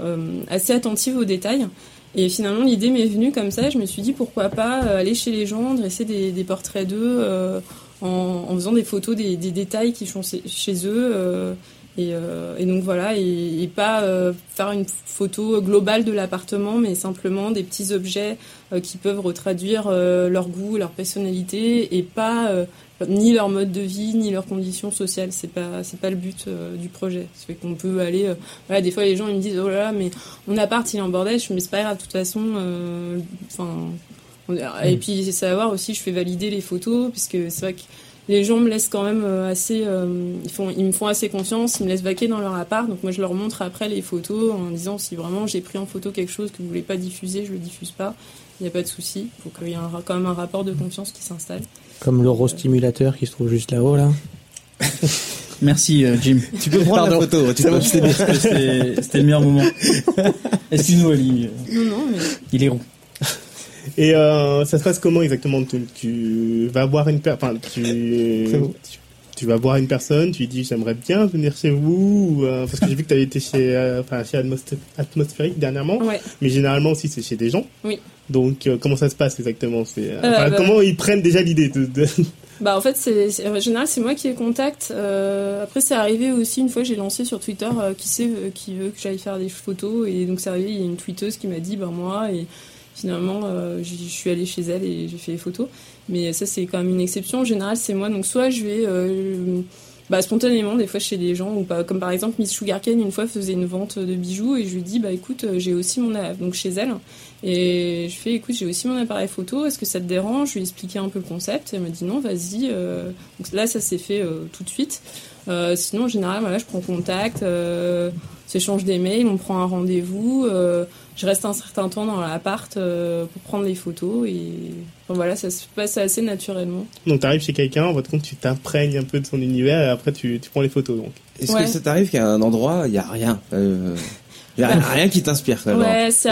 S5: euh, assez attentive aux détails. Et finalement l'idée m'est venue comme ça, je me suis dit pourquoi pas euh, aller chez les gens, dresser des, des portraits d'eux euh, en, en faisant des photos des, des détails qui sont chez, chez eux. euh, et, euh, et donc voilà, et, et pas euh, faire une photo globale de l'appartement, mais simplement des petits objets euh, qui peuvent retraduire euh, leur goût, leur personnalité, et pas euh, ni leur mode de vie, ni leurs conditions sociales. C'est pas c'est pas le but euh, du projet. Ça fait qu'on peut aller. euh, voilà, des fois les gens ils me disent oh là là, mais mon appart il est en bordel. Je fais, mais c'est pas grave, de toute façon. euh, Enfin. on- et puis savoir aussi, je fais valider les photos, puisque c'est vrai que les gens me laissent quand même euh, assez, euh, ils, font, ils me font assez confiance, ils me laissent vaquer dans leur appart, donc moi je leur montre après les photos en disant si vraiment j'ai pris en photo quelque chose que vous voulez pas diffuser, je le diffuse pas, il n'y a pas de souci, faut qu'il y ait un ra- quand même un rapport de confiance qui s'installe.
S4: Comme l'eurostimulateur qui se trouve juste là-haut, là.
S2: Merci euh, Jim.
S3: Tu peux prendre la
S4: Pardon.
S3: photo. Tu peux...
S2: Je sais bien que c'est- C'était le meilleur moment. Excuse-nous Ali.
S5: Non, non, mais
S2: Il est roux.
S1: Et euh, ça se passe comment exactement tu, tu vas voir une personne, tu,
S3: C'est bon.
S1: tu, tu vas voir une personne, tu lui dis j'aimerais bien venir chez vous, ou, euh, parce que j'ai vu que tu avais été chez, euh, enfin, chez Atmosphé- Atmosphérique dernièrement,
S5: ouais.
S1: mais généralement aussi c'est chez des gens.
S5: Oui.
S1: Donc euh, comment ça se passe exactement C'est, euh,
S5: Euh,
S1: enfin,
S5: bah-
S1: Comment ils prennent déjà l'idée de, de-
S5: Bah en fait, c'est c'est- en général c'est moi qui les contacte. Euh, après, c'est arrivé aussi une fois, j'ai lancé sur Twitter euh, qui sait euh, qui veut que j'aille faire des photos et donc c'est arrivé. Il y a une tweeteuse qui m'a dit bah moi et finalement euh, j'y- je suis allée chez elle et j'ai fait les photos. Mais ça c'est quand même une exception. En général, c'est moi donc soit je vais euh, bah, spontanément des fois chez les gens ou pas comme par exemple Miss Sugarcane une fois faisait une vente de bijoux et je lui dis bah écoute euh, j'ai aussi mon a- donc chez elle et je fais écoute j'ai aussi mon appareil photo est-ce que ça te dérange je lui ai expliqué un peu le concept et elle m'a dit non vas-y euh. donc là ça s'est fait euh, tout de suite Euh, sinon en général voilà je prends contact euh, on s'échange des mails on prend un rendez-vous euh, je reste un certain temps dans l'appart euh, pour prendre les photos et enfin, voilà ça se passe assez naturellement
S1: Donc t'arrives chez quelqu'un, en votre compte tu t'imprègnes un peu de son univers et après tu, tu prends les photos donc.
S3: Est-ce
S5: Ouais.
S3: que ça t'arrive qu'à un endroit, il n'y a rien euh, Il n'y a rien,
S4: Ah.
S3: rien qui t'inspire, quand même.
S5: ouais c'est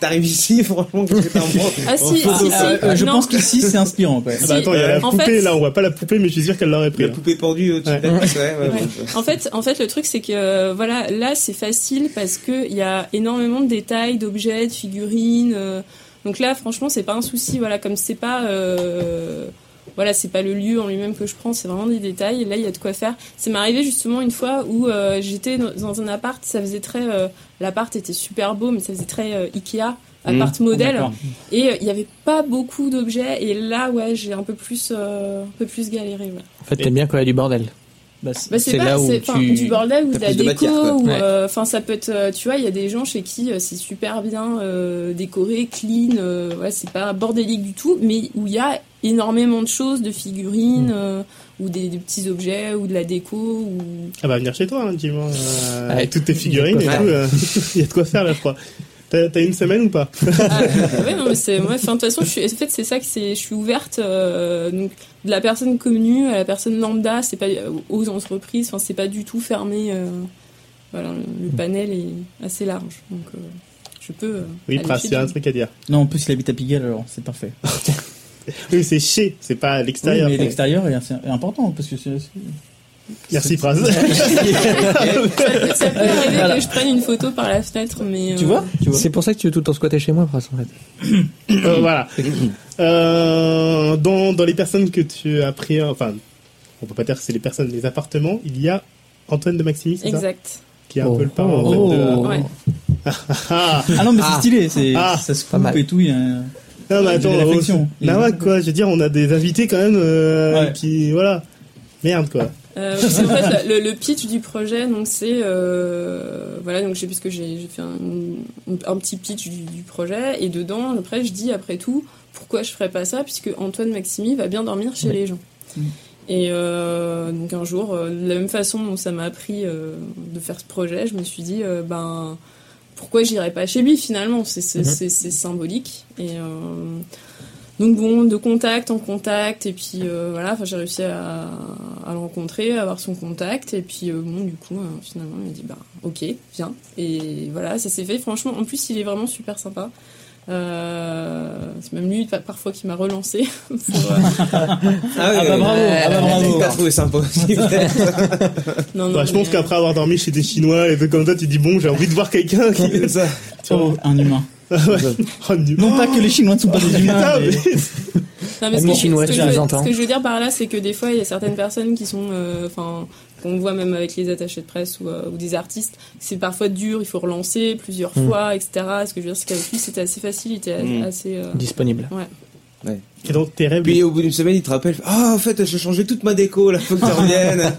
S3: T'arrives ici, franchement, qu'est-ce que t'as en prends
S5: Ah,
S3: en
S5: si,
S3: photo
S5: si, si.
S2: Euh, je
S5: Non.
S2: pense qu'ici c'est inspirant quoi.
S1: Ah bah
S5: Si, euh,
S1: attends, il y a la
S5: en
S1: poupée
S5: fait-
S1: là, on voit pas la poupée mais je suis sûr qu'elle l'aurait pris. hein.
S3: La poupée pendue au-dessus
S1: Ouais.
S3: de la tête, ouais, ouais,
S5: Ouais.
S3: bon.
S5: En fait, en fait, le truc c'est que euh, voilà, là c'est facile parce que il y a énormément de détails, d'objets, de figurines. euh, donc là, franchement, c'est pas un souci. Voilà, comme c'est pas euh, voilà, c'est pas le lieu en lui-même que je prends, c'est vraiment des détails. Et là, il y a de quoi faire. C'est m'est arrivé justement une fois où euh, j'étais dans- dans un appart. Ça faisait très euh, l'appart était super beau, mais ça faisait très euh, Ikea, appart modèle.
S2: D'accord.
S5: Et euh, il y avait pas beaucoup d'objets. Et là, ouais, j'ai un peu plus euh, un peu plus galéré. ouais.
S4: En fait, t'aimes bien quand il y a du bordel.
S2: Bah, c'est-
S5: Bah, c'est
S4: C'est
S5: pas
S4: là où
S5: c'est- enfin,
S4: tu-
S5: du bordel ou de
S3: t'as
S5: la
S3: plus de
S5: déco
S3: matière, quoi.
S5: ou
S4: Ouais.
S5: euh, enfin ça peut être euh, tu vois il y a des gens chez qui euh, c'est super bien euh, décoré clean euh, ouais, c'est pas bordélique du tout mais où il y a énormément de choses de figurines euh, ou des, des petits objets ou de la déco ou
S1: Elle va venir chez toi, hein, dis-moi. euh,
S4: Ouais.
S1: avec toutes tes figurines
S4: Il
S1: et
S4: y a de
S1: tout.
S4: quoi
S1: euh, Il y a de quoi faire là, je crois. T'as t'as une semaine ou pas
S5: Ah, ouais, non, mais c'est moi. enfin, De toute façon, je suis, en fait, c'est ça que c'est. Je suis ouverte, euh, donc de la personne connue à la personne lambda. C'est pas aux entreprises. Enfin, c'est pas du tout fermé. euh, voilà, le, le panel est assez large, donc euh, je peux. euh,
S1: Oui,
S5: aller
S1: Pras,
S5: chez
S1: il y a un
S5: tout.
S1: truc à dire.
S2: Non, en plus il habite à Pigalle alors c'est parfait.
S1: Oui, c'est chez, Ah, c'est pas à
S2: Oui,
S1: l'extérieur.
S2: mais l'extérieur est assez- est important parce que c'est. c'est-
S1: Merci Pras.
S5: Ça peut arriver
S2: Voilà.
S5: que je prenne une photo par la fenêtre, mais
S2: Tu
S5: euh,
S2: vois, tu vois.
S4: C'est pour ça que tu veux tout le temps squatter chez moi, Pras, en fait.
S1: Euh, voilà. Euh, dans, dans les personnes que tu as pris, enfin, on peut pas dire que c'est les personnes, les appartements, il y a Antoine de Maximis, c'est ça
S5: Exact.
S1: Qui est un peu le parent en
S4: Oh.
S1: fait, de-
S5: Ouais.
S1: Ah,
S2: Ah non mais c'est
S4: Ah.
S2: stylé, c'est
S1: Ah.
S2: ça se
S4: Pas
S2: coupe
S4: mal.
S2: et tout. Il y a un-
S1: non, mais
S2: Il y a de
S1: attends,
S2: l'affection.
S1: oh, Nawak, quoi, je veux dire, on a des invités quand même euh,
S2: Ouais.
S1: qui, voilà. Merde, quoi.
S5: Euh, parce qu'en fait, le, le pitch du projet, donc c'est euh, voilà, donc j'ai puisque j'ai j'ai fait un, une- un petit pitch du, du projet et dedans après je dis après tout pourquoi je ferais pas ça puisque Antoine Maximi va bien dormir chez les gens.
S2: Mm.
S5: Et euh, donc un jour, euh, de la même façon dont ça m'a appris euh, de faire ce projet, je me suis dit euh, ben pourquoi j'irais pas chez lui finalement C'est c'est- c'est- c'est symbolique et euh, donc bon, de contact en contact, et puis euh, voilà, enfin, j'ai réussi à, à le rencontrer, à avoir son contact, et puis euh, bon, du coup, euh, finalement, il m'a dit, bah ok, viens. Et voilà, ça s'est fait, franchement, en plus, il est vraiment super sympa. Euh, c'est même lui pa- parfois qui m'a relancé.
S3: Ah,
S2: Ah bah bravo, ah bah bravo.
S3: T'as trouvé sympa aussi.
S1: Bah,
S5: non, non,
S1: je
S5: mais, euh,
S1: pense qu'après avoir dormi chez des Chinois et tout comme ça, tu dis bon, j'ai envie de voir quelqu'un qui.
S3: comme ça.
S2: Oh, un humain.
S1: Oh, nul.
S2: Non pas que les Chinois ne sont pas des humains.
S1: Putain,
S2: mais-
S1: Ah, mais-
S5: Non, mais
S4: Ami
S5: ce que, je-
S4: chinois,
S5: ce que
S4: tu
S5: je,
S4: nous
S5: veux-
S4: entends.
S5: ce que je veux dire par là, c'est que des fois, il y a certaines personnes qui sont, euh, enfin, qu'on voit même avec les attachés de presse ou, euh, ou des artistes, c'est parfois dur, il faut relancer plusieurs fois, etc. Ce que je veux dire, c'est qu'avec lui, c'était assez facile, il était
S1: Hmm.
S3: Mm.
S5: assez. euh,
S4: Disponible.
S1: Et donc, tes rêves,
S3: Puis au bout d'une semaine, il te rappelle Ah, en fait, je changeais toute ma déco, là, faut que tu reviennes.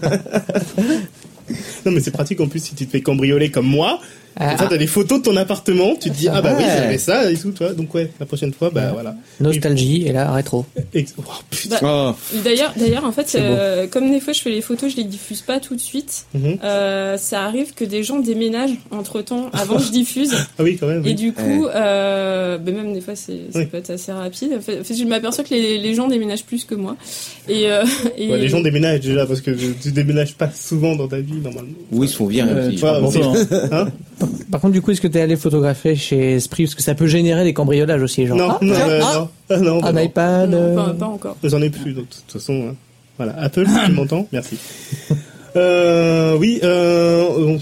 S1: Non, mais c'est pratique en plus si tu te fais cambrioler comme moi. Comme ça, t'as des photos de ton appartement, tu te dis,
S4: Ah,
S1: ah bah oui,
S4: ouais.
S1: j'avais ça et tout, tu vois. Donc, ouais, la prochaine fois, bah voilà.
S4: Nostalgie et là, rétro.
S1: Et- oh, putain.
S3: Oh,
S5: D'ailleurs, d'ailleurs, en fait,
S4: C'est beau.
S5: euh, comme des fois, je fais les photos, je les diffuse pas tout de suite.
S1: Mhm.
S5: euh, ça arrive que des gens déménagent entre temps avant que je diffuse.
S1: Ah oui, quand même.
S5: Et
S1: oui.
S5: du coup, euh, ben même des fois, c'est, ça
S1: Oui.
S5: peut être assez rapide. En fait, en fait, je m'aperçois que les, les gens déménagent plus que moi. Et, euh, et-
S1: Ouais, les gens déménagent déjà parce que tu déménages pas souvent dans ta vie normalement.
S3: Oui, ils se font virer.
S2: Euh,
S3: aussi.
S2: tu vois,
S1: Ouais,
S2: bon,
S1: Hein
S4: Par contre, du coup, est-ce que t'es allé photographier chez Esprit Parce que ça peut générer des cambriolages aussi, genre.
S1: non,
S4: ah,
S1: non,
S4: tiens,
S1: euh,
S4: ah,
S1: non, Ah, non, bah
S4: un
S1: non.
S4: iPad.
S5: non,
S4: euh,
S5: pas, pas encore.
S1: J'en ai plus, donc, de toute façon. hein. Voilà, Apple, si tu m'entends, merci. Euh, oui, euh, on,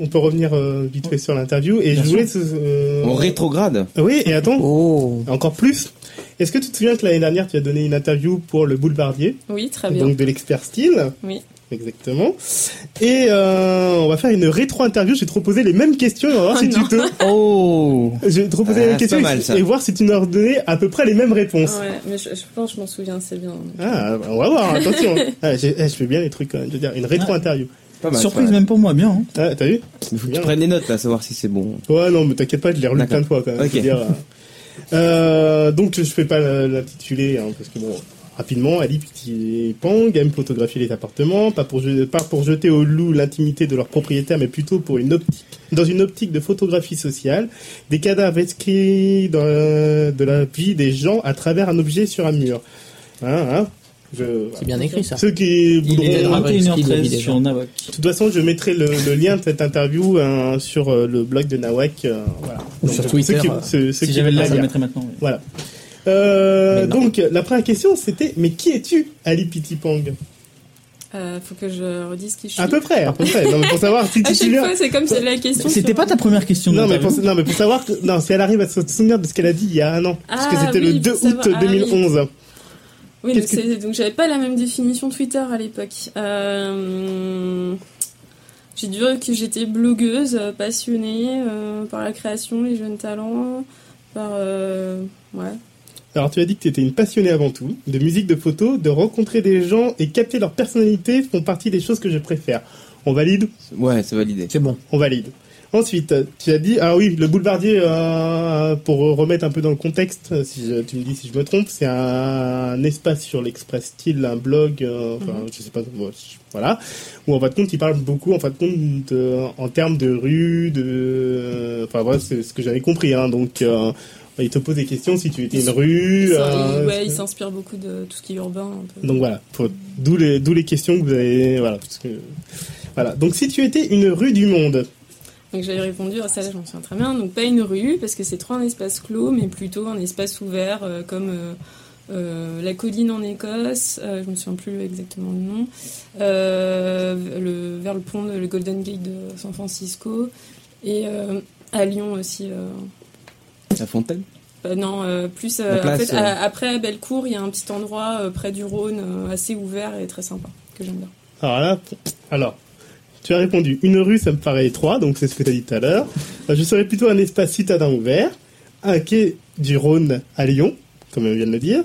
S1: on peut revenir euh, vite fait sur l'interview. Et je voulais. te- euh,
S3: On rétrograde.
S1: Oui, et attends,
S4: Oh.
S1: encore plus. Est-ce que tu te souviens que l'année dernière, tu as donné une interview pour le Boulevardier,
S5: Oui, très Ah, bien.
S1: donc de l'expert style
S5: Oui.
S1: Exactement. Et euh, on va faire une rétro-interview. Je vais te reposer les mêmes questions et on va voir
S5: Oh
S1: si
S5: non.
S1: tu te.
S2: Oh
S1: Je vais te reposer
S3: Ah,
S1: les mêmes
S3: c'est
S1: questions
S3: pas mal,
S1: et,
S3: ça.
S1: et voir si tu nous as donné à peu près les mêmes réponses.
S5: Ouais, mais je, je pense que je m'en souviens assez bien.
S1: Ah, bah, on va voir, attention. Ah, j'ai- eh, je fais bien les trucs quand même. Je veux dire, une rétro-interview.
S4: Ah,
S3: Pas
S4: bah,
S3: mal.
S2: Surprise
S3: pas mal.
S2: même pour moi, bien. hein.
S1: Ah, T'as vu
S3: Il faut que tu prennes les notes là, savoir si c'est bon.
S1: Ouais, non, mais t'inquiète pas, je l'ai relu plein de fois quand même.
S3: Ok.
S1: je veux dire, euh. Euh, donc, je fais pas la- l'intitulé, hein, parce que bon, rapidement, Ali Piti et Pang aiment photographier les appartements, pas pour, je- pas pour jeter au loup l'intimité de leurs propriétaires, mais plutôt pour une optique, dans une optique de photographie sociale, des cadavres inscrits dans la- de la vie des gens à travers un objet sur un mur. Hein, hein Je-
S4: C'est bien écrit ça.
S1: Ceux qui
S4: est
S1: voudront.
S4: drame.
S2: 21h13 sur Nawak.
S1: De toute façon, je mettrai le, le lien de cette interview hein, sur euh, le blog de Nawak. euh, voilà.
S4: Ou
S1: Donc,
S4: sur
S1: ceux
S4: Twitter,
S1: qui-
S4: euh,
S1: ceux- ceux
S2: Si
S1: qui
S2: j'avais
S1: veulent
S2: le
S1: la
S2: lien, je le
S1: lire.
S2: mettrais maintenant. ouais.
S1: Voilà. Euh,
S4: Mais non.
S1: donc, la première question, c'était Mais qui es-tu, Ali Pitipang
S5: Euh, faut que je redise qui je suis.
S1: À peu près, à peu près. Non, mais pour savoir si
S5: À
S1: Ah, tu te
S5: chaque
S1: souviens.
S5: fois, c'est comme c'est la question.
S2: C'était
S5: sur-
S2: pas ta première question.
S1: Non mais,
S2: d'interview.
S1: pour, non, mais pour savoir que, non, si elle arrive à se souvenir de ce qu'elle a dit il y a un an. parce que
S5: Ah,
S1: c'était
S5: oui,
S1: le 2
S5: pour savoir-
S1: août
S5: ah,
S1: 2011.
S5: Oui, donc,
S1: Qu'est-ce que-
S5: c'est- donc j'avais pas la même définition Twitter à l'époque. Euh, J'ai dû dire que j'étais blogueuse, euh, passionnée euh, par la création, les jeunes talents, par euh, ouais.
S1: Alors, tu as dit que tu étais une passionnée avant tout, de musique, de photos, de rencontrer des gens et capter leur personnalité font partie des choses que je préfère. On valide
S3: Ouais, c'est validé.
S4: C'est bon.
S1: On valide. Ensuite, tu as dit, ah oui, le boulevardier, euh, pour remettre un peu dans le contexte, euh, si je- tu me dis si je me trompe, c'est un, espace sur l'Express Style, un blog, euh, enfin, je sais pas, bon, je- voilà, où en fin de compte, il parle beaucoup, en fin de compte, de- en termes de rue, de. Enfin, voilà, c'est ce que j'avais compris, hein, donc. euh, il te pose des questions si tu étais une rue.
S5: Il s'in-
S1: euh,
S5: il- ouais, il s'inspire beaucoup de tout ce qui est urbain. un peu.
S1: donc voilà, pour- d'où les, d'où les questions que vous avez. Voilà, parce que- voilà. Donc si tu étais une rue du monde,
S5: Donc j'avais répondu à ça, je m'en souviens très bien. Donc pas une rue, parce que c'est trop un espace clos, mais plutôt un espace ouvert, euh, comme euh, euh, la colline en Écosse, euh, je me souviens plus exactement du nom, euh, le, vers le pont, de, le Golden Gate de San Francisco, et euh, à Lyon aussi. euh,
S3: La fontaine
S5: bah non, euh, plus euh,
S3: La
S5: en
S3: place,
S5: fait,
S3: euh.
S5: à- après à Bellecour, il y a un petit endroit euh, près du Rhône, euh, assez ouvert et très sympa, que j'aime bien.
S1: Alors là, alors, tu as répondu une rue, ça me paraît étroit, donc c'est ce que tu as dit tout à l'heure. Euh, Je serais plutôt un espace citadin ouvert, un quai du Rhône à Lyon, comme on vient de le dire,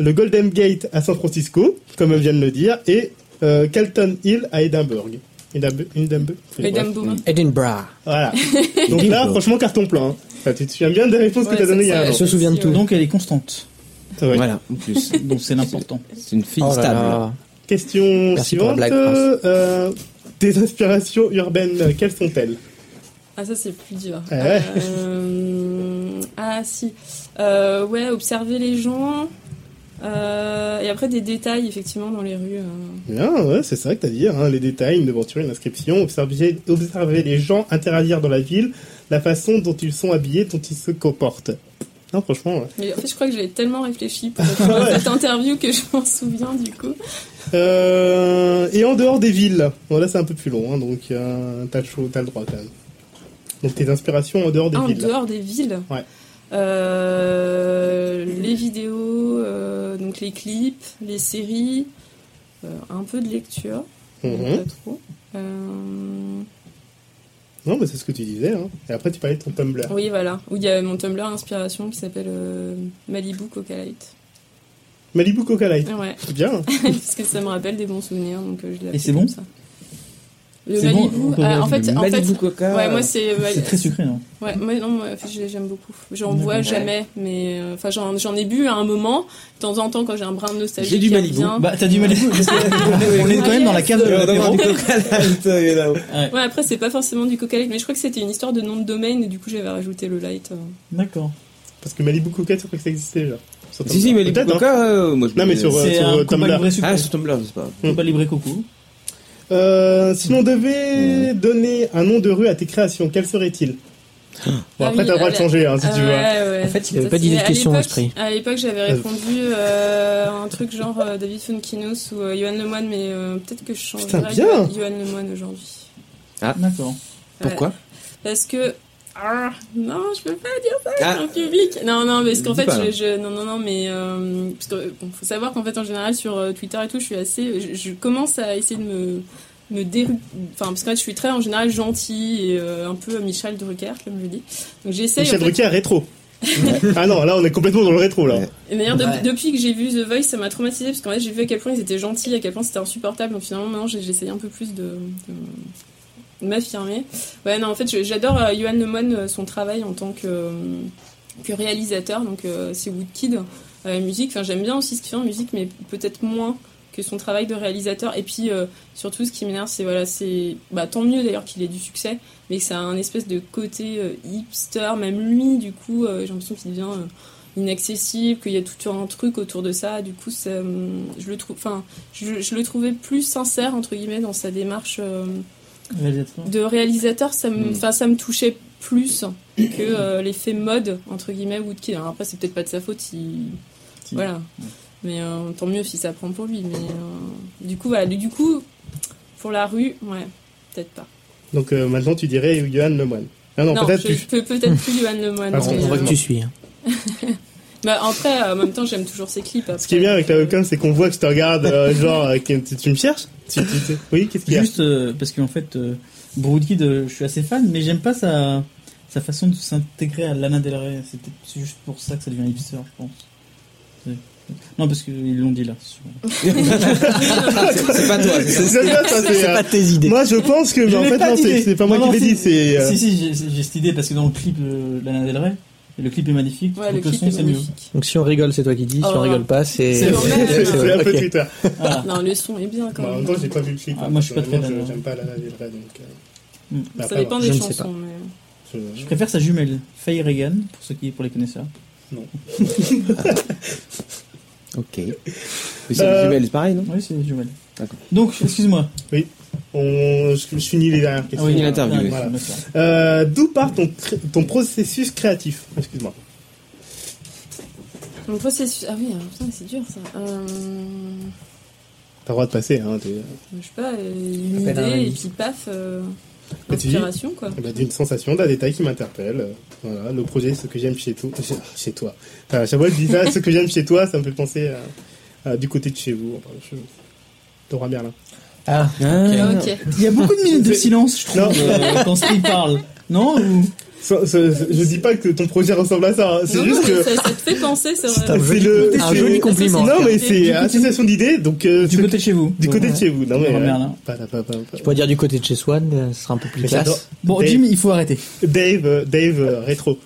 S1: le Golden Gate à San Francisco, comme on vient de le dire, et euh, Calton Hill à Édimbourg. Édimbourg- Édimbourg
S5: Et
S1: Bref.
S5: Dumbo.
S4: Edinburgh.
S1: Voilà. Donc là, franchement, carton plein. hein. Enfin, tu te souviens bien des réponses
S5: Ouais,
S1: que tu as
S5: ça,
S1: données il y
S5: ça-
S1: a un an.
S4: Elle se souvient de tout.
S2: Donc elle est constante.
S1: Ouais.
S3: Voilà, en plus.
S2: Donc c'est l'important.
S3: C'est une fille
S4: Oh là
S3: stable.
S4: là.
S1: Question
S4: Merci pour
S1: suivante.
S4: la blague,
S1: euh, tes inspirations urbaines, euh, quelles sont-elles
S5: Ah ça c'est plus dur.
S1: Ah ouais.
S5: Euh, ah si. Euh, ouais, observer les gens. Euh, et après des détails effectivement dans les rues. euh.
S1: Bien, Ah, ouais, c'est ça que t'as dit, hein, les détails, une devanture, une inscription, observer, observer les gens interagir dans la ville, la façon dont ils sont habillés, dont ils se comportent. Non, franchement, ouais.
S5: Mais en fait je crois que j'ai tellement réfléchi pour pour
S1: Ouais.
S5: cette interview que je m'en souviens du coup.
S1: Euh, et en dehors des villes, bon là c'est un peu plus long, hein, donc euh, t'as le, choix- t'as le droit quand même. Donc tes inspirations en dehors des
S5: Ah, en
S1: villes.
S5: dehors des villes.
S1: Ouais.
S5: Euh, les vidéos, euh, donc les clips, les séries, euh, un peu de lecture, mais
S1: Mhm.
S5: pas trop. Euh,
S1: Non, mais c'est ce que tu disais, hein. et après tu parlais de ton Tumblr.
S5: oui voilà, où il y a mon Tumblr inspiration qui s'appelle euh, Malibu Coca Light.
S1: Malibu Coca Light,
S5: Ouais,
S1: c'est bien. hein.
S5: parce que ça me rappelle des bons souvenirs, donc euh, je l'ai appelé
S2: c'est
S5: comme
S2: bon
S5: ça. Le
S2: C'est bon,
S5: Malibu,
S2: on peut
S5: ah, en
S2: rajouter
S5: fait,
S2: le
S5: en fait,
S3: Malibu Ah, Coca.
S5: ouais, moi c'est,
S2: C'est très sucré. hein.
S5: ouais, moi non, moi, en fait, je les- j'aime beaucoup. J'en
S2: D'accord.
S5: bois jamais, mais euh, enfin j'en j'en ai bu à un moment, de temps en temps quand j'ai un brin de nostalgie.
S3: J'ai du
S5: qui
S3: Malibu.
S5: revient.
S2: Bah t'as du mal à dire, parce que On est quand même dans la case de
S3: Euh, on a
S2: l'apéro.
S3: du coca light, euh, là-haut.
S5: Ouais, après c'est pas forcément du Coca Light, mais je crois que c'était une histoire de nom de domaine et du coup j'avais rajouté le light. euh.
S2: D'accord.
S1: Parce que Malibu Coca, je crois que ça existait déjà. Sur
S3: Si, si,
S1: Tumblr.
S3: mais les
S1: Peut-être, hein.
S3: coca, euh, moi je
S1: Non, mais sur, euh,
S2: C'est
S1: sur
S2: un
S1: euh,
S2: combat
S1: Tumblr.
S2: livré sucré.
S3: Ah, sur Tumblr, je sais pas.
S2: Combat livré coco.
S1: Euh, si l'on devait donner un nom de rue à tes créations, quel serait-il Bon,
S5: Ah
S1: après,
S5: oui,
S1: t'as le droit de
S5: la-
S1: changer, hein, si
S5: Ah
S1: tu veux. hein.
S5: ouais, ouais.
S4: En fait, il avait
S5: Ça,
S4: pas d'idée de
S5: c'est- à
S4: question,
S5: l'époque-
S4: l'esprit.
S5: À l'époque, j'avais répondu euh, un truc genre euh, David Funkinos ou euh, Johan Lemoine, mais euh, peut-être que je changerais
S1: Putain, bien
S5: Johan Lemoine aujourd'hui.
S2: D'accord.
S5: Ouais.
S3: Pourquoi
S5: Parce que, Ah, non, je peux pas dire ça
S3: Ah.
S5: en public. Non, non, parce qu'en
S3: Dis
S5: fait,
S3: pas,
S5: je,
S3: là.
S5: je- non, non, non, mais euh, parce que, bon, faut savoir qu'en fait, en général, sur euh, Twitter et tout, je suis assez, je, je commence à essayer de me me déru- enfin parce que je suis très en général gentil et euh, un peu Michel Drucker comme je dis donc j'essaye en
S1: Michel
S5: fait,
S1: Drucker rétro. ah non, là on est complètement dans le rétro là.
S3: Ouais.
S5: Et d'ailleurs, de-
S4: Ouais.
S5: depuis que j'ai vu The Voice, ça m'a traumatisé parce qu'en fait, j'ai vu à quel point ils étaient gentils, à quel point c'était insupportable. Donc finalement, maintenant, j'ai- j'essaye un peu plus de, de- de m'affirmer. Ouais, non, en fait, je- j'adore euh, Johan Lemoine, euh, son travail en tant que, euh, que réalisateur. Donc, euh, c'est Woodkid, euh, la musique. Enfin, j'aime bien aussi ce qu'il fait en musique, mais peut-être moins que son travail de réalisateur. Et puis, euh, surtout, ce qui m'énerve, c'est voilà, c'est bah, tant mieux d'ailleurs qu'il ait du succès, mais que ça a un espèce de côté euh, hipster. Même lui, du coup, euh, j'ai l'impression qu'il devient. euh, inaccessible, qu'il y a tout un truc autour de ça. Du coup, ça, hum, je le trouve, enfin, je, je le trouvais plus sincère entre guillemets dans sa démarche euh,
S2: Réalisateur.
S5: de réalisateur. Ça me,
S3: Mm.
S5: enfin, ça me touchait plus que euh, l'effet mode entre guillemets Woodkid. Alors après, c'est peut-être pas de sa faute. Il...
S2: Si.
S5: Voilà.
S1: Mm.
S5: Mais euh, tant mieux si ça prend pour lui. Mais euh, du coup, voilà. Du coup, pour la rue, ouais, peut-être pas.
S1: Donc euh, maintenant tu dirais Johan Lemoine. Ah non,
S5: non,
S1: peut-être
S5: je,
S1: tu.
S5: peux peut-être plus Johan Lemoine.
S1: Ah, on
S5: mais,
S4: On voit
S5: euh,
S4: que tu suis. hein.
S5: bah, après, euh, en même temps, j'aime toujours ses clips.
S1: Ce qui est bien avec la webcam, c'est qu'on voit que je te regarde, euh, genre, euh, que- tu, tu me cherches Tu- tu- tu- Oui, qu'est-ce qu'il y a
S2: Juste euh, parce qu'en fait, euh, Broodkid, euh, je suis assez fan, mais j'aime pas sa, sa façon de s'intégrer à Lana Del Rey. C'est peut-être- c'est juste pour ça que ça devient hipster, je pense. C'est- Non, parce qu'ils l'ont dit là. sur-
S3: C'est pas toi, c'est
S1: J'aime bien ça, c'est, euh,
S4: tes idées.
S1: Moi je pense que. mais
S2: Je
S1: en
S2: l'ai
S1: fait,
S2: pas
S1: non,
S2: dit,
S1: c'est
S2: mais-
S1: c'est pas moi qui
S2: non,
S1: l'ai
S2: non,
S1: dit,
S2: si.
S1: c'est. euh,
S2: Si, si, j'ai- j'ai cette idée parce que dans le clip euh, Lana Del Rey, le clip est magnifique,
S5: Ouais, le
S2: donc le,
S5: clip
S2: son
S5: est
S2: c'est mieux.
S5: magnifique.
S4: Donc si on rigole, c'est toi qui dis. Si
S5: Oh.
S4: on rigole pas, c'est.
S5: C'est vrai.
S1: C'est c'est un peu
S4: ok.
S1: Twitter.
S2: Ah,
S5: Non, le son est bien quand
S1: Bah, en
S5: même.
S1: même temps, j'ai pas vu le clip.
S2: Ah, moi, je suis pas très
S1: Personnellement,
S2: fan,
S1: je-
S2: hein.
S1: J'aime pas Lana Del Rey, donc. euh,
S2: Hmm.
S1: bah,
S5: ça
S1: pas
S5: dépend
S1: grave.
S5: des
S4: Je ne sais
S5: chansons. Mais...
S1: Je-
S2: je préfère sa jumelle, Faye Reagan, pour ceux qui, pour les connaisseurs.
S3: Ok. Mais c'est
S1: Euh,
S3: jumelle, c'est pareil, non
S2: Oui, c'est une jumelle.
S3: D'accord.
S2: Donc, excuse-moi. Ah
S1: On, je, je finis les dernières questions.
S3: oui, il l'interview, oui.
S2: Voilà.
S1: Euh, D'où part ton, cré- ton processus créatif Excuse-moi.
S5: Mon processus. Ah oui, alors, putain, mais c'est dur ça. Euh...
S1: T'as le droit de passer, hein. t'es-
S5: Je sais pas, euh, une
S4: Appelle un
S5: idée et
S4: ami.
S5: puis paf, euh,
S1: Bah, tu dis-
S5: inspiration quoi.
S1: Eh ben, d'une sensation, d'un détail qui m'interpelle. Euh, Voilà, le projet, ce que j'aime chez, tout, chez toi. Enfin, à chaque fois, je dis ça, ce que j'aime chez toi, ça me fait penser à, à du côté de chez vous. Enfin, je... Dora Merlin.
S4: Ah,
S5: Ah,
S3: Ah,
S5: ok.
S2: Euh, Il y a beaucoup de minutes de silence, je trouve,
S1: Non.
S2: euh, quand Steve parle. Non ou-
S1: Ce- ce- ce- je dis pas que ton projet ressemble à ça, hein. c'est
S5: Non,
S1: juste
S5: non,
S1: que.
S5: ça, ça te fait penser, c'est vrai.
S1: un joli le-
S4: un joli compliment.
S1: Non, mais c'est
S5: Du
S1: association d'idées, donc. euh,
S2: Du
S1: ce-
S2: côté de chez vous.
S1: du côté
S2: Ouais.
S1: de chez vous. Non, mais.
S2: Dora
S1: euh,
S2: Merlin.
S1: pas- pas- pas- pas-
S4: Tu pourrais dire du côté de chez Swan, euh, ce sera un peu plus
S1: Mais j'adore.
S4: classe.
S2: Bon,
S1: Dave.
S2: Jim, il faut arrêter.
S1: Dave, euh, Dave euh, rétro.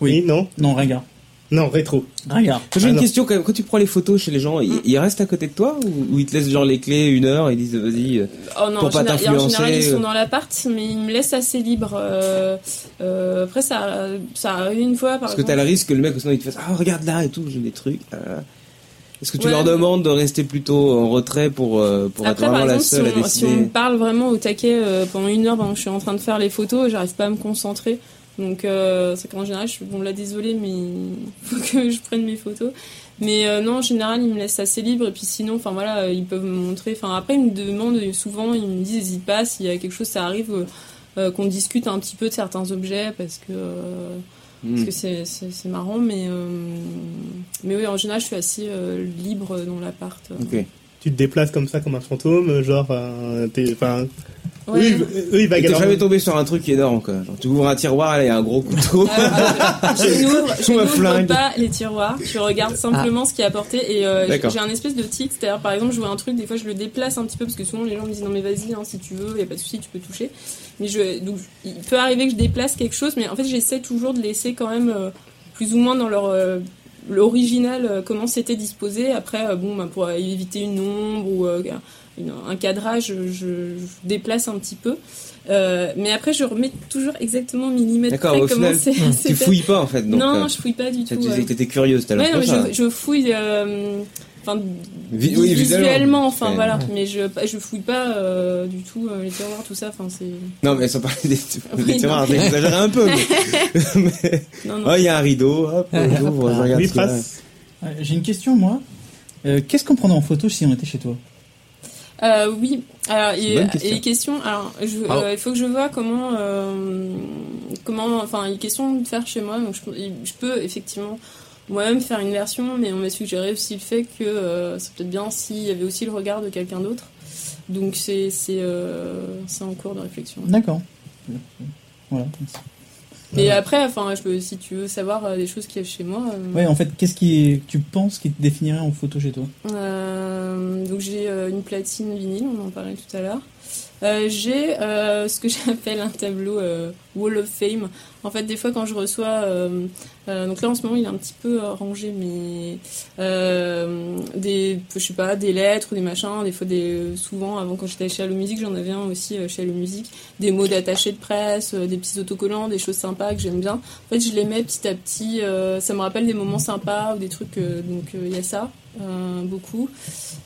S2: Oui.
S1: non
S2: Non, regarde.
S1: Non, rétro.
S2: Regarde.
S3: J'ai
S1: Ah,
S3: une
S1: non.
S3: question quand même. Quand tu prends les photos chez les gens,
S5: Hmm.
S3: ils, ils restent à côté de toi ou, ou ils te laissent genre les clés une heure et ils disent vas-y. euh,
S5: Oh non,
S3: pour
S5: en
S3: pas
S5: général, en général, ils
S3: t'influencer,
S5: sont
S3: euh.
S5: dans l'appart, mais ils me laissent assez libre. euh, euh, après, ça, ça arrive une fois par
S3: Parce que
S5: exemple.
S3: t'as le risque que le mec sinon il te fasse ah regarde là et tout, j'ai des trucs. euh. Est-ce que tu
S5: Ouais.
S3: leur demandes de rester plutôt en retrait pour, euh, pour être
S5: Après, par
S3: vraiment
S5: exemple,
S3: la
S5: si
S3: seule à
S5: on, si
S3: décider
S5: on parle vraiment au taquet euh, pendant une heure, pendant que je suis en train de faire les photos, j'arrive pas à me concentrer. Donc, euh, c'est qu'en général, je suis bon là, désolé, mais faut que je prenne mes photos. Mais euh, non, en général, ils me laissent assez libre. Et puis sinon, enfin voilà, euh, ils peuvent me montrer. Enfin après, ils me demandent euh, souvent, ils me disent, n'hésite pas, s'il y a quelque chose, ça arrive euh, euh, qu'on discute un petit peu de certains objets parce que. euh,
S3: Hmm.
S5: parce que c'est- c'est c'est marrant, mais, euh, mais oui, en général, je suis assez euh, libre dans l'appart.
S3: Ok.
S1: Tu te déplaces comme ça, comme un fantôme, genre. euh, t'es- Enfin.
S5: Ouais.
S1: Eux, ils- eux, ils
S3: Et T'es
S1: vagabondent.
S3: jamais tombé sur un truc énorme quoi. Genre, tu ouvres un tiroir, là, il y a un gros couteau.
S5: Ah, je je n'ouvre je
S3: Sous ma
S5: n'ouvre
S3: flingue.
S5: pas les tiroirs, je regarde simplement ce qui est apporté et euh,
S3: D'accord.
S5: j'ai un espèce de tic, c'est-à-dire par exemple je vois un truc, des fois je le déplace un petit peu parce que souvent les gens me disent non mais vas-y hein, si tu veux, il n'y a pas de souci, tu peux toucher. Mais je, donc, il peut arriver que je déplace quelque chose, mais en fait j'essaie toujours de laisser quand même euh, plus ou moins dans leur... euh, L'original, euh, comment c'était disposé. Après, euh, bon, bah, pour euh, éviter une ombre ou euh, une- un cadrage, je, je déplace un petit peu. Euh, mais après, je remets toujours exactement millimètre
S3: D'accord,
S5: près
S3: au
S5: comment
S3: final,
S5: c'est.
S3: tu
S5: c'était.
S3: fouilles pas en fait. Donc,
S5: non,
S3: euh,
S5: je fouille pas du
S3: ça,
S5: tout.
S3: tu disais
S5: ouais.
S3: que t'étais curieuse tout à l'heure.
S5: Ouais, non,
S3: pour
S5: mais
S3: ça.
S5: je, je fouille. euh, Enfin,
S3: Vi-
S5: vi- visuellement,
S3: oui, visuellement.
S5: enfin
S3: Ouais.
S5: voilà, mais je, je fouille pas euh, du tout euh, les tiroirs, tout ça. Enfin, c'est.
S3: Non, mais sans parler des,
S5: Oui,
S3: des tiroirs,
S5: non.
S3: j'ai exagéré un peu. mais- mais-
S5: Non, non.
S3: Oh, il y a un rideau, hop, on ouvre, je regarde.
S1: Oui,
S3: ce qu'il y a.
S1: Pras.
S2: Euh, Ouais, J'ai une question, moi. Euh, Qu'est-ce qu'on prendrait en photo si on était chez toi
S5: Euh, oui, alors,
S3: C'est une
S5: et,
S3: bonne question.
S5: et les questions, alors, je-
S6: Ah bon.
S5: euh, il faut que je vois comment, euh, comment, enfin, il est question de faire chez moi, donc je, je peux effectivement moi-même faire une version, mais on m'a suggéré aussi le fait que euh, c'est peut-être bien s'il y avait aussi le regard de quelqu'un d'autre, donc c'est c'est euh, c'est en cours de réflexion.
S2: D'accord. Voilà.
S5: Mais après, enfin, je peux, si tu veux savoir euh, des choses qu'il y a chez moi. euh,
S2: Ouais, en fait, qu'est-ce qui est- tu penses qui te définirait en photo chez toi
S5: Euh, donc j'ai euh, une platine vinyle, on en parlait tout à l'heure. Euh, j'ai euh, ce que j'appelle un tableau euh, Wall of Fame. En fait, des fois quand je reçois, euh, euh, donc là en ce moment il est un petit peu euh, rangé, mais euh, des, je sais pas, des lettres ou des machins, des fois des, souvent avant quand j'étais chez Allo Musique, j'en avais un aussi euh, chez Allo Musique, des mots d'attachés de presse, euh, des petits autocollants, des choses sympas que j'aime bien. En fait, je les mets petit à petit. euh, ça me rappelle des moments sympas ou des trucs. euh, donc, euh, il y a ça, euh, beaucoup.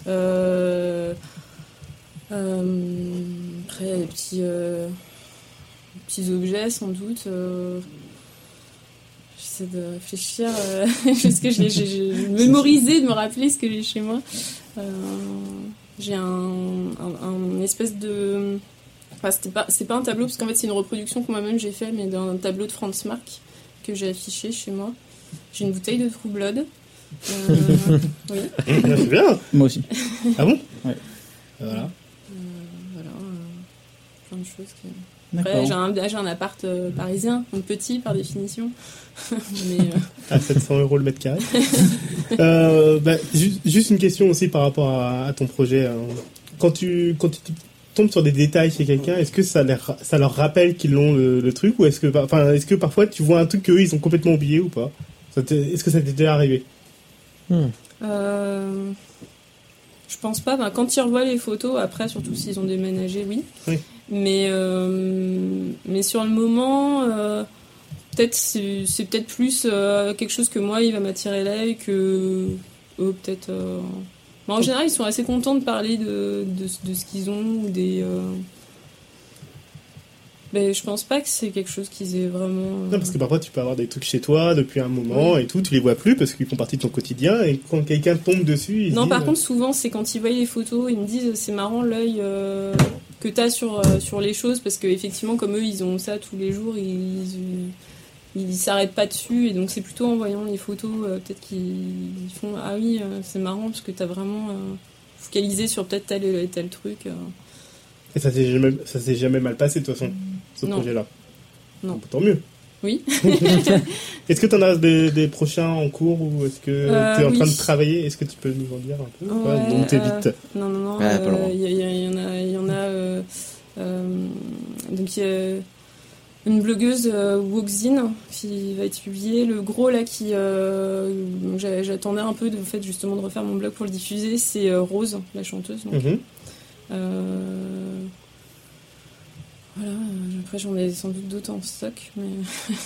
S5: Euh, euh, après, il y a des petits, euh, des petits objets, sans doute. euh, J'essaie de réfléchir. Euh, parce que j'ai- j'ai j'ai mémorisé, de me rappeler ce que j'ai chez moi. Euh, j'ai un, un- un espèce de. Enfin, c'était pas, c'est pas un tableau, parce qu'en fait, c'est une reproduction que moi-même j'ai fait, mais d'un tableau de Franz Marc que j'ai affiché chez moi. J'ai une bouteille de True Blood. Euh, oui,
S1: Ah, c'est bien.
S2: Moi aussi.
S1: Ah bon
S2: Ouais.
S1: Voilà.
S5: voilà. euh, plein de choses. qui- Après,
S2: D'accord.
S5: j'ai un, j'ai un appart euh, parisien, donc petit par définition. mais euh,
S1: À 700 euros le mètre carré. euh, bah, ju- juste une question aussi par rapport à, à ton projet. hein. Quand tu, quand tu t- tombes sur des détails chez quelqu'un, est-ce que ça, leur- ça leur rappelle qu'ils l'ont le, le truc ou est-ce que, par- enfin, est-ce que parfois tu vois un truc qu'eux ils ont complètement oublié ou pas Ça t'est- Est-ce que ça t'est déjà arrivé
S5: Euh, je pense pas. Ben, quand ils revoient les photos, après, surtout s'ils ont déménagé, oui.
S1: Oui.
S5: Mais, euh, mais sur le moment, euh, peut-être c'est c'est peut-être plus euh, quelque chose que moi, il va m'attirer l'œil que eux, peut-être. euh. Mais en général, ils sont assez contents de parler de, de, de ce qu'ils ont ou des. euh, Ben, je pense pas que c'est quelque chose qu'ils aient vraiment. euh,
S1: Non, parce que parfois tu peux avoir des trucs chez toi depuis un moment et tout, tu les vois plus parce qu'ils font partie de ton quotidien et quand quelqu'un tombe dessus, il se
S5: Non,
S1: dit,
S5: par
S1: euh,
S5: contre, souvent, c'est quand ils voient les photos, ils me disent c'est marrant l'œil euh, que t'as sur, euh, sur les choses, parce qu'effectivement, comme eux, ils ont ça tous les jours, ils ils s'arrêtent pas dessus, et donc c'est plutôt en voyant les photos, euh, peut-être qu'ils ils font ah oui, euh, c'est marrant, parce que t'as vraiment euh, focalisé sur peut-être tel et tel truc. euh.
S1: Et ça s'est jamais, ça s'est jamais mal passé de toute façon, ce
S5: Non.
S1: projet-là.
S5: Non.
S1: Bon, Tant mieux.
S5: Oui.
S1: est-ce que tu en as des, des prochains en cours ou est-ce que
S5: Euh,
S1: tu es en
S5: oui.
S1: train de travailler Est-ce que tu peux nous en dire un peu ou pas
S5: Ouais,
S1: Non, t'es
S5: euh,
S1: vite.
S5: Non, non, non.
S3: Ouais, pas le droit.
S5: euh, Il y, a- il y a- il y en a. il y en a, euh, euh, donc, il y a une blogueuse euh, Woxin qui va être publiée. Le gros, là, qui. euh, j'a- J'attendais un peu, de, en fait, justement, de refaire mon blog pour le diffuser, c'est euh, Rose, la chanteuse. donc.
S1: Mhm.
S5: Euh, voilà. euh, Après, j'en ai sans doute d'autres en stock. Mais...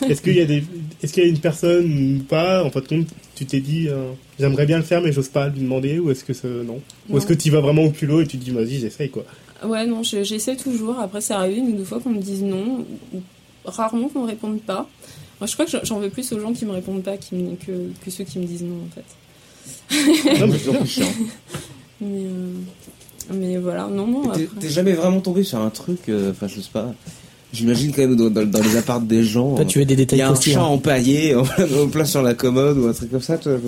S1: Est-ce qu'il y a des, est-ce qu'il y a une personne ou pas En fin de compte, tu t'es dit, euh, j'aimerais bien le faire mais j'ose pas lui demander ou est-ce que ça- non, Ou est-ce
S5: non.
S1: que tu vas vraiment au culot et tu te dis vas-y j'essaye quoi
S5: Ouais, non, je- j'essaie toujours. Après, c'est arrivé une ou deux fois qu'on me dise non, ou- ou rarement qu'on me réponde pas. Moi, je crois que j'en- j'en veux plus aux gens qui me répondent pas qui me- que, que ceux qui me disent non, en fait.
S1: Non, mais
S3: C'est toujours plus chiant.
S5: Mais, euh, mais voilà, non, non,
S3: T'es-
S5: après.
S3: T'es jamais vraiment tombé sur un truc, euh, enfin je sais pas. J'imagine quand même dans, dans- dans les appartes des gens.
S4: Toi, tu veux des
S3: il y
S4: détails hein.
S3: a un
S4: croustillants.
S3: chat
S1: hein.
S3: empaillé en plein, en plein sur la commode ou un truc comme ça. toi,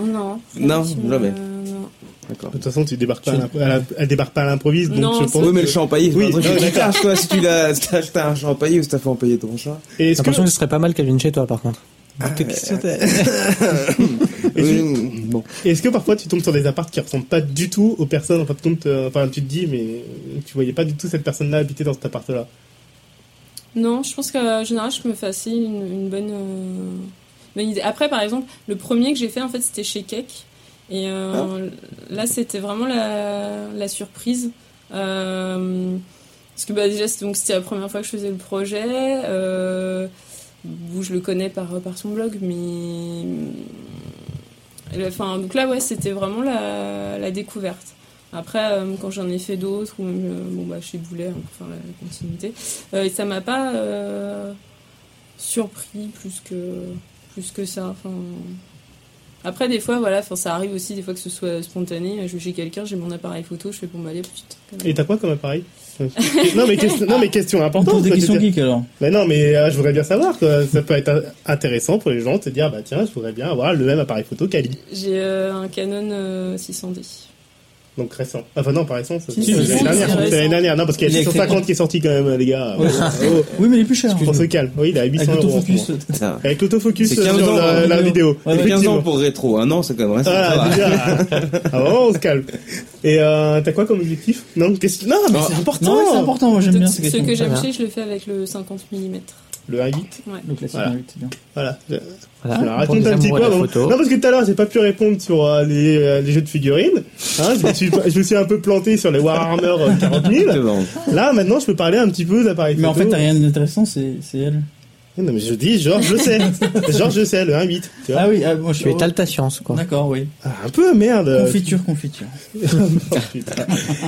S5: Non.
S3: Non,
S5: franchement,
S3: jamais.
S5: euh, non.
S3: D'accord.
S1: De toute façon, tu débarques pas, à l'impro- à la- elle débarque pas à l'improviste, donc
S5: Non,
S1: je
S5: c'est-
S1: pense.
S3: Oui, mais le chat empaillé, c'est
S1: euh, Oui,
S3: pas un
S1: non,
S3: truc que tu caches, toi, si tu l'as, si t'as acheté un chat empaillé ou si t'as fait empailler ton chat.
S1: Et
S4: J'ai
S1: est-ce que- Ah,
S4: l'impression que ce serait pas mal qu'elle vienne chez toi, par contre.
S1: Et
S3: Oui,
S1: tu-
S3: mm, bon.
S1: Et Est-ce que parfois tu tombes sur des appartes qui ressemblent pas du tout aux personnes en fin de compte euh, Enfin, tu te dis, mais euh, tu voyais pas du tout cette personne-là habiter dans cet appart-là.
S5: Non, je pense qu'en général, je me faisais une, une bonne, euh, bonne idée. Après, par exemple, le premier que j'ai fait, en fait, c'était chez Cake. Et euh,
S3: Ah.
S5: là, c'était vraiment la, la surprise. Euh, parce que bah, déjà, c'est- donc, c'était la première fois que je faisais le projet. Euh, où je le connais par, par son blog, mais. Et, Enfin, donc là, ouais, c'était vraiment la, la découverte. Après, euh, quand j'en ai fait d'autres, ou même, euh, bon, bah, chez Boulet, hein, pour faire la la continuité. Euh, et ça m'a pas euh, surpris plus que plus que ça. Enfin, Après, des fois, voilà, enfin, ça arrive aussi, des fois que ce soit spontané. Je vais chez quelqu'un, j'ai mon appareil photo, je fais bon, bah, allez, putain.
S1: Et t'as quoi comme appareil non mais, question- non mais question
S2: On
S1: importante.
S2: pose des
S1: quoi,
S2: questions
S1: je veux dire.
S2: geeks alors.
S1: Mais non mais euh, je voudrais bien savoir quoi. ça peut être euh, intéressant pour les gens de se dire bah tiens je voudrais bien avoir le même appareil photo qu'Ali
S5: J'ai euh, un Canon euh, 600D.
S1: donc récent. Ah, Enfin non pas récent ça,
S5: Si,
S1: c'est
S2: si,
S1: l'année
S2: si,
S5: si,
S1: dernière.
S5: c'est
S1: C'est l'année
S5: récent.
S1: dernière non parce qu'il y a
S2: Il est
S1: 650
S2: écrit-
S1: qui est sorti quand même les gars.
S2: Ouais.
S1: Oh,
S2: Oui, mais il est plus cher.
S1: on se calme. Oui il est à
S2: Avec
S1: 800 euros. en ce moment.
S2: l'autofocus.
S3: Ça.
S1: Avec l'autofocus
S3: C'est
S1: sur
S3: 15 ans,
S1: la,
S2: hein,
S1: la
S2: vidéo.
S1: vidéo.
S2: Ouais, ouais.
S3: 15 ans
S1: Effectivement.
S3: pour rétro, un an c'est quand même récent. ça
S1: Voilà,
S3: va.
S1: déjà, ah, vraiment, on se calme. Et euh, t'as quoi comme objectif Non, qu'est-ce- non, mais c'est important.
S2: Non, ouais, c'est important, moi j'aime
S5: Donc,
S2: bien ces
S5: ce
S2: questions.
S5: que
S4: Très
S5: j'aime
S4: bien.
S5: chez, je le fais avec le 50 mm.
S1: Le 1.8,
S2: Le classique,
S1: Voilà.
S2: oui, c'est bien.
S1: voilà.
S4: Voilà,
S1: Alors,
S4: Ah, pour
S1: raconte
S4: les
S1: un petit peu.
S4: amoureux de la
S1: avant.
S4: photo.
S1: Non, parce que tout à l'heure, j'ai pas pu répondre sur euh, les, euh, les jeux de figurines. Hein, je, me suis, je me suis un peu planté sur les Warhammer euh, 40 000.
S3: Exactement.
S1: Là, maintenant, je peux parler un petit peu d'appareils
S2: Mais en fait,
S1: photo.
S2: t'as rien d'intéressant, c'est c'est elle.
S1: Non, mais je dis, genre, je sais. genre, je sais, le 1.8. Tu vois
S2: Ah oui, ah, moi je
S4: Tu
S2: suis.
S4: étales ta science, quoi.
S2: D'accord, oui.
S1: Ah, un peu, merde.
S2: Confiture, confiture.
S1: Oh, putain.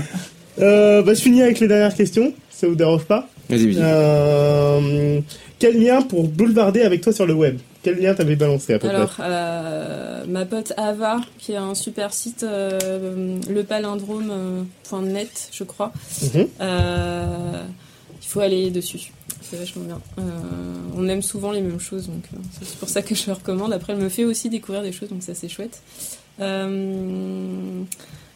S1: euh, bah, je finis avec les dernières questions. Ça vous dérange pas
S3: Vas-y, vas-y.
S1: Euh, quel lien pour boulevarder avec toi sur le web Quel lien t'avais balancé à peu
S5: Alors, euh, ma pote Ava, qui a un super site, euh, lepalindrome.net, je crois.
S1: près Mhm.
S5: Euh, il faut aller dessus. C'est vachement bien. Euh, on aime souvent les mêmes choses, donc euh, c'est pour ça que je le recommande. Après, elle me fait aussi découvrir des choses, donc ça c'est chouette. Euh,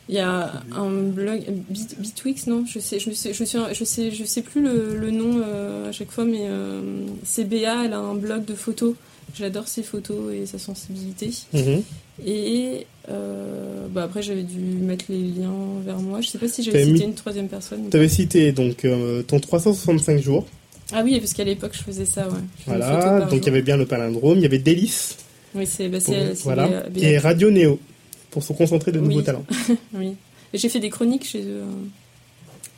S5: Il y a un blog Bit- Bitwix, non Je sais, je sais, je sais, je sais, je sais plus le, le nom euh, à chaque fois, mais euh, CBA, elle a un blog de photos. J'adore ses photos et sa sensibilité.
S1: Mhm.
S5: Et euh, bah après, j'avais dû mettre les liens vers moi. Je sais pas si j'avais
S1: T'avais
S5: cité
S1: mis-
S5: une troisième personne. mais-
S1: T'avais cité donc euh, ton 365 jours.
S5: Ah oui, parce qu'à l'époque, je faisais ça, ouais. Je fais une photo
S1: Voilà.
S5: par
S1: Donc il y
S5: jour.
S1: avait bien le palindrome, il y avait Délice.
S5: Oui, c'est bah,
S1: pour-
S5: c'est- c'est
S1: voilà.
S5: des- des-
S1: Et Radio Néo pour se concentrer de
S5: Oui.
S1: nouveaux talents.
S5: oui. Et j'ai fait des chroniques chez, euh,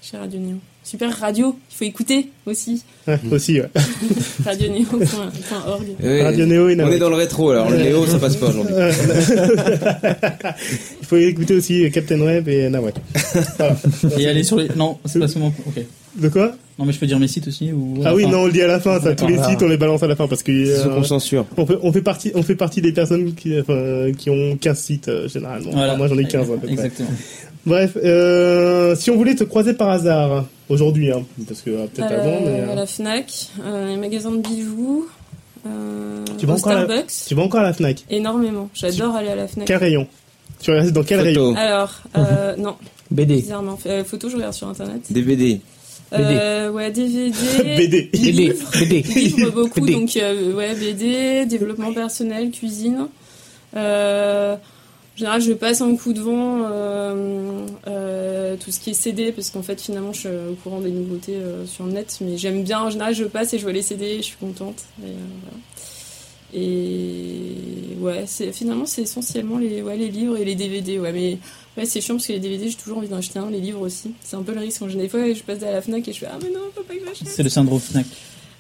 S5: chez Radio Néo. Super radio, il faut écouter aussi.
S1: Ouais, Ah, Aussi. ouais.
S5: Radionéo.org.
S3: Ouais,
S1: Radio Néo et
S3: on
S1: Nano.
S3: est dans le rétro alors, le Léo ça passe pas aujourd'hui.
S1: Il faut écouter aussi Captain Web et Nawak. Voilà.
S2: Et aller sur les. Non, c'est pas ce moment. Ok.
S1: De quoi
S2: Non, mais je peux dire mes sites aussi ou...
S1: Ah oui,
S2: Enfin,
S1: non, on le dit à la fin. Ça, tous les
S4: Voilà.
S1: sites, on les balance à la fin parce que.
S3: C'est ce
S1: euh,
S3: qu'on censure.
S1: On fait, on fait partie, on fait partie des personnes qui, enfin, qui ont 15 sites euh, généralement.
S2: voilà.
S1: Enfin, moi j'en ai 15 à peu près.
S2: Exactement.
S1: Bref, euh, si on voulait te croiser par hasard aujourd'hui, hein, parce que euh, peut-être avant, mais
S5: Euh, à
S1: euh,
S5: la Fnac, euh, les magasins de bijoux, euh,
S1: Tu vas
S5: au
S1: encore à la-
S5: Starbucks,
S1: tu vas encore à la Fnac.
S5: énormément. J'adore aller à la Fnac.
S1: Quel rayon Tu restes dans quel rayon
S3: Photo,
S5: Alors,
S1: Oh.
S5: euh, non,
S4: BD.
S5: bizarrement. Euh, photo, je regarde sur internet.
S3: DVD.
S5: Euh, ouais, DVD.
S1: BD.
S4: BD. BD.
S5: livre beaucoup,
S4: BD.
S5: donc euh, ouais, BD, développement personnel, cuisine. Euh, en général, je passe un coup de vent euh, euh, tout ce qui est CD, parce qu'en fait, finalement, je suis au courant des nouveautés euh, sur le net, mais j'aime bien. En général, je passe et je vois les CD, je suis contente. Et, euh, voilà. Et, ouais, c'est finalement, c'est essentiellement les, ouais, les livres et les DVD. Ouais, mais ouais, c'est chiant parce que les DVD, j'ai toujours envie d'en acheter un, les livres aussi. C'est un peu le risque. Quand je des fois, je passe à la Fnac et je fais ah mais non, faut pas que j'achète.
S2: C'est le syndrome Fnac.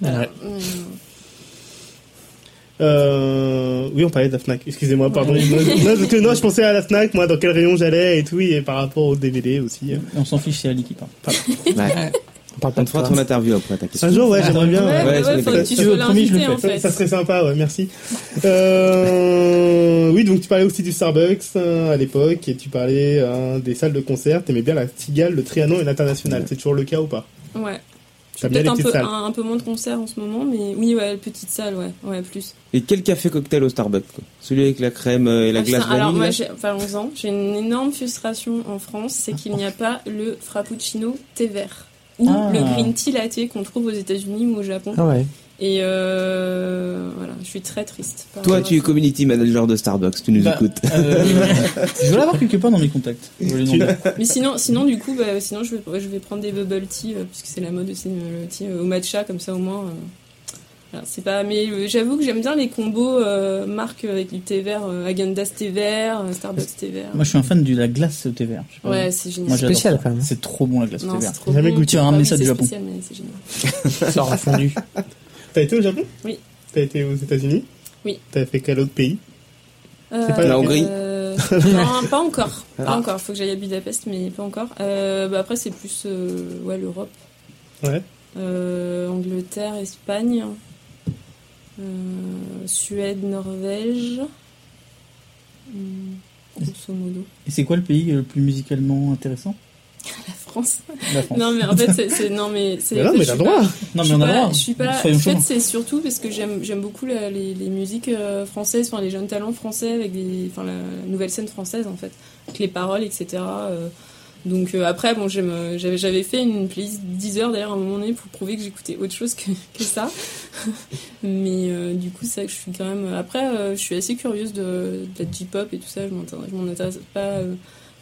S5: Voilà.
S4: Ouais.
S5: Hum.
S1: Euh, oui, on parlait de la Fnac. Excusez-moi, pardon. non, parce que non, je pensais à la Fnac, moi, dans quel rayon j'allais et tout, et par rapport au DVD aussi.
S2: Et On s'en fiche, c'est Ali qui parle.
S3: Ouais.
S4: On parle pas
S3: On
S4: de
S3: te fera
S4: toi.
S3: ton interview après ta question.
S1: Un jour, ouais,
S2: Ah,
S1: j'aimerais bien.
S5: Ouais,
S1: euh,
S5: ouais, ouais,
S3: ça m'étonne.
S5: faudrait que tu
S2: Si tu veux,
S5: sois
S2: promis, je le
S5: l'invité en
S1: Ça,
S5: fait.
S1: ça serait sympa, ouais, merci. Euh, oui, donc tu parlais aussi du Starbucks euh, à l'époque et tu parlais euh, des salles de concert. T'aimais bien la Cigale, le Trianon et l'International. C'est toujours le cas ou pas
S5: Ouais.
S1: T'as bien
S5: Peut-être
S1: les
S5: un
S1: petites
S5: peu,
S1: salles.
S5: un, un peu moins de concerts en ce moment, mais oui, ouais, petite salle, ouais, ouais, plus.
S3: Et quel café cocktail au Starbucks quoi Celui avec la crème euh, et la
S5: Ah, putain,
S3: glace
S5: alors
S3: vanille
S5: moi,
S3: là
S5: j'ai- parlons-en, j'ai une énorme frustration en France, c'est qu'il n'y a pas le frappuccino thé vert ou
S2: Ah.
S5: le green tea latte qu'on trouve aux États-Unis ou au Japon.
S4: Ah ouais.
S5: Et euh, voilà, je suis très triste. par
S3: Toi,
S5: rapport
S3: tu
S5: à
S3: es
S5: ça.
S3: community manager de Starbucks, tu nous
S2: Bah,
S3: écoutes.
S2: euh, je veux l'avoir quelque part dans mes contacts. Je vais lui demander.
S5: Mais sinon, sinon du coup, bah, sinon je vais, je vais prendre des bubble tea euh, puisque c'est la mode aussi euh, le tea euh, au matcha comme ça au moins. euh, voilà, c'est pas. Mais euh, j'avoue que j'aime bien les combos euh, marques avec du thé vert, euh, Häagen-Dazs thé vert, euh, Starbucks thé vert.
S2: Moi, je suis un fan de la glace au thé vert. Je sais pas.
S5: Ouais, c'est génial.
S2: Moi, j'adore
S4: Spécial,
S2: ça.
S4: quand même.
S2: C'est trop bon la glace au
S5: non,
S2: thé
S5: c'est
S2: vert.
S5: trop
S1: Jamais
S5: bon.
S1: goûté.
S2: Tu as ramené
S5: Ah oui,
S2: ça du
S5: c'est
S2: Japon.
S5: spécial, mais c'est génial.
S4: Ça aura fondu.
S1: T'as été au Japon
S5: Oui.
S1: T'as été aux États-Unis
S5: Oui.
S1: T'as fait quel autre pays
S5: Euh,
S1: pas la Ah.
S3: Hongrie
S5: euh, Non, pas encore. Pas encore. Faut que j'aille à Budapest, mais pas encore. Euh, bah, après, c'est plus euh, ouais, l'Europe.
S1: Ouais.
S5: Euh, Angleterre, Espagne, euh, Suède, Norvège, grosso modo.
S2: Et c'est quoi le pays le plus musicalement intéressant
S5: La France.
S2: La France.
S5: Non mais en fait c'est- c'est non mais c'est.
S1: Mais non,
S5: je
S1: mais
S5: suis
S1: t'as le
S5: pas-
S1: droit.
S2: Non,
S5: je
S2: mais
S5: suis
S2: on a le
S5: pas-
S2: droit. hein.
S5: Je suis pas.
S2: Soyons
S5: en fait,
S2: chauvins.
S5: c'est surtout parce que j'aime j'aime beaucoup la- les, les musiques euh, françaises, enfin les jeunes talents français avec des, enfin la, la nouvelle scène française en fait, avec les paroles, etc. euh. donc euh, après, bon, j'aime, euh, j'avais j'avais fait une playlist 10 heures d'ailleurs à un moment donné pour prouver que j'écoutais autre chose que, que ça. Mais euh, du coup, ça, je suis quand même. Après, euh, je suis assez curieuse de, de la J-pop et tout ça. Je m'intéresse- je m'en intéresse pas. euh,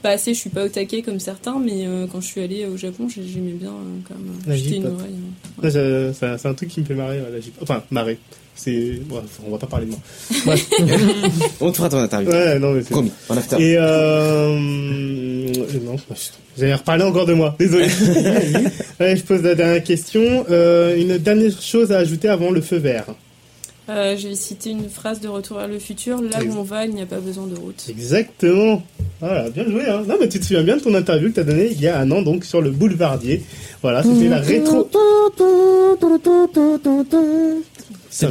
S5: pas assez, je suis pas au taquet comme certains, mais euh, quand je suis allée au Japon, j'ai- j'aimais bien euh, quand même. euh,
S1: La
S5: jeter une
S1: J-pop.
S5: oreille. hein.
S1: Ouais, ça- ça- C'est un truc qui me fait marrer, ouais, la J-pop. Enfin, marrer. C'est. ouais, on va pas parler de moi.
S3: On te fera ton interview.
S1: Ouais, non, mais c'est.
S3: Promis, en after.
S1: Et euh... Non, j'allais reparler encore de moi, désolé. Allez, je pose la dernière question. Euh, une dernière chose à ajouter avant le feu vert.
S5: Euh, je vais citer une phrase de Retour vers le futur. Là où on va, il n'y a pas besoin de route.
S1: Exactement. Voilà, bien joué. Hein. Non, mais tu te souviens bien de ton interview que tu as donnée il y a un an, donc sur le Boulevardier. Voilà, c'était la rétro.
S2: C'est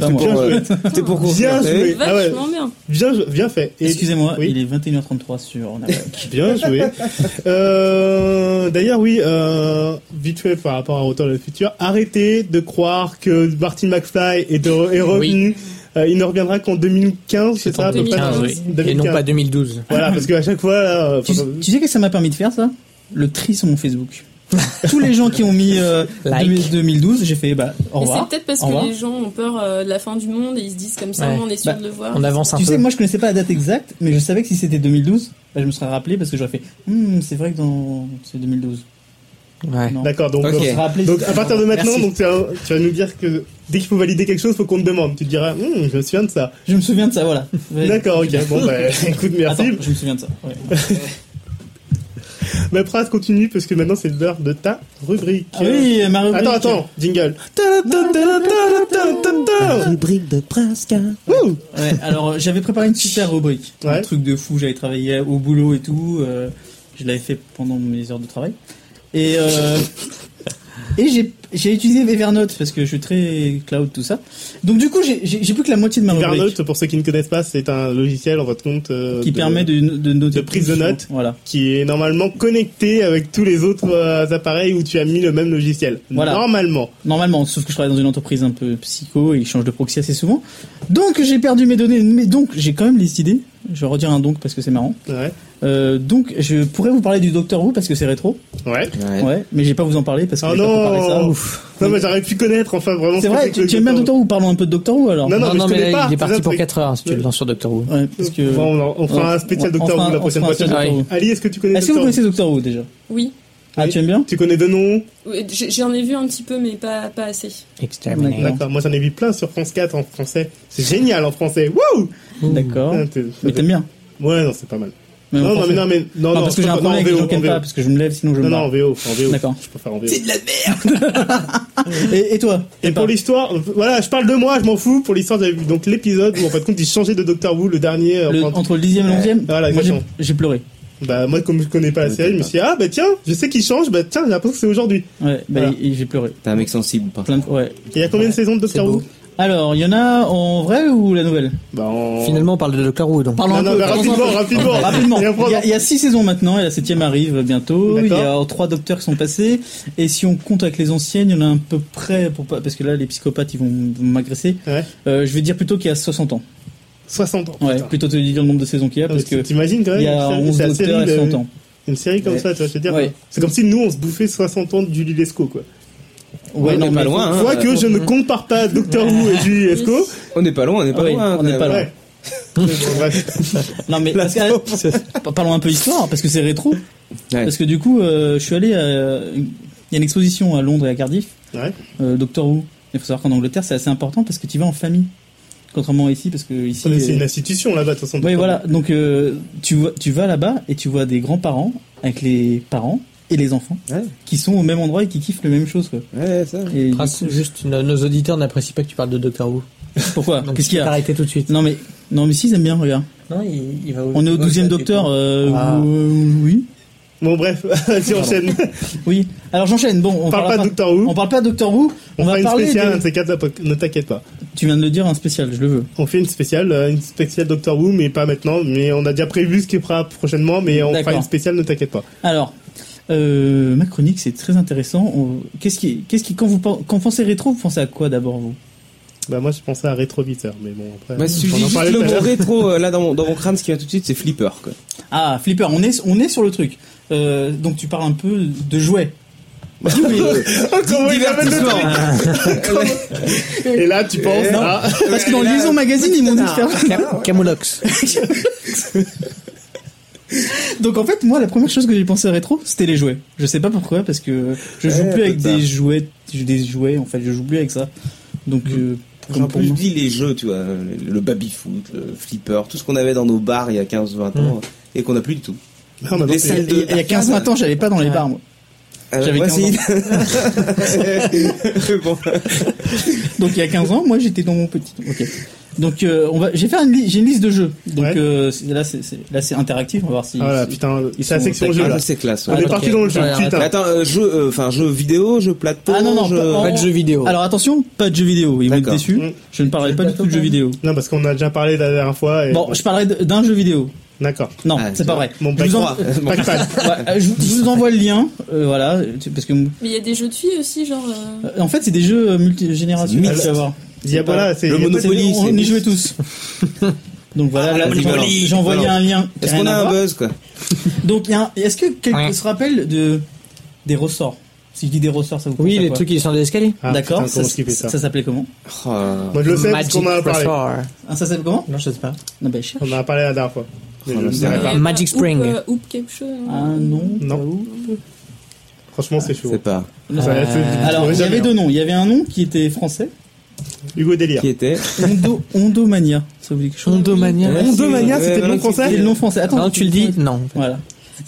S1: Ça
S2: pas
S1: fait
S2: moi.
S1: bien
S3: Ouais.
S1: joué.
S3: C'était pour
S1: Bien
S3: conclure.
S1: joué. Ah ouais.
S5: Vachement bien.
S1: Bien, jou- bien fait. Et-
S2: Excusez-moi,
S1: Oui.
S2: il est 21h33 sur Naval.
S1: Bien joué. Euh, D'ailleurs, oui, euh, vite fait par rapport à Retour vers le futur, arrêtez de croire que Martin McFly est, de, est revenu. Euh, il ne reviendra qu'en 2015, c'est
S4: C'est
S1: ça
S4: en
S1: à peu près hein,
S5: 2015,
S4: oui. Et non pas 2012.
S1: Voilà, parce qu'à chaque fois, là, euh,
S2: tu, tu sais que ça m'a permis de faire ça Le tri sur mon Facebook. Tous les gens qui ont mis euh,
S4: Like.
S2: 2000- 2012, j'ai fait bah, au
S5: Et c'est
S2: revoir.
S5: peut-être parce
S2: Au
S5: que
S2: revoir.
S5: les gens ont peur euh, de la fin du monde et ils se disent comme ça,
S4: Ouais.
S5: on est sûr
S2: Bah,
S5: de le voir.
S4: On avance un
S2: Tu
S4: peu.
S2: sais, moi je connaissais pas la date exacte, mais je savais que si c'était 2012, bah, je me serais rappelé parce que j'aurais fait Hum, c'est vrai que dans... c'est 2012.
S4: Ouais.
S2: Non.
S1: D'accord, donc, euh,
S2: Je me
S3: Ok.
S2: serais rappelé.
S1: donc à partir de maintenant,
S2: Merci.
S1: donc, tu, vas, tu vas nous dire que dès qu'il faut valider quelque chose, faut qu'on te demande. Tu te diras, Hum, je me souviens de ça.
S2: Je me souviens de ça, voilà. Ouais.
S1: D'accord, ok, bon, bah, écoute, merci.
S2: Attends, je me souviens de ça. ouais.
S1: Ma phrase continue parce que maintenant c'est l'heure de ta rubrique.
S2: Ah oui, ma rubrique.
S1: Attends, attends, jingle.
S3: Rubrique de Prasca.
S1: Wouh
S2: Ouais, alors euh, j'avais préparé une super rubrique,
S1: Ouais.
S2: un truc de fou. J'avais travaillé au boulot et tout. euh, je l'avais fait pendant mes heures de travail. Et euh, et j'ai j'ai utilisé Evernote parce que je suis très cloud tout ça. Donc du coup j'ai- j'ai j'ai plus que la moitié de ma rubrique
S1: Evernote, pour ceux qui ne connaissent pas, c'est un logiciel en votre compte euh,
S2: qui
S1: de-
S2: permet de, de noter
S1: de prise de
S2: tout.
S1: notes.
S2: Voilà.
S1: qui est normalement connecté avec tous les autres euh, appareils où tu as mis le même logiciel.
S2: Voilà.
S1: Normalement.
S2: Normalement, sauf que je travaille dans une entreprise un peu psycho et ils changent de proxy assez souvent. Donc j'ai perdu mes données, mais donc j'ai quand même les idées. Je vais redire un donc parce que c'est marrant.
S1: Ouais.
S2: Euh, donc je pourrais vous parler du Docteur Who parce que c'est rétro.
S1: Ouais.
S3: Ouais.
S2: Ouais, mais j'ai pas vous en parler parce que
S1: Oh
S2: j'ai pas
S1: non.
S2: préparé ça.
S1: Non mais j'aurais pu connaître enfin vraiment.
S2: C'est
S1: ce que
S2: vrai,
S1: que
S2: tu,
S1: le
S2: tu aimes bien Doctor Who Parlons un peu de Doctor Who alors.
S1: Non, non,
S4: Non,
S1: mais
S4: non,
S1: je connais
S4: mais là,
S1: pas,
S4: il est
S1: c'est
S4: parti
S1: ça,
S4: pour
S1: c'est-
S4: 4 heures si tu le lances sur Doctor Who.
S2: Ouais, parce que.
S1: Bon, on, on fera
S2: on-
S1: un spécial
S2: on
S1: Docteur
S2: fera
S1: Who
S2: un-
S1: la
S2: on
S1: prochaine
S2: fera
S1: fois.
S2: un spécial
S4: Ouais.
S2: Doctor Who.
S1: Ali, est-ce que tu connais
S2: Est-ce que vous
S1: Docteur Who
S2: connaissez Doctor Who déjà
S5: Oui,
S2: Ah,
S1: Oui.
S2: tu aimes bien
S1: Tu connais deux noms
S5: Oui, j- j'en ai vu un petit peu, mais pas, pas assez.
S4: Exterminator.
S1: D'accord, moi j'en ai vu plein sur France 4 en français. C'est génial en français. Wouh
S2: D'accord.
S1: Ah, t'es-
S2: Hein Mais t'aimes bien
S1: Ouais, non, c'est pas mal.
S2: Mais
S1: non,
S2: en
S1: non,
S2: français.
S1: mais non, mais non,
S2: Non,
S1: non,
S2: parce que j'ai un
S1: non,
S2: problème avec les gens qui
S1: en
S2: aiment
S1: VO,
S2: pas, parce que je me lève sinon je
S1: Non,
S2: me
S1: non, en
S2: barre.
S1: VO, en VO.
S2: D'accord.
S1: Je préfère en VO.
S2: Et, et toi
S1: Et
S2: T'aimes
S1: pour
S2: pas
S1: l'histoire, euh, voilà, je parle de moi, je m'en fous. Pour l'histoire, j'avais vu donc l'épisode où en fait, compte, ils changeaient de Doctor Who, le dernier. euh,
S2: Le-
S1: enfin,
S2: Entre le 10 et le 11 e
S1: Voilà,
S2: moi j'ai-
S1: exactement.
S2: j'ai pleuré.
S1: Bah, moi, comme je connais pas la
S3: Je
S1: série, je me
S3: connais
S1: suis dit, ah, bah tiens, je sais qu'il change, bah tiens, j'ai l'impression que c'est aujourd'hui.
S2: Ouais, bah,
S1: Voilà.
S2: et- et j'ai pleuré.
S3: T'es un mec sensible ou pas
S2: Plein de... ouais.
S1: Et il y a combien de saisons de Doctor Who
S2: Alors, il y en a en vrai ou la nouvelle
S1: Bah, en.
S4: Finalement, on parle de Doctor Who donc.
S2: Parlons
S1: Non,
S2: un
S1: non,
S2: peu.
S1: bah,
S2: parlons un peu. Ah,
S1: rapidement, rapidement.
S2: Rapidement,
S1: Et après,
S2: il y, a, il y a six saisons maintenant et la septième arrive bientôt. Il y a trois docteurs qui sont passés et si on compte avec les anciennes, il y en a à peu près pour pas parce que là les psychopathes ils vont vont m'agresser.
S1: Ouais.
S2: Euh, je vais dire plutôt qu'il y a 60 ans.
S1: 60 ans.
S2: Ouais,
S1: putain.
S2: plutôt te dire le nombre de saisons qu'il y a
S1: Ah,
S2: parce
S1: mais
S2: que
S1: T'imagines quand
S2: il
S1: même,
S2: y a
S1: une
S2: 11
S1: série,
S2: docteurs
S1: la
S2: et
S1: série,
S2: 60
S1: le-
S2: ans.
S1: une série comme
S2: Ouais.
S1: ça, tu vois, je veux dire.
S2: Ouais.
S1: C'est comme si nous, on se bouffait 60 ans de Julie Lescaut, quoi.
S3: Ouais, on est pas
S2: mais-
S3: loin. hein.
S1: Quoi que je ne compare pas Doctor Who et Julie Lescaut.
S3: On n'est pas loin, on n'est pas
S2: Oui,
S3: loin.
S2: on n'est pas loin.
S1: Ouais. Bref.
S2: Non mais parce que- pa- parlons un peu histoire parce que c'est rétro.
S3: Ouais.
S2: Parce que du coup, euh, je suis allé à une- il y a une exposition à Londres et à Cardiff
S1: Ouais.
S2: euh, Doctor Who. Il faut savoir qu'en Angleterre, c'est assez important parce que tu y vas en famille. Contrairement à ici, parce que ici.
S1: Mais C'est
S2: euh,
S1: une institution là-bas, de toute façon.
S2: Oui,
S1: Doctor
S2: voilà. Donc, euh, tu, vois, tu vas là-bas et tu vois des grands-parents avec les parents et les enfants
S3: Ouais,
S2: qui sont au même endroit et qui kiffent la même chose. Quoi.
S3: ouais, ça. Bah,
S2: Et du
S4: Prince,
S2: coup,
S4: juste, nos nos auditeurs n'apprécient pas que tu parles de Doctor Who.
S2: pourquoi
S4: Donc,
S2: Qu'est-ce qu'il y a
S4: Arrêtez tout de suite.
S2: non mais, non, mais si, ils aiment bien, regarde.
S4: Non, il, il va
S2: On est au 12 e docteur. euh,
S4: Ah.
S2: euh, oui.
S1: Bon, bref, vas-y, enchaîne.
S2: Oui. Alors, j'enchaîne. Bon, on
S1: On parle
S2: parle
S1: pas de Doctor Who.
S2: On parle pas de Doctor Who.
S1: On,
S2: va
S1: fera une
S2: parler.
S1: spéciale, un
S2: de-
S1: de ces quatre, ne t'inquiète pas.
S2: Tu viens de le dire, un spécial, je le veux.
S1: On fait une spéciale, euh, une spéciale Doctor Who, mais pas maintenant. Mais on a déjà prévu ce qui fera prochainement, mais on fera
S2: D'accord.
S1: une spéciale, ne t'inquiète pas.
S2: Alors, euh, ma chronique, c'est très intéressant. On- Qu'est-ce qui, qu'est-ce qui, quand vous pen- quand vous pensez rétro, vous pensez à quoi d'abord vous
S1: Bah moi je pensais à rétroviseur, mais bon après.
S3: Bah, si je
S1: on
S3: dis
S1: en
S3: juste
S1: parlait
S3: le
S1: tout à
S3: mot
S1: l'heure.
S3: rétro, euh, là, dans mon, dans mon crâne, ce qui vient tout de suite, c'est flipper, quoi.
S2: Ah, Flipper, on est, on est sur le truc. Euh, donc tu parles un peu de jouets.
S1: Comment il amène le
S3: Divertissement.
S1: truc Et là tu penses
S2: Non.
S1: à Ah,
S2: Parce que dans Lison Magazine, ils m'ont dit de faire.
S4: Cam- Camoulox.
S2: Donc en fait, moi, la première chose que j'ai pensé à rétro, c'était les jouets. Je sais pas pourquoi, parce que je joue
S3: Ouais,
S2: plus avec
S3: peut-être
S2: des
S3: ça.
S2: jouets, des jouets. En fait, je joue plus avec ça. Donc euh,
S3: J'ai un
S2: comme
S3: peu
S2: pour moi.
S3: oublié les jeux, tu vois, le, le baby-foot, le flipper, tout ce qu'on avait dans nos bars il y a 15-20 ans, et qu'on n'a plus du tout.
S1: Non, maintenant,
S3: Les
S1: c'est-
S3: salles
S2: Il y a- il y a 15 20 ans, j'allais pas dans les bars. Moi. J'avais 15 ans.
S3: bon.
S2: Donc il y a 15 ans, moi j'étais dans mon petit. Ok. Donc euh, on va, j'ai fait une, li- j'ai une liste de jeux. Donc
S1: Ouais.
S2: euh, c'est- là c'est c'est- là c'est interactif, on va voir si.
S1: Ah, voilà,
S2: si-
S1: putain,
S2: ils
S1: c'est la
S2: sont
S1: section
S2: taqués.
S1: jeu
S3: Ah,
S1: là.
S3: ça, c'est classe. ouais.
S1: On est
S4: ok.
S1: parti dans le jeu,
S4: Ouais,
S1: putain.
S3: Mais attends, euh, jeu, euh, enfin jeu vidéo, jeu plateau,
S2: Ah, non, non,
S3: jeu...
S2: pas-
S4: Pas de jeux
S1: oh.
S4: vidéo.
S2: Alors attention, pas de jeux vidéo. Ils vont être
S3: D'accord.
S2: déçus.
S1: Mm.
S2: Je ne parlerai pas du tout de jeux vidéo.
S1: Non, parce qu'on a déjà parlé la dernière fois. Et...
S2: Bon, je parlerai de- d'un jeu vidéo.
S1: D'accord.
S2: Non,
S3: Eh. Ah,
S2: c'est pas vrai.
S1: Mon
S2: je,
S1: bac
S2: vous en-
S1: 3. Bac pass.
S2: Ouais, euh, je- je vous envoie le lien. euh, voilà, tu- parce que
S5: Mais il y a des jeux de filles aussi, genre. euh,
S2: euh, en fait c'est des jeux euh, multigénérationnels.
S3: Mixte.
S2: tu vas voir.
S1: Diabola, c'est.
S3: Le
S2: C'est-
S3: Monopoly,
S2: on
S3: c'est
S2: y
S3: mixte.
S2: jouait tous. Donc voilà,
S3: Ah,
S2: là,
S3: Monopoly,
S2: voilà, j'ai envoyé
S3: voilà.
S2: un lien. qui a
S3: Est-ce
S2: rien
S3: qu'on a
S2: à
S3: un
S2: voir.
S3: buzz, quoi
S2: Donc, il y a un- est-ce que quelqu'un
S4: Ouais.
S2: se rappelle de des ressorts Si je dis des ressorts, ça vous
S4: Oui,
S2: pense à
S4: les
S2: quoi
S4: trucs qui descendent de l'escalier.
S1: Ah,
S2: D'accord.
S1: putain,
S2: Ça,
S1: comment skipper ça
S2: ça s'appelait comment
S3: Oh, là
S1: Moi je le sais parce
S4: Magic
S1: qu'on en a parlé.
S4: Resort.
S2: Ah, Ça s'appelait comment
S4: Non, je sais pas.
S2: Non, bah, je cherche.
S1: On en a parlé la dernière fois. Mais je
S3: Oh,
S1: me
S3: la
S1: souviens
S5: il y
S1: pas.
S5: a
S4: Magic
S5: pas
S4: Spring.
S5: Hoop, euh, Hoop quelque chose. hein.
S2: Ah non.
S1: Non. Franchement, c'est
S3: je sais
S1: chaud.
S3: pas.
S1: Ça- c'est- vous
S2: Ah, Alors,
S1: trouverez
S2: il y
S1: jamais,
S2: avait
S1: hein.
S2: deux noms. Il y avait un nom qui était français.
S1: Hugo Délire.
S3: Qui était
S2: Ondo, Ondomania. Ça vous dit quelque chose
S4: Ondomania.
S3: Ouais,
S1: Mondomania,
S3: c'est-
S1: c'était
S3: ouais,
S1: le nom
S3: voilà,
S1: français
S2: C'est le nom français. Attends.
S4: Quand tu le dis, non.
S2: Voilà.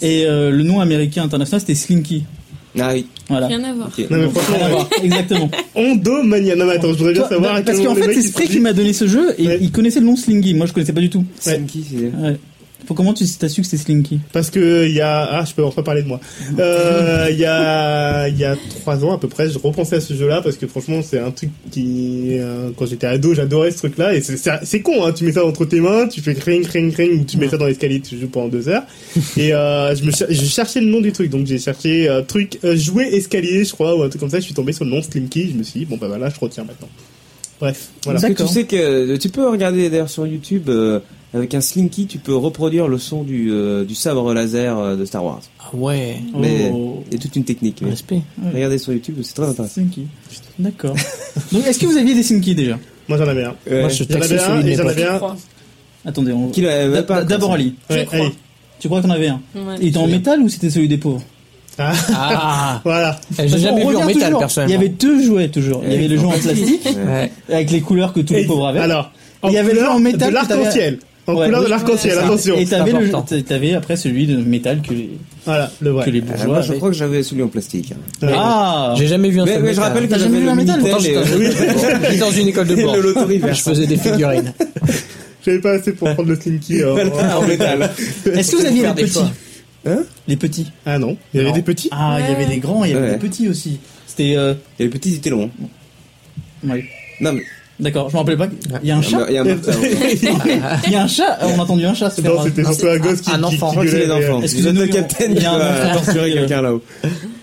S2: Et euh, le nom américain international, c'était Slinky.
S3: Ah oui,
S2: Voilà.
S5: Rien à voir.
S3: ok.
S1: Non, mais
S2: Rien à
S1: franchement,
S2: voir. Exactement.
S1: Ondomania. Non, mais attends, je voudrais bien
S2: Toi,
S1: savoir. à
S2: parce
S1: quel
S2: qu'en
S1: moment
S2: fait,
S1: les
S2: c'est
S1: mecs, ils
S2: Spray
S1: se
S2: qui
S1: sont
S2: m'a donné ce jeu et
S1: Ouais.
S2: il connaissait le nom Slinky. Moi, je connaissais pas du tout.
S1: Ouais.
S3: Qui, c'est-
S2: Ouais. Faut- Comment tu t'as su que c'était Slinky
S1: dit- Parce que il y a. Ah, je peux enfin parler de moi. Euh, Il y a. Il y a trois ans à peu près, je repensais à ce jeu-là parce que franchement, c'est un truc qui. euh, Quand j'étais ado, j'adorais ce truc-là. Et c'est- c'est c'est con, hein. Tu mets ça entre tes mains, tu fais ring, ring, ring, ou tu mets ça dans l'escalier, tu joues pendant deux heures. Et euh, je, me cher- je cherchais le nom du truc, donc j'ai cherché euh, truc euh, jouer escalier, je crois, ou un truc comme ça. Je suis tombé sur le nom Slinky. Je me suis dit, bon, bah voilà, je retiens maintenant. Bref, voilà.
S2: D'accord.
S3: Parce que tu sais que tu peux regarder d'ailleurs sur YouTube euh, avec un slinky, tu peux reproduire le son du, euh, du sabre laser euh, de Star Wars.
S4: Ah ouais.
S3: Mais
S2: Oh.
S3: il y a toute une technique. mais
S4: Respect.
S3: Regardez sur YouTube, c'est très intéressant.
S2: Slinky. D'accord. Donc, est-ce que vous aviez des Slinky déjà
S1: Moi, j'en avais un.
S4: Moi, je
S1: J'en
S4: taxe
S1: avais un,
S4: celui de
S1: et
S4: mes
S1: j'en
S4: potes.
S1: avais un.
S5: Croix.
S2: Attendez, on...
S3: Qu'il avait
S2: D'a-
S3: pas
S2: d'a-
S3: encore,
S2: D'abord
S3: ça.
S2: Ali.
S5: Je
S1: Ouais,
S5: crois.
S1: allez.
S2: Tu crois qu'on avait un
S5: Ouais.
S2: Il était en métal ou c'était celui des pauvres
S1: Ah,
S4: Ah
S1: voilà.
S4: J'ai
S2: Parce
S4: jamais
S2: qu'on
S4: vu en métal,
S2: revient toujours. Il y
S4: personnellement.
S2: avait deux jouets toujours. Il y avait le jeu en plastique
S4: Ouais.
S2: avec les couleurs que tous les
S1: Et-
S2: pauvres avaient.
S1: Alors, en
S2: Il y avait le
S1: couleur
S2: en métal
S1: de
S2: que t'avais-
S1: l'arc-en-ciel. En
S2: Ouais,
S1: couleur
S2: oui,
S1: de l'arc-en-ciel,
S4: ouais,
S1: attention.
S2: Ah, Et t'avais, le,
S4: important.
S2: t'a- t'avais après celui de métal que les,
S1: Voilà, le
S2: que
S1: vrai. Euh,
S2: les
S3: Ah,
S2: bourgeois
S3: moi, je
S2: avaient.
S3: crois que j'avais celui en plastique. hein.
S1: Ouais.
S2: Ah
S4: J'ai jamais vu un
S3: Mais,
S4: seul
S3: mais je
S4: métal.
S3: rappelle que
S2: T'as
S3: j'avais
S2: jamais vu un
S3: le
S2: métal,
S3: Minitel
S2: toi,
S3: et-
S4: Attends, j'étais- j'étais dans une école de
S3: et
S4: bois.
S3: le loto
S4: Je
S3: reverse.
S4: faisais des figurines.
S1: J'avais pas assez pour prendre le Slinky. euh, en-
S3: en métal.
S2: Est-ce que vous aviez
S4: Faire
S2: les
S4: des
S2: petits
S4: choix.
S3: Hein
S2: Les petits.
S1: Ah non, il y avait
S2: Non.
S1: des petits.
S2: Ah, il y avait
S5: Ouais.
S2: des grands, il y avait
S3: Ouais.
S2: des petits aussi. C'était. euh,
S3: Et le petit, il était long.
S2: ouais.
S3: Non, mais
S2: D'accord, je me rappelais pas. Il y a un chat.
S3: il y a un marteau.
S2: Il y a un chat. On a entendu un chat se faire.
S1: Non, c'était surtout un gosse qui
S4: un
S1: qui-
S4: enfant.
S1: qui
S3: Retirer
S1: gueulait,
S3: les
S1: mais, euh,
S3: enfants. Vous êtes
S2: Excusez-nous,
S3: le capitaine
S2: il y a
S3: qui
S2: un
S3: va
S2: enfant.
S3: torturer quelqu'un là-haut.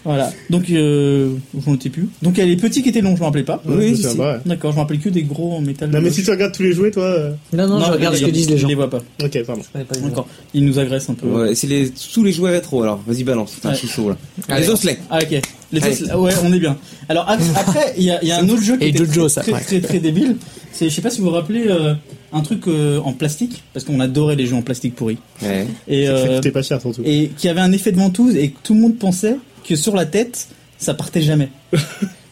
S2: Voilà. Donc, euh, je m'en étais plus. Donc, il y a les petits qui étaient longs, je m'en rappelais pas.
S1: ouais,
S3: Oui,
S1: c'est
S3: si,
S1: ça,
S3: si.
S1: bah ouais.
S2: D'accord, je me rappelle que des gros en métal.
S1: Non, mais si tu regardes tous les jouets, toi. euh,
S4: Non, non, je regarde
S2: je-
S4: ce que disent les
S2: Je
S4: gens.
S2: les vois pas.
S1: Ok, pardon.
S2: Encore. Ils nous agressent un peu.
S3: Ouais, c'est les, tous les jouets rétro alors. Vas-y, balance. T'as un
S2: Ouais.
S3: chouchou là.
S4: Allez.
S3: les osselets.
S2: Ah, ok. Les
S3: Allez.
S2: Tesla- ouais, on est bien. Alors, ap- après, il y a, il y a un autre jeu qui
S4: Et
S2: était
S4: Jojo,
S2: très,
S4: ça,
S2: très,
S4: ouais.
S2: très, très débile. C'est, je sais pas si vous vous rappelez, euh, un truc euh, en plastique, parce qu'on adorait les jeux en plastique pourri.
S3: Ouais.
S2: Et,
S1: Ça
S2: euh,
S1: coûtait pas cher, surtout.
S2: et qui avait un effet de ventouse et que tout le monde pensait que sur la tête, ça partait jamais.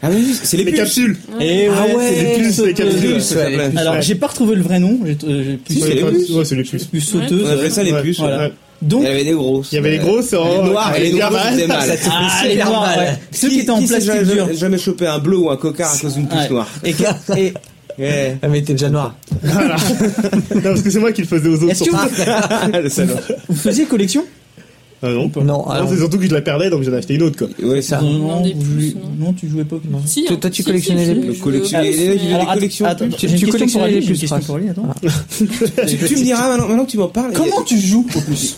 S3: Ah oui, c'est les
S1: Les
S3: pulses.
S1: capsules
S2: Et
S4: Ah ouais,
S2: c'est des
S1: les puces,
S2: pulses
S1: les
S3: Les
S1: capsules.
S2: sauteuses.
S3: pulses, ça
S4: Ouais, les
S3: s'appelait.
S2: Alors,
S1: ouais.
S2: j'ai pas retrouvé le vrai nom. J'ai, euh, j'ai plus
S3: Si,
S1: Ouais,
S3: c'est les
S1: pas-
S3: puces.
S1: Ouais, c'est les puces.
S2: plus
S3: On appelait
S2: sauteuse.
S3: ça les
S1: Ouais.
S3: puces.
S2: Voilà.
S1: Ouais.
S3: Il
S2: euh, Donc,
S3: y avait des grosses.
S1: Il y avait les grosses
S3: Les
S1: en.
S3: noirs et les
S1: en-
S3: noirs, c'était mal.
S2: ah,
S4: fait
S2: les
S4: super
S2: noirs,
S4: mal.
S2: ouais. ceux qui,
S3: Qui-
S2: étaient en
S3: qui s'est
S2: plastique
S3: jamais-
S2: dur.
S3: jamais chopé un bleu ou un cocard à cause d'une puce
S2: Ouais.
S3: noire.
S2: Et que- et-
S3: Ouais.
S4: Ah, mais t'es déjà noir.
S1: Non, parce que c'est moi qui le faisais aux autres.
S2: est-ce que
S1: surtout.
S2: vous,
S3: Le salaud.
S2: vous faisiez collection
S1: Ah non, pas.
S4: Non, alors-
S1: c'est surtout que je la perdais, donc j'en ai acheté une autre, quoi.
S3: Ouais, ça.
S2: Ah, Non,
S5: Non, des
S2: vous
S5: plus,
S2: jouez-
S5: non.
S2: non, tu jouais pas. Non.
S5: Si,
S4: Toi- toi, tu collectionnais les
S5: je-
S3: Le
S5: je-
S3: collection-
S5: je-
S3: les- les-
S5: Alors,
S2: att-
S3: collections
S2: attends,
S3: pubs,
S2: j'ai
S4: tu
S2: une question
S4: collectionnes
S2: pour Aline,
S4: les
S2: j'ai
S4: plus,
S2: une question
S4: Franck.
S2: pour Aline, attends.
S3: Tu, tu me diras maintenant, maintenant que tu m'en parles.
S2: Comment tu joues au puce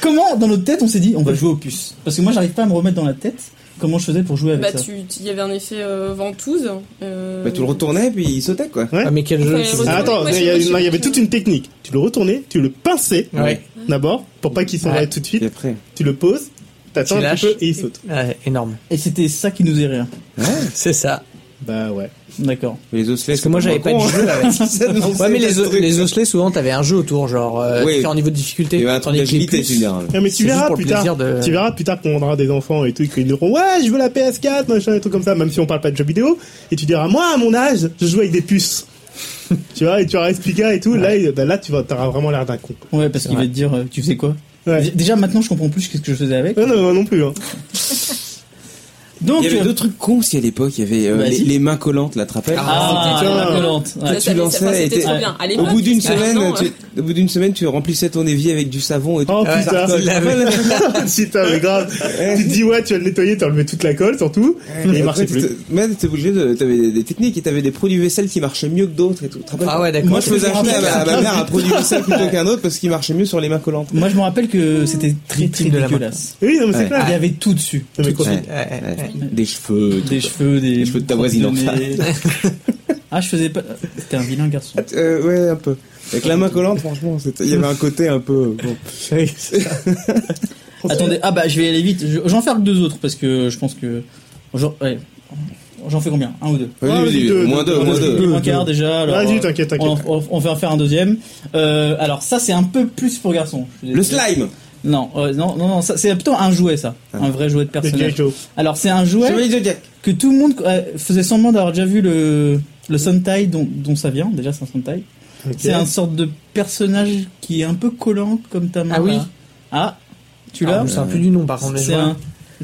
S2: Comment dans notre tête on s'est dit on va jouer au puce Parce que moi j'arrive pas à me remettre dans la tête comment je faisais pour jouer avec
S5: Bah,
S2: ça.
S5: tu, tu- il y avait un effet euh, ventouse. euh,
S3: Bah, tu le retournais puis il sautait quoi.
S1: Ouais.
S4: Ah, mais quel jeu
S5: Ouais,
S4: tu
S5: ouais.
S4: veux
S1: Ah, attends,
S5: Ouais,
S1: il
S5: c'est
S1: y, a
S5: vrai,
S1: une-
S5: c'est
S1: non, il y
S5: vrai
S1: avait
S5: que-
S1: toute une technique. Tu le retournais, tu le pinçais
S4: Ouais.
S1: d'abord pour pas qu'il s'en
S4: Ouais.
S1: aille tout de
S3: Et
S1: suite.
S3: après.
S1: Tu le poses, t'attends
S4: Tu
S1: un petit
S4: lâches.
S1: peu et il saute.
S4: Ouais, énorme.
S2: Et c'était ça qui nous est rire.
S4: C'est ça.
S1: Bah ouais.
S2: D'accord.
S3: Mais les osselets.
S4: Parce que moi, j'avais pas de
S3: hein.
S4: jeu avec.
S2: Ah,
S4: Ouais, mais les, les osselets, souvent, t'avais un jeu autour, genre, euh,
S3: Oui.
S4: différents niveaux de difficulté.
S3: Et bah, attends,
S4: tandis
S3: la
S4: que les
S3: limite est
S4: plus-
S3: vulnérable.
S1: Eh, mais tu
S4: C'est juste
S1: verras
S4: pour le
S1: plus tard.
S4: plaisir de-
S1: Tu verras plus tard qu'on aura des enfants et tout, et qu'ils diront Ouais, je veux la PS4, machin, des trucs comme ça, même si on parle pas de jeux vidéo. Et tu diras Moi, à mon âge, je joue avec des puces. tu vois, et tu auras expliqué et tout. Là, il- bah, là, tu vas, t'auras vraiment l'air d'un con.
S2: Ouais parce qu'il
S4: Ouais.
S2: va te dire euh, tu faisais quoi
S1: Ouais.
S2: Dé- Déjà maintenant je comprends plus ce que je faisais avec.
S1: Ouais, non, non, non plus. Hein.
S2: Donc
S3: Il y avait
S2: euh,
S3: deux trucs cons aussi à l'époque. Il y avait euh,
S2: Vas-y.
S3: les, les mains collantes, la trappelle.
S2: ah,
S1: c'était
S2: la
S1: dur.
S2: violente. Ouais.
S5: ça, ça-
S3: tu lançais
S5: enfin,
S3: et
S5: c'était
S3: t'es-
S5: trop bien. À
S3: Au
S5: l'époque,
S3: bout d'une
S5: parce que
S3: semaine,
S5: maintenant, euh,
S3: tu, au bout d'une semaine, tu remplissais ton évier avec du savon et tout. Ah,
S1: Oh
S4: Ouais,
S1: putain,
S4: tu l'avais.
S1: putain, mais grave. tu te dis ouais, tu vas le nettoyer, t'as enlevé toute la colle surtout, et il marchait plus.
S3: Mais t'étais obligé de, t'avais des, des techniques et t'avais des produits vaisselle qui marchaient mieux que d'autres et tout. Tu te rappelles
S4: Ah ouais, d'accord.
S3: Moi, je faisais acheter à ma, à ma
S1: Ah,
S3: mère un produit vaisselle plutôt qu'un autre parce qu'il marchait mieux sur les mains collantes.
S2: Moi je me rappelle que c'était très très
S4: Victime de la
S2: dégueulasse.
S1: Oui, non mais c'est
S2: Il
S3: Ouais.
S2: y
S1: clair.
S2: avait tout dessus.
S1: Non, mais quoi.
S3: Ouais,
S4: Ouais, ouais,
S3: ouais. Des cheveux. tout
S2: Des
S3: ça.
S2: cheveux, des
S3: Les cheveux de ta voisine,
S2: des-
S3: enfin.
S2: Ah je faisais pas. C'était un vilain garçon.
S3: Euh, ouais, un peu. Avec la main collante, franchement, c'était- il y avait un côté un peu. euh, bon.
S2: Attendez, ah bah je vais aller vite. Je- J'en faire deux autres parce que je pense que. Genre, ouais. J'en fais combien Un ou deux
S1: Ouais,
S3: Vas-y,
S1: vas-y,
S3: vas-y,
S1: deux,
S3: Moins
S1: deux,
S3: deux,
S1: deux,
S3: moins
S1: deux.
S3: deux.
S2: Il est moins quart
S4: Ah,
S2: déjà. alors,
S1: Vas-y,
S2: euh,
S1: t'inquiète, t'inquiète.
S2: On, on- on va en faire un deuxième. Euh, alors ça c'est un peu plus pour garçons. Je suis
S3: Le
S2: désolé.
S3: slime Ah.
S2: Non, euh, non, non, non, ça, c'est plutôt un jouet ça, un vrai jouet de
S1: Les
S2: personnage.
S1: Geico.
S2: Alors c'est un jouet
S3: Chevalier Zodiac.
S2: que tout le monde euh, faisait semblant d'avoir déjà vu le le Sentai dont, dont ça vient. Déjà c'est un Sentai.
S1: Ok.
S2: C'est un sorte de personnage qui est un peu collant comme ta main.
S4: Ah oui.
S2: là. Ah, tu l'as
S4: Ah, je me souviens plus du nom, par contre, mais je
S2: C'est
S4: vois
S2: un.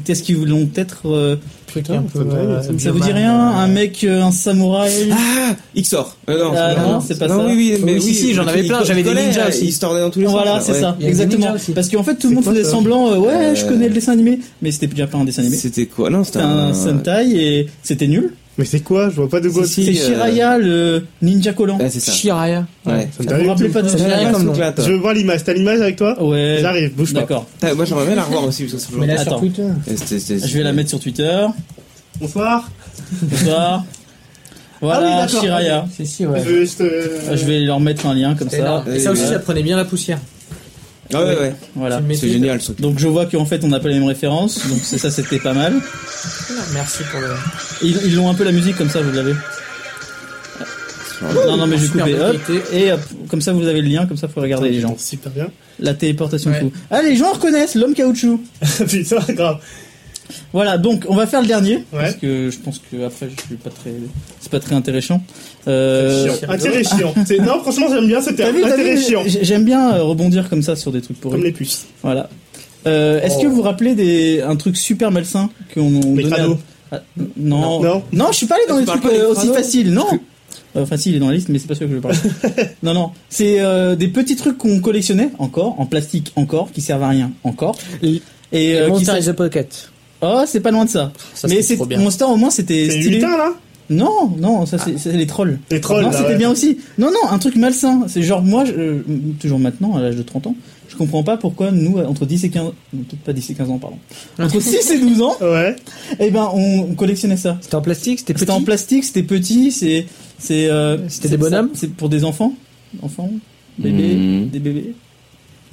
S2: Est-ce qu'ils l'ont peut-être euh,
S4: truc un peu.
S1: Ça
S4: euh,
S1: me
S2: Ça vous
S4: Bioman,
S2: dit rien
S4: euh,
S2: Un mec, euh, un samouraï
S3: Ah Xor Euh, Non,
S2: Ah,
S3: pas-
S2: non, c'est pas ça.
S3: oui, oui, mais
S4: Oui,
S3: oui,
S4: si, si, j'en
S3: mais
S4: avais
S3: il-
S4: plein,
S3: il
S4: j'avais des
S3: collait,
S4: ninjas aussi.
S3: Il se tordait dans tous les
S2: Voilà,
S3: sens.
S2: c'est
S3: ouais.
S2: ça,
S4: Il y a des
S2: exactement.
S4: ninjas aussi.
S2: Parce qu'en fait, tout le
S1: C'est
S2: monde
S1: quoi,
S2: faisait
S1: ça
S2: semblant, euh, ouais, je
S3: Euh,
S2: connais le dessin animé, mais c'était déjà pas un dessin animé.
S3: C'était quoi Non, c'était
S2: C'était un Sentai et c'était nul.
S1: Mais c'est quoi Je vois pas de quoi.
S3: Si,
S2: C'est
S3: euh,
S2: Shiraya, le ninja collant.
S3: Ah, c'est ça.
S4: Shiraya.
S1: Ça
S3: Ouais.
S1: me
S2: Vous vous
S1: dérange
S2: rappelez
S1: tout.
S2: pas de
S4: C'est
S2: ça
S4: vrai.
S3: Ah,
S4: comme
S3: ce
S4: nom.
S3: truc-là, toi.
S1: Je veux voir l'image. T'as l'image avec toi
S2: Ouais.
S1: J'arrive, bouge pas.
S2: D'accord.
S3: Putain, Moi, j'aimerais bien la revoir aussi, parce que ça fait longtemps.
S2: Attends,
S4: hein.
S3: Et c'était- c'était-
S2: je vais la mettre sur Twitter.
S1: Bonsoir.
S2: Bonsoir.
S1: Ah oui,
S2: Voilà,
S1: d'accord.
S2: Shiraya.
S4: C'est si, ouais.
S1: Je veux juste. euh,
S2: Ah, Je vais leur mettre un lien comme
S4: C'est énorme.
S2: ça.
S4: Et ça aussi, ça prenait bien la poussière.
S3: Ah ouais, ouais.
S2: Voilà.
S4: Tu le
S3: C'est
S4: maîtrises.
S3: génial, ce truc.
S2: Donc je vois qu'en fait on n'a pas les mêmes références, donc c'est- ça c'était pas mal.
S4: Merci pour le.
S2: Ils, ils ont un peu la musique comme ça, vous l'avez. Non, non, mais j'ai
S4: Super
S2: coupé.
S4: bonne
S2: Hop,
S4: qualité.
S2: et hop, comme ça, vous avez le lien, comme ça, faut regarder les gens.
S1: Super bien.
S2: La téléportation
S4: Ouais.
S2: de fou. Ah, les gens reconnaissent l'homme caoutchouc.
S1: Putain, grave.
S2: Voilà, donc on va faire le dernier. Parce
S1: Ouais.
S2: que je pense que après, je suis pas très. C'est pas très intéressant. Euh,
S1: Chiant. Intérêt chiant. C'est- Non, franchement, j'aime bien ce
S2: t'as
S1: terme.
S2: vu, t'as
S1: Intérêt
S2: vu,
S1: chiant.
S2: j'ai- J'aime bien euh, rebondir comme ça sur des trucs
S1: Comme
S2: pourris.
S1: les puces.
S2: Voilà. Euh, Est-ce que vous vous rappelez des, un truc super malsain qu'on
S1: Les
S2: donnait à-
S1: crados.
S2: à- Non.
S1: Non.
S2: je suis pas allé dans
S3: Tu
S2: les
S3: parles
S2: trucs
S3: pas des
S2: euh, aussi
S3: crados
S2: faciles, non Euh, Enfin, si, il est dans la liste, mais c'est pas sûr que je parle. non, non. C'est euh, des petits trucs qu'on collectionnait, encore, en plastique, encore, qui servent à rien, encore.
S4: Les-
S2: Et euh, qui
S4: Monster
S2: servent-
S4: is a Pocket.
S2: Oh, c'est pas loin de ça.
S4: Ça,
S2: mais
S4: c'était
S2: c'est
S4: trop bien.
S2: Monster, au moins, c'était
S1: C'est hein.
S2: stylé.
S1: lutin là
S2: Non, non, ça, c'est c'est les trolls.
S1: Les trolls.
S2: Non,
S1: là,
S2: c'était
S1: ouais.
S2: bien aussi. Non, non, un truc malsain. C'est genre, moi, je- euh, toujours maintenant, à l'âge de 30 ans, je comprends pas pourquoi nous, entre 10 et 15, non, peut-être pas 10 et 15 ans, pardon, entre 6 et 12 ans,
S1: Ouais.
S2: eh ben, on, on collectionnait ça.
S4: C'était en plastique, c'était petit.
S2: C'était en plastique, c'était petit, c'est, c'est, euh,
S4: C'était
S2: c'est-
S4: des bonhommes
S2: C'est pour des enfants, enfants, bébés,
S3: Mhm.
S2: des bébés,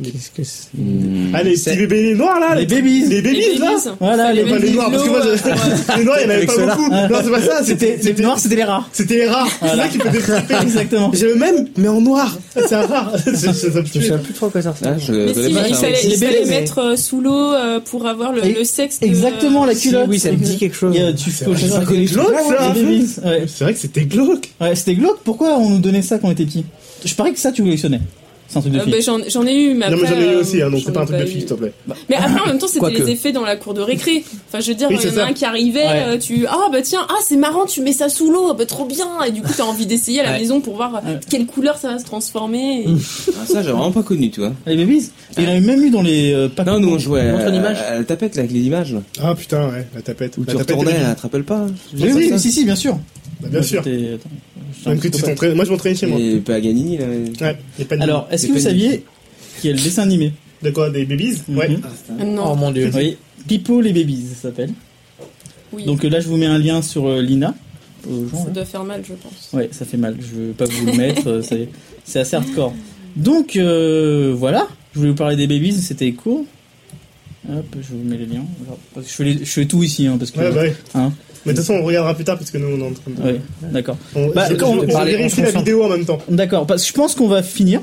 S4: Qu'est-ce que c'est
S3: Mmh.
S1: Ah, les petits bébés noirs là
S2: Mm,
S1: Les
S2: les babies.
S1: les babies là
S5: Babies.
S2: Voilà, les
S1: Pas les
S2: babies.
S1: noirs, parce que moi, je- les noirs, il y en avait
S4: Avec
S1: pas
S4: ceux-là.
S1: beaucoup.
S2: Ah.
S1: Non, c'est pas ça,
S2: C'était,
S1: c'était.
S2: les noirs, c'était les rares.
S1: C'était les rares. C'est
S2: Voilà.
S1: ça qui faisait flipper.
S2: Exactement.
S1: J'ai le même, mais en noir. C'est un rare. C'est- c'est- ça me
S4: Je me
S1: tue.
S4: souviens plus trop à quoi ça ressemble.
S3: Ah, je
S2: Euh,
S5: Mais
S3: connais
S5: si,
S3: pas
S5: il
S3: ça.
S5: fallait,
S2: Les
S5: il fallait
S2: bébés, mais-
S5: mettre euh, sous l'eau euh, pour avoir le,
S2: Et-
S5: le sexe. de- Euh,
S2: Exactement, la
S4: Si,
S2: culotte.
S4: oui, ça me dit quelque chose.
S2: Et, euh, tu peux
S1: Ça
S2: les
S1: connaît glauque, ça.
S2: babies. Ouais.
S1: C'est vrai que c'était glauque.
S2: Ouais, c'était glauque. Pourquoi on nous donnait ça quand on était petit Je parie que ça, tu collectionnais. C'est un truc de
S5: Euh,
S2: fille.
S5: ben, j'en, j'en ai eu, mais
S1: Non,
S5: après.
S1: mais j'en ai eu
S5: euh,
S1: aussi, hein, donc
S5: j'en
S1: c'est pas un
S5: ai
S1: truc de fille,
S5: eu.
S1: s'il te plaît.
S5: Mais après, en même temps, c'était
S4: Quoique.
S5: les effets dans la cour de récré. Enfin, je veux dire,
S1: Oui,
S5: il
S1: c'est
S5: y en a
S1: ça.
S5: un qui arrivait,
S2: Ouais.
S5: euh, tu. Ah, bah tiens, ah, c'est marrant, tu mets ça sous l'eau, ah, bah trop bien. Et du coup, t'as envie d'essayer à la
S2: Ouais.
S5: maison pour voir euh,
S2: Ouais. Mmh.
S5: quelle couleur ça va se transformer. Et-
S3: Ah, ça, j'ai vraiment pas connu, tu vois.
S2: Les babies Il y en a eu même eu dans les euh, packs-
S3: Non, nous on jouait
S4: Montre
S3: à,
S4: une image.
S3: à la tapette là, avec les images. là.
S1: Ah putain, ouais, la tapette.
S3: Où
S1: la
S3: tu
S1: tapette,
S3: retournais,
S1: elle-
S3: là, tu te rappelles pas hein
S2: Oui, oui, si, si, bien sûr.
S1: Bah, bien
S2: Moi,
S1: sûr.
S2: j'étais- attends, j'étais un
S1: Même que tu
S2: psychopathe.
S1: t'entraînes. Moi, je m'entraînais chez moi.
S3: Et Paganini là. mais-
S1: Ouais, y a pas de.
S2: Alors, est-ce
S3: Des
S2: que vous
S3: paniers.
S2: saviez qu'il y a le dessin animé
S1: De quoi Des babies
S2: Mhm.
S1: Ouais.
S5: Ah Non,
S4: Oh mon dieu.
S2: Oui, Pipo les babies, ça s'appelle.
S5: oui.
S2: Donc euh, là, je vous mets un lien sur euh, Lina. aux gens,
S5: ça
S2: là.
S5: doit faire mal, je pense.
S2: Ouais, ça fait mal. Je veux pas vous le mettre. euh, c'est- C'est assez hardcore. Donc euh, voilà. Je voulais vous parler des babies. C'était court. Hop, je vous mets les liens. Alors, parce que Je fais, les- je fais tout ici, hein, parce que.
S1: Ouais, bah ouais.
S2: Hein.
S1: Mais de toute façon, on regardera plus tard parce que nous, on est en train de.
S2: Ouais, d'accord.
S1: On,
S2: Bah,
S1: je-
S2: quand on
S1: je-
S2: veut
S1: on
S4: parler, on
S1: vérifie
S4: s'en
S1: la
S4: sort.
S1: vidéo en même temps.
S2: D'accord. Parce que je pense qu'on va finir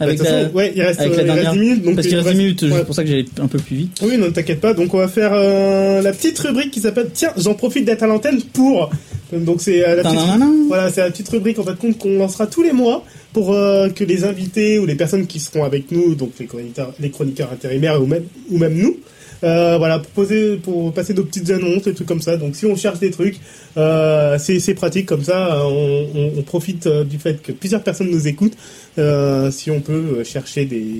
S2: avec
S1: Bah, de toute
S2: la.
S1: façon, ouais, il reste,
S2: avec la
S1: euh, il reste
S2: dernière.
S1: 10 minutes. Donc
S2: Parce
S1: il
S2: qu'il reste 10
S1: reste-
S2: minutes,
S1: ouais.
S2: c'est pour ça que j'allais un peu plus vite.
S1: Oui, non, t'inquiète pas. Donc, on va faire euh, la petite rubrique qui s'appelle Tiens, j'en profite d'être à l'antenne pour. Donc, c'est euh, la petite.
S2: Tadadadam.
S1: Voilà, c'est la petite rubrique en fait compte qu'on lancera tous les mois pour euh, que les invités ou les personnes qui seront avec nous, donc les chroniqueurs, les chroniqueurs intérimaires ou même, ou même nous, euh, voilà, pour, poser, pour passer nos petites annonces, des trucs comme ça. Donc si on cherche des trucs, euh, c'est c'est pratique comme ça, euh, on, on- on profite euh, du fait que plusieurs personnes nous écoutent. Euh, si on peut euh, chercher des,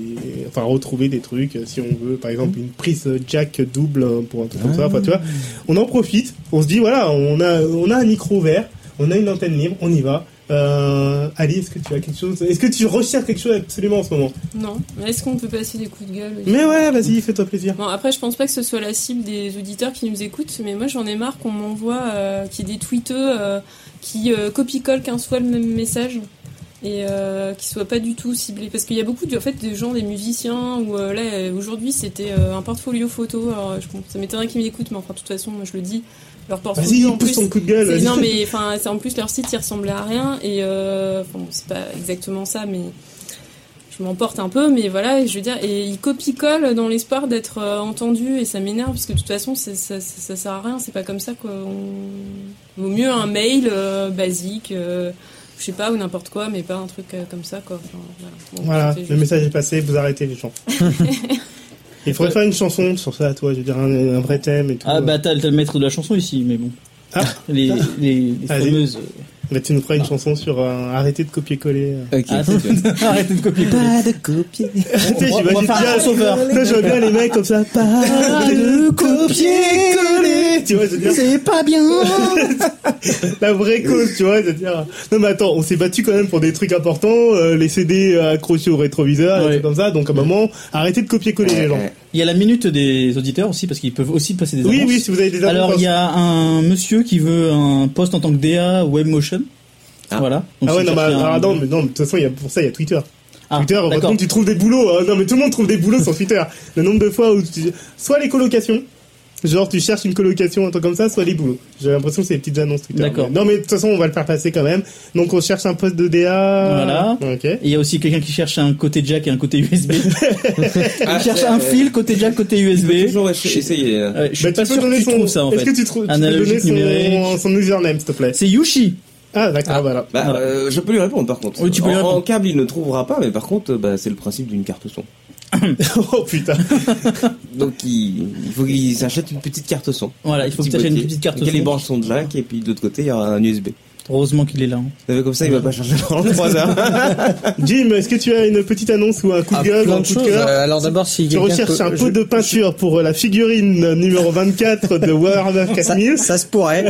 S1: enfin retrouver des trucs, euh, si on veut par exemple une prise euh, jack double euh, pour un truc comme ça, enfin tu vois, on en profite, on se dit voilà, on a, on a un micro ouvert, on a une antenne libre, on y va. Euh, Ali, est-ce que tu as quelque chose Est-ce que tu recherches quelque chose absolument en ce moment
S5: Non. Mais Est-ce qu'on peut passer des coups de gueule
S1: Mais ouais, vas-y, fais-toi plaisir.
S5: Bon, après, je pense pas que ce soit la cible des auditeurs qui nous écoutent, mais moi j'en ai marre qu'on m'envoie, euh, qu'il y ait des tweeteux euh, qui euh, copie-collent 15 fois le même message et euh, qui soient pas du tout ciblés. Parce qu'il y a beaucoup de, en fait, des gens, des musiciens, où euh, là euh, aujourd'hui c'était euh, un portfolio photo. Alors, je, comprends- ça m'étonnerait qu'ils m'écoutent, mais enfin, de toute façon, moi je le dis, leur
S1: Vas-y,
S5: portfolio en
S1: pousse
S5: plus.
S1: ton coup de gueule.
S5: C'est-
S1: Ah, vas-y.
S5: Non, mais enfin, c'est en plus leur site, il ressemblait à rien. Et euh, enfin, bon, c'est pas exactement ça, mais je m'emporte un peu. Mais voilà, je veux dire, et ils copie-collent dans l'espoir d'être euh, entendus et ça m'énerve parce que de toute façon, c'est- ça, ça, ça sert à rien. C'est pas comme ça quoi. On- Vaut mieux un mail euh, basique, euh, je sais pas, ou n'importe quoi, mais pas un truc euh, comme ça quoi. Enfin, voilà, Bon,
S1: Voilà,
S5: c'était
S1: le
S5: juste-
S1: message est passé, vous arrêtez les gens. Il faudrait faire une chanson sur ça, toi, je veux dire, un, un vrai thème et tout.
S2: Ah bah t'as t'as le maître de la chanson ici, mais bon.
S1: Ah.
S2: les, les, les
S1: Vas-y.
S2: fameuses.
S1: Bah, tu nous feras une chanson sur euh, arrêter de copier-coller. euh.
S3: Ok.
S2: Ah, Arrêtez de copier.
S3: Pas de copier.
S1: Tu sais,
S2: on va- on va
S1: j'imagine
S2: faire un
S1: bien-
S2: crossover.
S1: Toi, je vois bien les mecs comme ça. Pas de copier-coller. Tu vois, je veux dire,
S2: C'est pas bien.
S1: Ah, la vraie cause, tu vois, c'est-à-dire. Non, mais attends, on s'est battu quand même pour des trucs importants, euh, les CD accrochés au rétroviseur,
S2: Ouais.
S1: et tout comme ça. Donc, à un moment, arrêtez de copier-coller les gens.
S2: Il y a la minute des auditeurs aussi parce qu'ils peuvent aussi passer des
S1: Oui,
S2: annonces.
S1: oui, si vous avez des
S2: Alors il y
S1: a...
S2: a un monsieur qui veut un poste en tant que DA Webmotion.
S3: Ah.
S2: Voilà. Donc,
S1: Ah ouais,
S2: si
S1: non,
S2: vous
S1: mais,
S2: cherchez un-
S1: ah, non, mais non, mais de toute façon, il y a, pour ça, il y a Twitter.
S2: Ah,
S1: Twitter,
S2: d'accord.
S1: heureusement que tu trouves des boulots. hein. Non, mais tout le monde trouve des boulots sur Twitter. Le nombre de fois où tu... Soit les colocations, genre tu cherches une colocation, un truc comme ça, soit les boulots. J'ai l'impression que c'est des petites annonces Twitter.
S2: D'accord.
S1: Mais- Non, mais de toute façon, on va le faire passer quand même. Donc, on cherche un poste de DA.
S2: Voilà.
S1: Ok.
S2: Et il y a aussi quelqu'un qui cherche un côté jack et un côté USB.
S1: Ah,
S2: Il cherche un fil côté jack côté USB.
S3: Toujours essa- essayer. euh.
S2: Ouais, je suis
S1: Bah,
S2: pas
S1: tu peux
S2: sûr que
S1: donner
S2: tu
S1: son...
S2: trouves ça en
S1: Est-ce
S2: fait.
S1: que tu, trou- tu
S2: Analogique,
S1: peux donner son,
S2: numérique.
S1: son username, s'il te plaît
S2: C'est Yushi.
S1: Ah, d'accord, voilà.
S3: Bah,
S2: Voilà.
S3: euh, je peux lui répondre par contre.
S2: Oui, tu peux
S3: en,
S2: lui répondre.
S3: en câble, il ne trouvera pas, mais par contre, euh, bah, c'est le principe d'une carte son.
S1: oh putain.
S3: Donc, il, il faut qu'il s'achète une petite carte son.
S2: Voilà, il faut
S3: Un
S2: que
S3: petit
S2: tu achètes une
S3: boîtier,
S2: petite carte.
S3: lequel
S2: son.
S3: il branche son jack, et puis de l'autre côté, il y aura un USB.
S2: Heureusement qu'il est là. hein.
S3: Vous savez, comme ça, il va pas charger pendant 3 heures.
S1: Jim, est-ce que tu as une petite annonce ou un coup de
S4: Ah,
S1: gueule ou
S4: plein
S1: un
S4: de
S1: coup de
S4: choses.
S1: cœur
S4: Euh, Alors d'abord, si
S1: Tu
S4: quelqu'un
S1: recherches
S4: peut-
S1: un
S4: je-
S1: pot de peinture pour la figurine numéro 24 de Warhammer
S4: ça,
S1: 4000.
S4: ça se pourrait.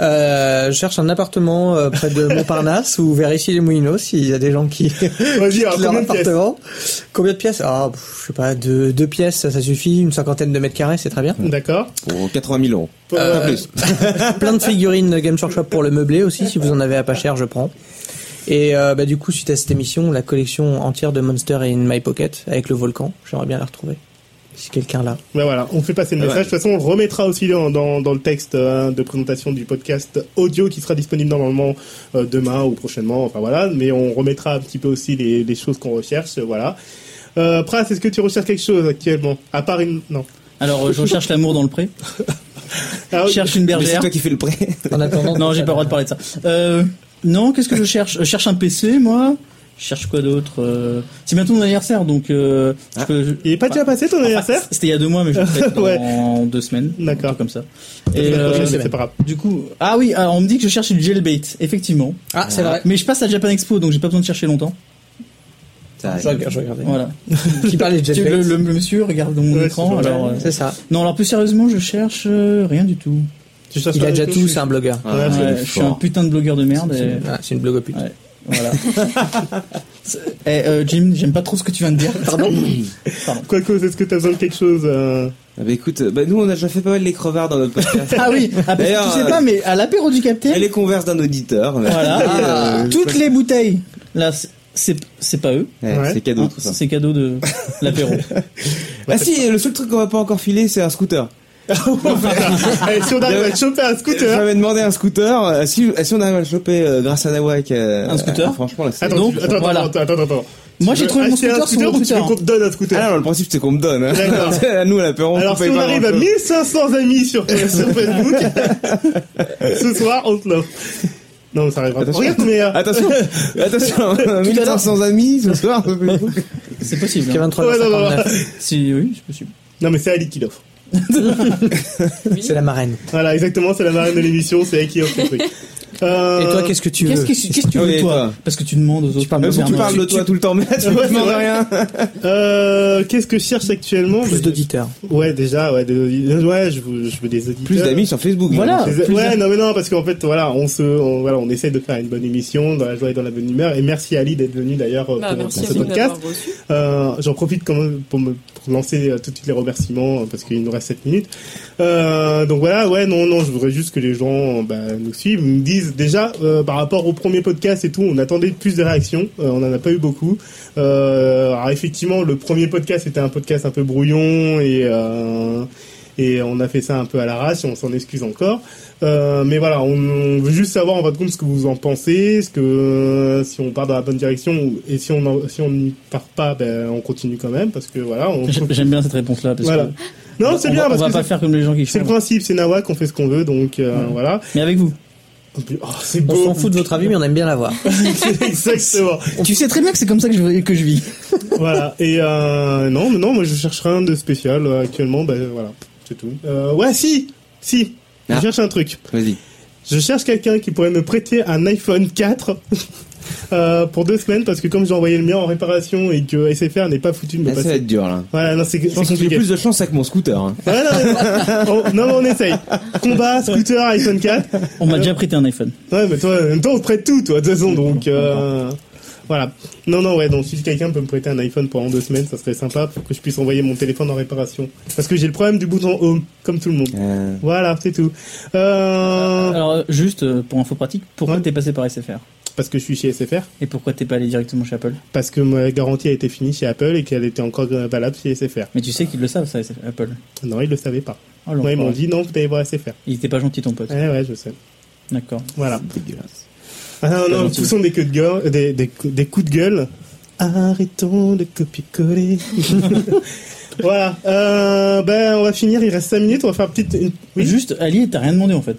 S4: Euh, je cherche un appartement euh, près de Montparnasse ou vérifier les Moulineaux s'il y a des gens qui
S1: Vas-y, alors,
S4: leur
S1: combien de pièces
S4: appartement. Combien de pièces Ah, pff, je sais pas, deux, deux pièces, ça, ça suffit, une cinquantaine de mètres carrés, c'est très bien.
S1: D'accord.
S3: Pour 80 000 euros.
S1: Pour,
S3: Pas
S1: euh,
S3: plus.
S4: Plein de figurines de Games Workshop pour le meubler aussi, si vous en avez à pas cher, je prends. Et euh, bah, du coup, suite à cette émission, la collection entière de Monster in My Pocket avec le volcan, j'aimerais bien la retrouver. Si quelqu'un l'a.
S1: Ben voilà, on fait passer le
S3: Ouais.
S1: message. De toute façon, on le remettra aussi dans, dans, dans le texte euh, de présentation du podcast audio qui sera disponible normalement euh, demain ou prochainement. Enfin voilà, mais on remettra un petit peu aussi les, les choses qu'on recherche. euh, Voilà. Euh, Pras, est-ce que tu recherches quelque chose actuellement À part une. Non.
S2: Alors euh, je recherche l'amour dans le pré.
S1: Ah,
S2: Je
S1: oui.
S2: cherche une
S3: Mais c'est
S2: bergère.
S3: toi qui fais le prêt.
S4: En attendant.
S2: Non, j'ai pas le droit de parler de ça. Euh, non, qu'est-ce que je cherche Je cherche un PC, moi. Je cherche quoi d'autre euh, C'est bientôt mon anniversaire, donc euh, je
S3: Ah.
S2: peux- je-
S1: Il est pas déjà passé ton
S2: Enfin,
S1: anniversaire
S2: Ah, C'était il y a deux mois, mais je le fête
S1: Ouais.
S2: en deux semaines.
S1: D'accord.
S2: un truc Comme ça.
S1: La
S2: Et
S1: semaine prochaine,
S2: euh,
S1: mais c'est pas grave.
S2: du coup, ah oui, alors on me dit que je cherche du jailbait, effectivement.
S4: Ah, c'est vrai.
S2: Mais je passe à Japan Expo, donc j'ai pas besoin de chercher longtemps.
S3: Ça
S4: Je
S3: arrive.
S4: regarde- je regardais.
S2: Voilà.
S4: Qui parlait de
S2: Tu-
S4: Jeff
S2: Le,
S4: Bates.
S2: le- le monsieur regarde dans mon
S1: Ouais,
S2: écran.
S1: c'est
S2: Alors, euh,
S4: C'est ça.
S2: Non, alors plus sérieusement, je cherche euh, rien du tout.
S1: Tu cherches
S4: Il
S1: pas
S4: a déjà hein.
S1: du
S4: tout, c'est un blogueur.
S3: Ah,
S2: Ouais,
S3: il est
S2: je suis un
S3: fort.
S2: putain de blogueur de merde. Et...
S4: Ah, C'est une blogopute.
S2: Ouais. Voilà. C'est- eh, euh, Jim, j'aime pas trop ce que tu viens de dire. Pardon.
S1: Quoique, est-ce que t'as besoin de quelque chose euh,
S3: Ah bah écoute, bah nous on a déjà fait pas mal les crevards dans notre podcast.
S2: Ah oui, ah, parce que
S3: D'ailleurs,
S2: tu sais
S3: euh,
S2: pas, mais à l'apéro du
S3: Et
S2: Capitaine,
S3: les converses d'un auditeur.
S4: Ah,
S2: voilà, Ah,
S3: Euh,
S2: toutes les bouteilles, là, c'est- c'est c'est pas eux,
S3: Ouais,
S1: Ouais.
S3: C'est cadeau
S2: hein,
S3: tout ça.
S2: c'est cadeau de l'apéro.
S3: Ah si, le seul truc qu'on va pas encore filer, c'est un scooter.
S1: Eh, Si on arrive à te choper un scooter
S3: J'avais demandé un scooter. euh, Si, euh, si on arrive à le choper euh, grâce à Nawak. euh,
S2: Un scooter
S3: euh, Franchement, là, c'est.
S1: Attends,
S2: Donc,
S1: tu- attends,
S2: voilà.
S1: attends, attends, attends.
S2: Moi,
S1: Tu
S2: j'ai
S1: veux
S2: trouvé mon
S1: acheter
S2: scooter hein.
S1: un
S2: sur
S1: scooter
S2: mon
S1: ou tu veux
S2: Twitter.
S1: qu'on te donne un
S3: Ah
S1: scooter
S3: non, le principe c'est qu'on me donne. Hein.
S1: D'accord.
S3: À nous, à l'apéro, on
S1: Alors,
S3: paye
S1: si on
S3: pas
S1: arrive à
S3: grand-chose.
S1: 1500 amis sur, sur Facebook, ce soir, on te l'offre. Non, mais ça arrivera pas.
S3: Attention.
S1: Regarde, mais. euh,
S3: Attention, attention, 1500 amis ce soir.
S2: C'est possible.
S4: Qui est
S2: hein.
S4: 23
S1: ouais, non, non, non.
S2: Si, oui, c'est possible.
S1: Non, mais c'est Ali qui l'offre.
S4: C'est la marraine.
S1: Voilà, exactement, c'est la marraine de l'émission, c'est elle qui offre le truc. Euh,
S4: Et toi, qu'est-ce que tu
S2: Qu'est-ce
S4: veux
S2: que qu'est-ce que tu
S3: Ah oui,
S2: veux toi
S3: toi.
S2: Parce que tu demandes aux autres. Tu
S4: parles
S3: Même si Ah, tu parles de toi tout le temps, mais là, tu
S1: Ouais,
S3: me
S1: c'est
S3: demandes
S1: vrai.
S3: rien.
S1: euh, qu'est-ce que je cherche actuellement
S4: Plus d'auditeurs.
S1: Ouais, déjà, ouais, des audi- ouais, je veux, je veux des auditeurs.
S3: Plus d'amis Ah, sur Facebook.
S2: Voilà.
S3: maintenant.
S1: Des-
S2: plus
S1: ouais,
S2: d'amis.
S1: non, mais non, parce qu'en fait, voilà, on se, on, voilà, on essaie de faire une bonne émission dans la joie et dans la bonne humeur. Et merci Ali d'être venu d'ailleurs euh,
S5: Bah,
S1: pour,
S5: merci
S1: pour
S5: à
S1: ce
S5: vous de
S1: podcast.
S5: m'avoir reçu.
S1: Euh, J'en profite quand même pour me pour lancer euh, tout de suite les remerciements euh, parce qu'il nous reste 7 minutes. Euh, donc voilà, ouais, non, non, je voudrais juste que les gens bah, nous suivent, nous disent déjà euh, par rapport au premier podcast et tout, on attendait plus de réactions, euh, on en a pas eu beaucoup. Euh, alors effectivement, le premier podcast était un podcast un peu brouillon et euh, et on a fait ça un peu à l'arrache et on s'en excuse encore. Euh, mais voilà, on, on veut juste savoir en votre compte ce que vous en pensez, ce que euh, si on part dans la bonne direction ou- et si on en- si on n'y part pas, ben on continue quand même parce que voilà, on
S2: J'ai- J'aime bien cette réponse-là parce
S1: voilà.
S2: que
S1: Non, c'est
S2: on
S1: bien
S2: va, on
S1: parce
S2: va
S1: que
S2: pas
S1: c'est-
S2: faire comme les gens qui
S1: c'est le
S2: chantent.
S1: principe, c'est Nawak, on fait ce qu'on veut, donc euh, voilà.
S2: Mais avec vous.
S1: Oh, c'est
S4: On
S1: beau,
S4: s'en fout de votre avis, mais on aime bien l'avoir.
S1: exactement.
S2: Tu sais très bien que c'est comme ça que je, que je vis.
S1: voilà. Et euh, non, mais non, moi je cherche rien de spécial euh, actuellement. Ben voilà, c'est tout. Euh, ouais, si, si, je
S3: Ah.
S1: cherche un truc.
S3: Vas-y.
S1: Je cherche quelqu'un qui pourrait me prêter un iPhone 4 euh, pour deux semaines parce que comme j'ai envoyé le mien en réparation et que SFR n'est pas foutu de me
S3: Là, Ça va
S1: passer.
S3: être dur là.
S1: Voilà, non, c'est
S3: Ah, Je pense
S1: c'est
S3: que j'ai
S1: compliqué.
S3: plus de chance avec mon scooter. hein.
S1: Ouais, non, mais- on, non, mais on essaye. Combat, scooter, iPhone 4.
S2: On m'a déjà prêté un iPhone.
S1: Ouais, mais toi, en même temps, on te prête tout, toi, de toute façon, donc... euh, Voilà. Non, non, ouais, donc si quelqu'un peut me prêter un iPhone pendant deux semaines, ça serait sympa pour que je puisse envoyer mon téléphone en réparation. Parce que j'ai le problème du bouton home, comme tout le monde.
S3: Euh,
S1: Voilà, c'est tout. Euh,
S2: Alors, euh, juste euh, pour info pratique, pourquoi
S1: Ouais.
S2: t'es passé par SFR
S1: Parce que je suis chez SFR.
S2: Et pourquoi t'es pas allé directement chez Apple
S1: parce que ma garantie a été finie chez Apple et qu'elle était encore euh, valable chez SFR.
S2: Mais tu sais qu'ils le savent, ça, SF Apple.
S1: Non, ils le savaient pas.
S2: Oh,
S1: Moi, ils
S2: l'enfoiré.
S1: m'ont dit non, vous allez voir SFR.
S2: Il était pas gentil, ton pote.
S1: Ouais, Eh ouais, je sais.
S2: D'accord.
S1: Voilà.
S3: c'est dégueulasse.
S1: Ah non, non,
S2: gentil.
S1: poussons des coups de gueule, des, des, des coups de gueule. Arrêtons de copier-coller. voilà. Euh, ben, on va finir. Il reste 5 minutes. On va faire une petite. Une... Oui.
S2: Juste, Ali, t'as rien demandé en fait.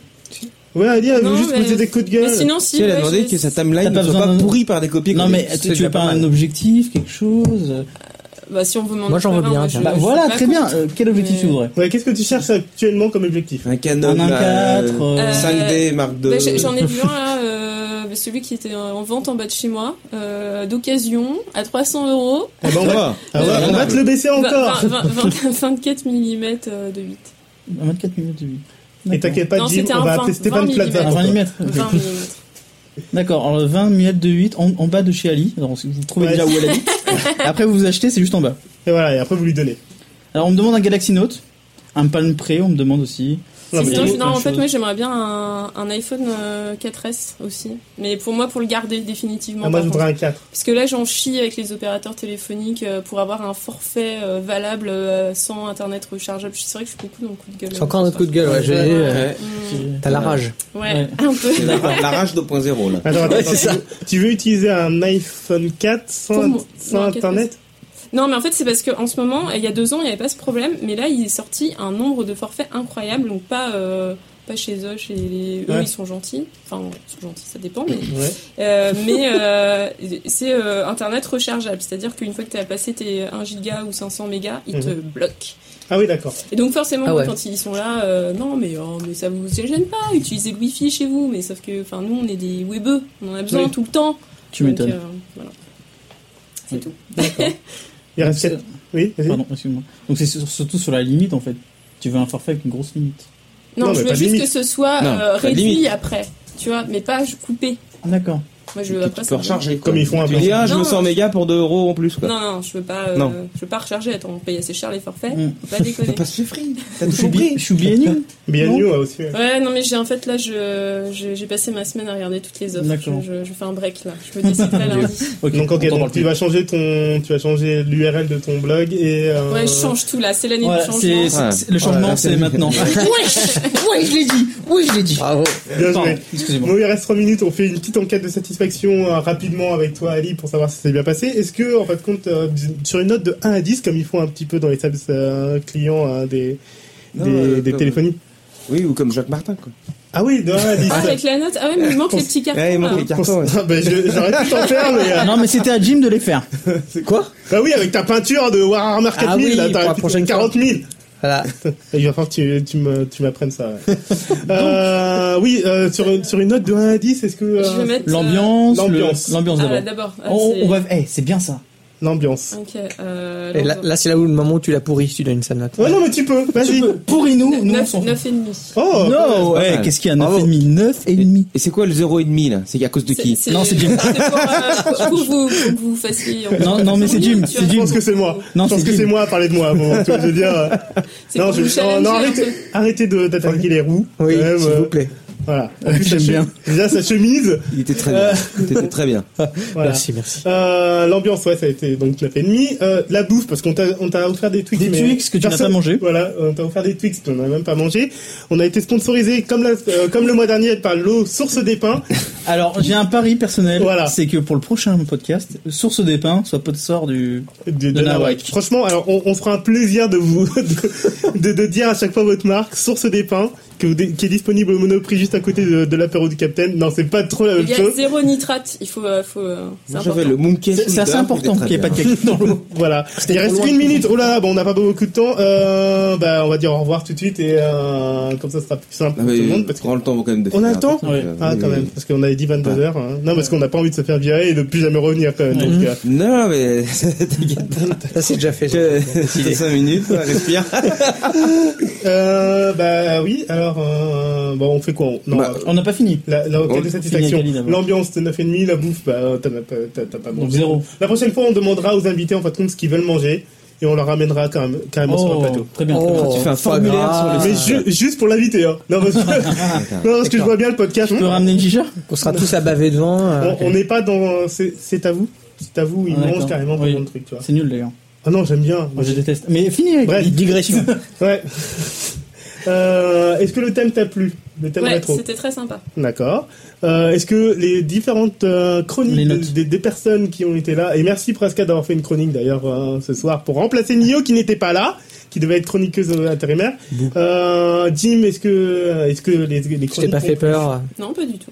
S1: Ouais, Ali, elle veut
S5: Non,
S1: Ah, juste
S5: mais-
S1: poser des coups de
S5: Mais
S1: gueule.
S5: sinon, si.
S3: Tu sais, elle a
S5: ouais,
S3: demandé
S5: je-
S3: que sa
S2: T'as
S3: timeline
S2: pas
S3: ne soit
S2: besoin
S3: pas
S2: d'un-
S3: pourrie par des copies.
S2: Non, mais tu, tu veux pas un objectif, quelque chose euh,
S5: Bah, si on veut m'en
S4: Moi, j'en veux
S5: offrir un,
S4: bien,
S5: moi,
S4: tiens.
S5: je-
S2: Bah
S5: je suis
S2: voilà,
S5: pas
S2: très
S5: contre.
S2: bien. Euh, quel objectif
S5: Mais-
S2: tu voudrais
S1: Ouais, qu'est-ce que tu cherches actuellement comme objectif
S3: Un canon.
S2: Un 1.4, bah, euh,
S3: 5D, Mark
S5: Bah,
S3: II.
S5: j'ai- J'en ai vu un là, euh, celui qui était en vente en bas de chez moi, euh, d'occasion, à 300 euros,
S1: Ah ben, on,
S3: Ça
S1: va,
S3: va.
S1: ah ouais, on va te le baisser
S5: Bah,
S1: encore.
S5: Vingt- vingt- vingt- 24 mm euh, de 8.
S2: Un 24 minutes de vie.
S1: Et
S2: D'accord.
S1: t'inquiète pas,
S5: Non,
S1: Jim,
S5: c'était
S1: on
S5: un
S1: va
S5: vingt-
S1: appeler Stéphane
S5: vingt
S1: Plaza.
S2: Un
S5: millimètres.
S1: pour
S2: 20
S1: toi.
S2: mm. ok.
S5: 20 mm.
S2: D'accord, alors 20 mm de 8 en, en bas de chez Ali. Alors, vous trouvez
S1: Ouais.
S2: déjà où elle habite. Après, vous vous achetez, c'est juste en bas.
S1: Et voilà, et après, vous lui donnez.
S2: Alors, on me demande un Galaxy Note, un Palm Pre, on me demande aussi.
S1: Non,
S5: Si,
S1: mais-
S5: sinon,
S2: il y a
S5: je- non,
S2: plein
S5: en
S2: de
S5: fait,
S2: choses.
S5: moi j'aimerais bien un, un iPhone euh, 4S aussi. Mais pour moi, pour le garder définitivement.
S1: Ah, moi,
S5: par
S1: je
S5: contre.
S1: voudrais un 4.
S5: Parce que là, j'en chie avec les opérateurs téléphoniques euh, pour avoir un forfait euh, valable euh, sans internet rechargeable. C'est vrai que je suis beaucoup dans le coup de gueule.
S4: C'est encore un autre coup de gueule. Ouais, j'ai- euh,
S3: Ouais.
S5: Mmh,
S4: T'as la rage.
S5: ouais,
S2: Ouais.
S5: un peu.
S3: C'est la la rage 2.0 là.
S1: Attends, attends, tu, veux, tu veux utiliser un iPhone 4
S5: Pour
S1: sans,
S5: moi.
S1: sans
S5: Non,
S1: internet
S5: Non, mais en fait, c'est parce qu'en ce moment, il y a deux ans, il n'y avait pas ce problème. Mais là, il est sorti un nombre de forfaits incroyable. Donc, pas euh, pas chez eux, chez les... eux
S1: Ouais.
S5: ils sont gentils, enfin ils sont gentils, ça dépend, mais
S1: Ouais.
S5: Euh, mais euh, c'est euh, Internet rechargeable, c'est-à-dire qu'une fois que tu as passé tes 1 giga ou 500 mégas, ils te
S1: Mhm.
S5: bloquent.
S1: Ah oui, d'accord.
S5: Et donc forcément,
S4: Ah ouais.
S5: quand ils sont là, euh, non mais, oh, mais ça vous gêne pas, utilisez le Wi-Fi chez vous, mais sauf que enfin nous on est des webeux, on en a besoin
S1: Oui.
S5: tout le temps.
S2: Tu
S5: Donc,
S2: m'étonnes.
S5: euh, voilà. C'est tout.
S1: Il reste
S2: Donc,
S1: peut-être- Oui, vas-y.
S2: Pardon, excuse-moi. Donc c'est sur- surtout sur la limite en fait. Tu veux un forfait avec une grosse limite.
S5: Non,
S1: Non, mais
S5: je
S1: pas
S5: veux
S1: de
S5: juste
S1: limite.
S5: que ce soit
S3: Non,
S5: euh,
S3: pas de
S5: réduit
S3: limite.
S5: après, tu vois, mais pas coupé.
S2: D'accord.
S5: Moi je
S3: Tu
S5: veux après
S3: peux
S5: ça.
S3: recharger. quoi.
S1: Comme ils font un
S3: Tu
S1: peu.
S3: dis, ah, je
S5: Non.
S3: me sens méga pour 2 euros en plus, quoi.
S5: Non, non, je veux pas, euh,
S3: Non.
S5: je veux pas recharger. Attends, on paye assez cher les forfaits.
S2: Mm.
S1: Bah,
S5: Faut pas déconner.
S3: T'as pas ce free. T'as
S2: Je
S3: tout
S2: suis bi-
S3: compris.
S2: je suis biennium.
S1: Bien
S2: Non.
S1: New a aussi. ouais.
S5: Ouais, non, mais j'ai en fait là, je, je- j'ai passé ma semaine à regarder toutes les offres.
S2: D'accord.
S5: Je, je, je fais un break là. Je me déciderai lundi.
S2: Ok.
S1: Donc, ok,
S2: on t'en
S1: donc
S2: parle
S1: tu
S2: plus.
S1: vas changer ton, tu vas changer l'URL de ton blog et. euh,
S5: Ouais, je change tout là. C'est l'année
S2: Voilà,
S5: du
S2: c'est-
S5: changement.
S2: c'est- c'est- le
S1: Voilà,
S2: changement,
S1: la
S2: c'est
S1: série.
S2: maintenant.
S6: Oui, je l'ai dit. Oui, je l'ai dit.
S4: Bravo.
S1: Bien
S2: Pardon,
S1: joué.
S2: excusez-moi.
S1: Bon, il reste 3 minutes. On fait une petite enquête de satisfaction euh, rapidement avec toi, Ali, pour savoir si c'est bien passé. Est-ce que, en fait, compte, euh, sur une note de 1 à 10, comme ils font un petit peu dans les services euh, clients hein, des,
S3: Non,
S1: des,
S3: euh,
S1: des
S3: comme-
S1: téléphonies
S3: Oui, ou comme Jacques Martin, quoi.
S1: Ah oui, de 1 à 10.
S5: Ah, avec la note. Ah ouais, mais il manque les petits cartons.
S3: Ouais, Eh, il manque
S5: là.
S3: les cartons. ouais.
S1: Ah, bah, je- J'aurais pu t'en faire, mais. euh,
S2: Ah non, mais c'était à Jim de les faire.
S1: Bah oui, avec ta peinture de Warhammer 4000,
S4: Ah oui,
S1: là,
S4: pour
S1: t'as
S4: la prochaine
S1: 40 000.
S4: Voilà.
S1: Il va falloir que tu, tu me- tu m'apprennes ça. ouais. euh, oui, euh, sur, sur une note de 1 à 10, est-ce que... euh,
S5: Je vais mettre. euh,
S2: L'ambiance, le-
S1: L'ambiance.
S2: l'ambiance
S5: Ah,
S2: d'abord.
S5: d'abord. Ah,
S2: On,
S5: c'est-
S2: on va, eh, c'est bien ça.
S1: L'ambiance.
S5: Ok. Euh,
S4: Et là,
S5: l'ambiance.
S4: là, c'est là où le moment où tu l'as pourri, tu donnes une sale note.
S1: Ouais, non, mais tu peux, vas-y.
S2: Pourri nous, nous on
S5: Neuf-
S2: s'en fout.
S5: neuf et demi.
S1: Oh
S2: Non,
S3: c'est pas
S2: eh,
S3: mal.
S2: qu'est-ce qu'il y a
S3: Bravo.
S2: 9,5 9 et
S3: Et,
S2: demi.
S3: et c'est quoi le 0,5 là C'est à cause de qui
S5: C'est-
S2: Non, c'est Jim.
S5: Pour, euh, pour, vous, pour que vous fassiez.
S2: Non, non, mais c'est Jim,
S5: Tu vois,
S2: c'est
S1: Je
S2: Jim.
S1: pense que c'est moi.
S2: Non,
S1: je pense
S2: c'est
S1: que
S2: Jim.
S1: c'est moi à parler de moi. Bon, tu vois, je veux dire, euh,
S5: C'est
S1: non,
S5: pour
S1: je, oh, non,
S5: vous challenger euh,
S1: non,
S5: un
S1: arrêtez,
S5: peu.
S1: arrêtez de- d'attaquer les roues.
S4: Oui,
S1: quand même,
S4: s'il
S1: euh,
S4: vous plaît.
S1: Voilà. En plus,
S2: J'aime
S1: sa
S2: bien.
S1: chemise- Déjà, sa chemise.
S3: Il était très
S1: Euh.
S3: bien. Il était très bien.
S1: Voilà.
S4: Merci, merci.
S1: Euh, L'ambiance, ouais, ça a été donc 9,5. Euh, la bouffe, parce qu'on t'a on t'a offert des Twix.
S2: Des
S1: mais
S2: Twix que tu n'as
S1: personne-
S2: pas mangé.
S1: Voilà, on t'a offert des Twix, tu n'en as même pas mangé. On a été sponsorisé, comme, la- euh, comme le mois dernier, par l'eau Source des Pins.
S2: Alors, j'ai un pari personnel.
S1: Voilà.
S2: C'est que pour le prochain podcast, Source des Pins soit pas de sort du.
S1: de,
S2: De
S1: de
S2: Nawak.
S1: Nawak. Franchement, alors on, on fera un plaisir de vous de, de, de dire à chaque fois votre marque, source des pains, que vous dé- qui est disponible au Monoprix juste à côté de, de l'apéro du Capitaine. Non, c'est pas trop la
S5: Il
S1: même
S5: y a
S1: chose.
S5: zéro nitrate. Il faut. euh, faut euh, c'est
S3: Moi,
S5: important.
S3: J'avais le Mooncake.
S2: C'est c'est assez
S3: Leader,
S2: important
S3: il
S2: qu'il
S3: était
S2: n'y ait pas
S3: très
S2: de
S3: bien.
S2: cake dans l'eau.
S1: Voilà. Il reste une minute. Oh là là, bon, on n'a pas beaucoup de temps. Euh, bah, on va dire au revoir tout de suite et euh, comme ça, ce sera plus simple
S3: Ah,
S1: pour
S3: mais
S1: tout le monde. Parce que...
S3: prends le temps quand même de
S1: On a
S3: finir
S1: le temps
S3: un peu, donc,
S1: Ah,
S3: euh,
S1: quand
S3: oui,
S1: même,
S3: oui.
S1: parce qu'on avait dit 22 heures. hein. Non, parce qu'on n'a pas envie de se faire virer et de plus jamais revenir quand même. Donc, euh,
S3: Non, mais t'inquiète pas.
S4: Ça, c'est déjà fait.
S3: Que 5 minutes, quoi, respire.
S1: euh, bah oui, alors, euh, bon, on fait quoi Non,
S3: Bah,
S2: On n'a pas fini.
S1: La, la
S3: On
S1: requête de
S3: finit
S1: satisfaction,
S2: avec Ali d'abord.
S1: l'ambiance de 9,5, la bouffe, bah, t'as pas, t'as- t'as pas
S2: Donc
S1: mangé.
S2: zéro.
S1: La prochaine fois, on demandera aux invités en fin de compte ce qu'ils veulent manger et on leur ramènera quand même, carrément
S2: Oh.
S1: sur le plateau.
S2: très
S4: Oh,
S2: bien. très bien.
S3: tu fais un formulaire sur le
S4: Ah.
S1: Mais
S3: site.
S1: ju- juste pour l'invité, hein. Non, parce que, non, parce que je vois bien le podcast.
S2: Tu peux
S1: On
S2: ramener une chicha
S4: On sera tous à baver devant. euh,
S1: on n'est pas dans. C'est c'est à vous C'est à vous, ils
S2: Ah,
S1: mangent
S2: d'accord.
S1: carrément
S2: Oui.
S1: pendant le truc, tu vois.
S2: C'est nul d'ailleurs.
S1: Ah non, j'aime bien.
S2: Moi je déteste. Mais fini avec
S1: Bref.
S2: les digressions.
S1: Ouais. Euh, Est-ce que le thème t'a plu Le thème
S5: Ouais,
S1: rétro
S5: c'était très sympa.
S1: D'accord. Euh, Est-ce que les différentes euh, chroniques
S2: Les
S1: de-
S2: notes.
S1: des, des personnes qui ont été là, et merci Prasca d'avoir fait une chronique d'ailleurs euh, ce soir pour remplacer Nio qui n'était pas là, qui devait être chroniqueuse intérimaire. Euh, Jim, est-ce que, est-ce que les, les
S4: Je t'ai
S1: chroniques
S4: pas fait peur.
S5: Non, pas du tout.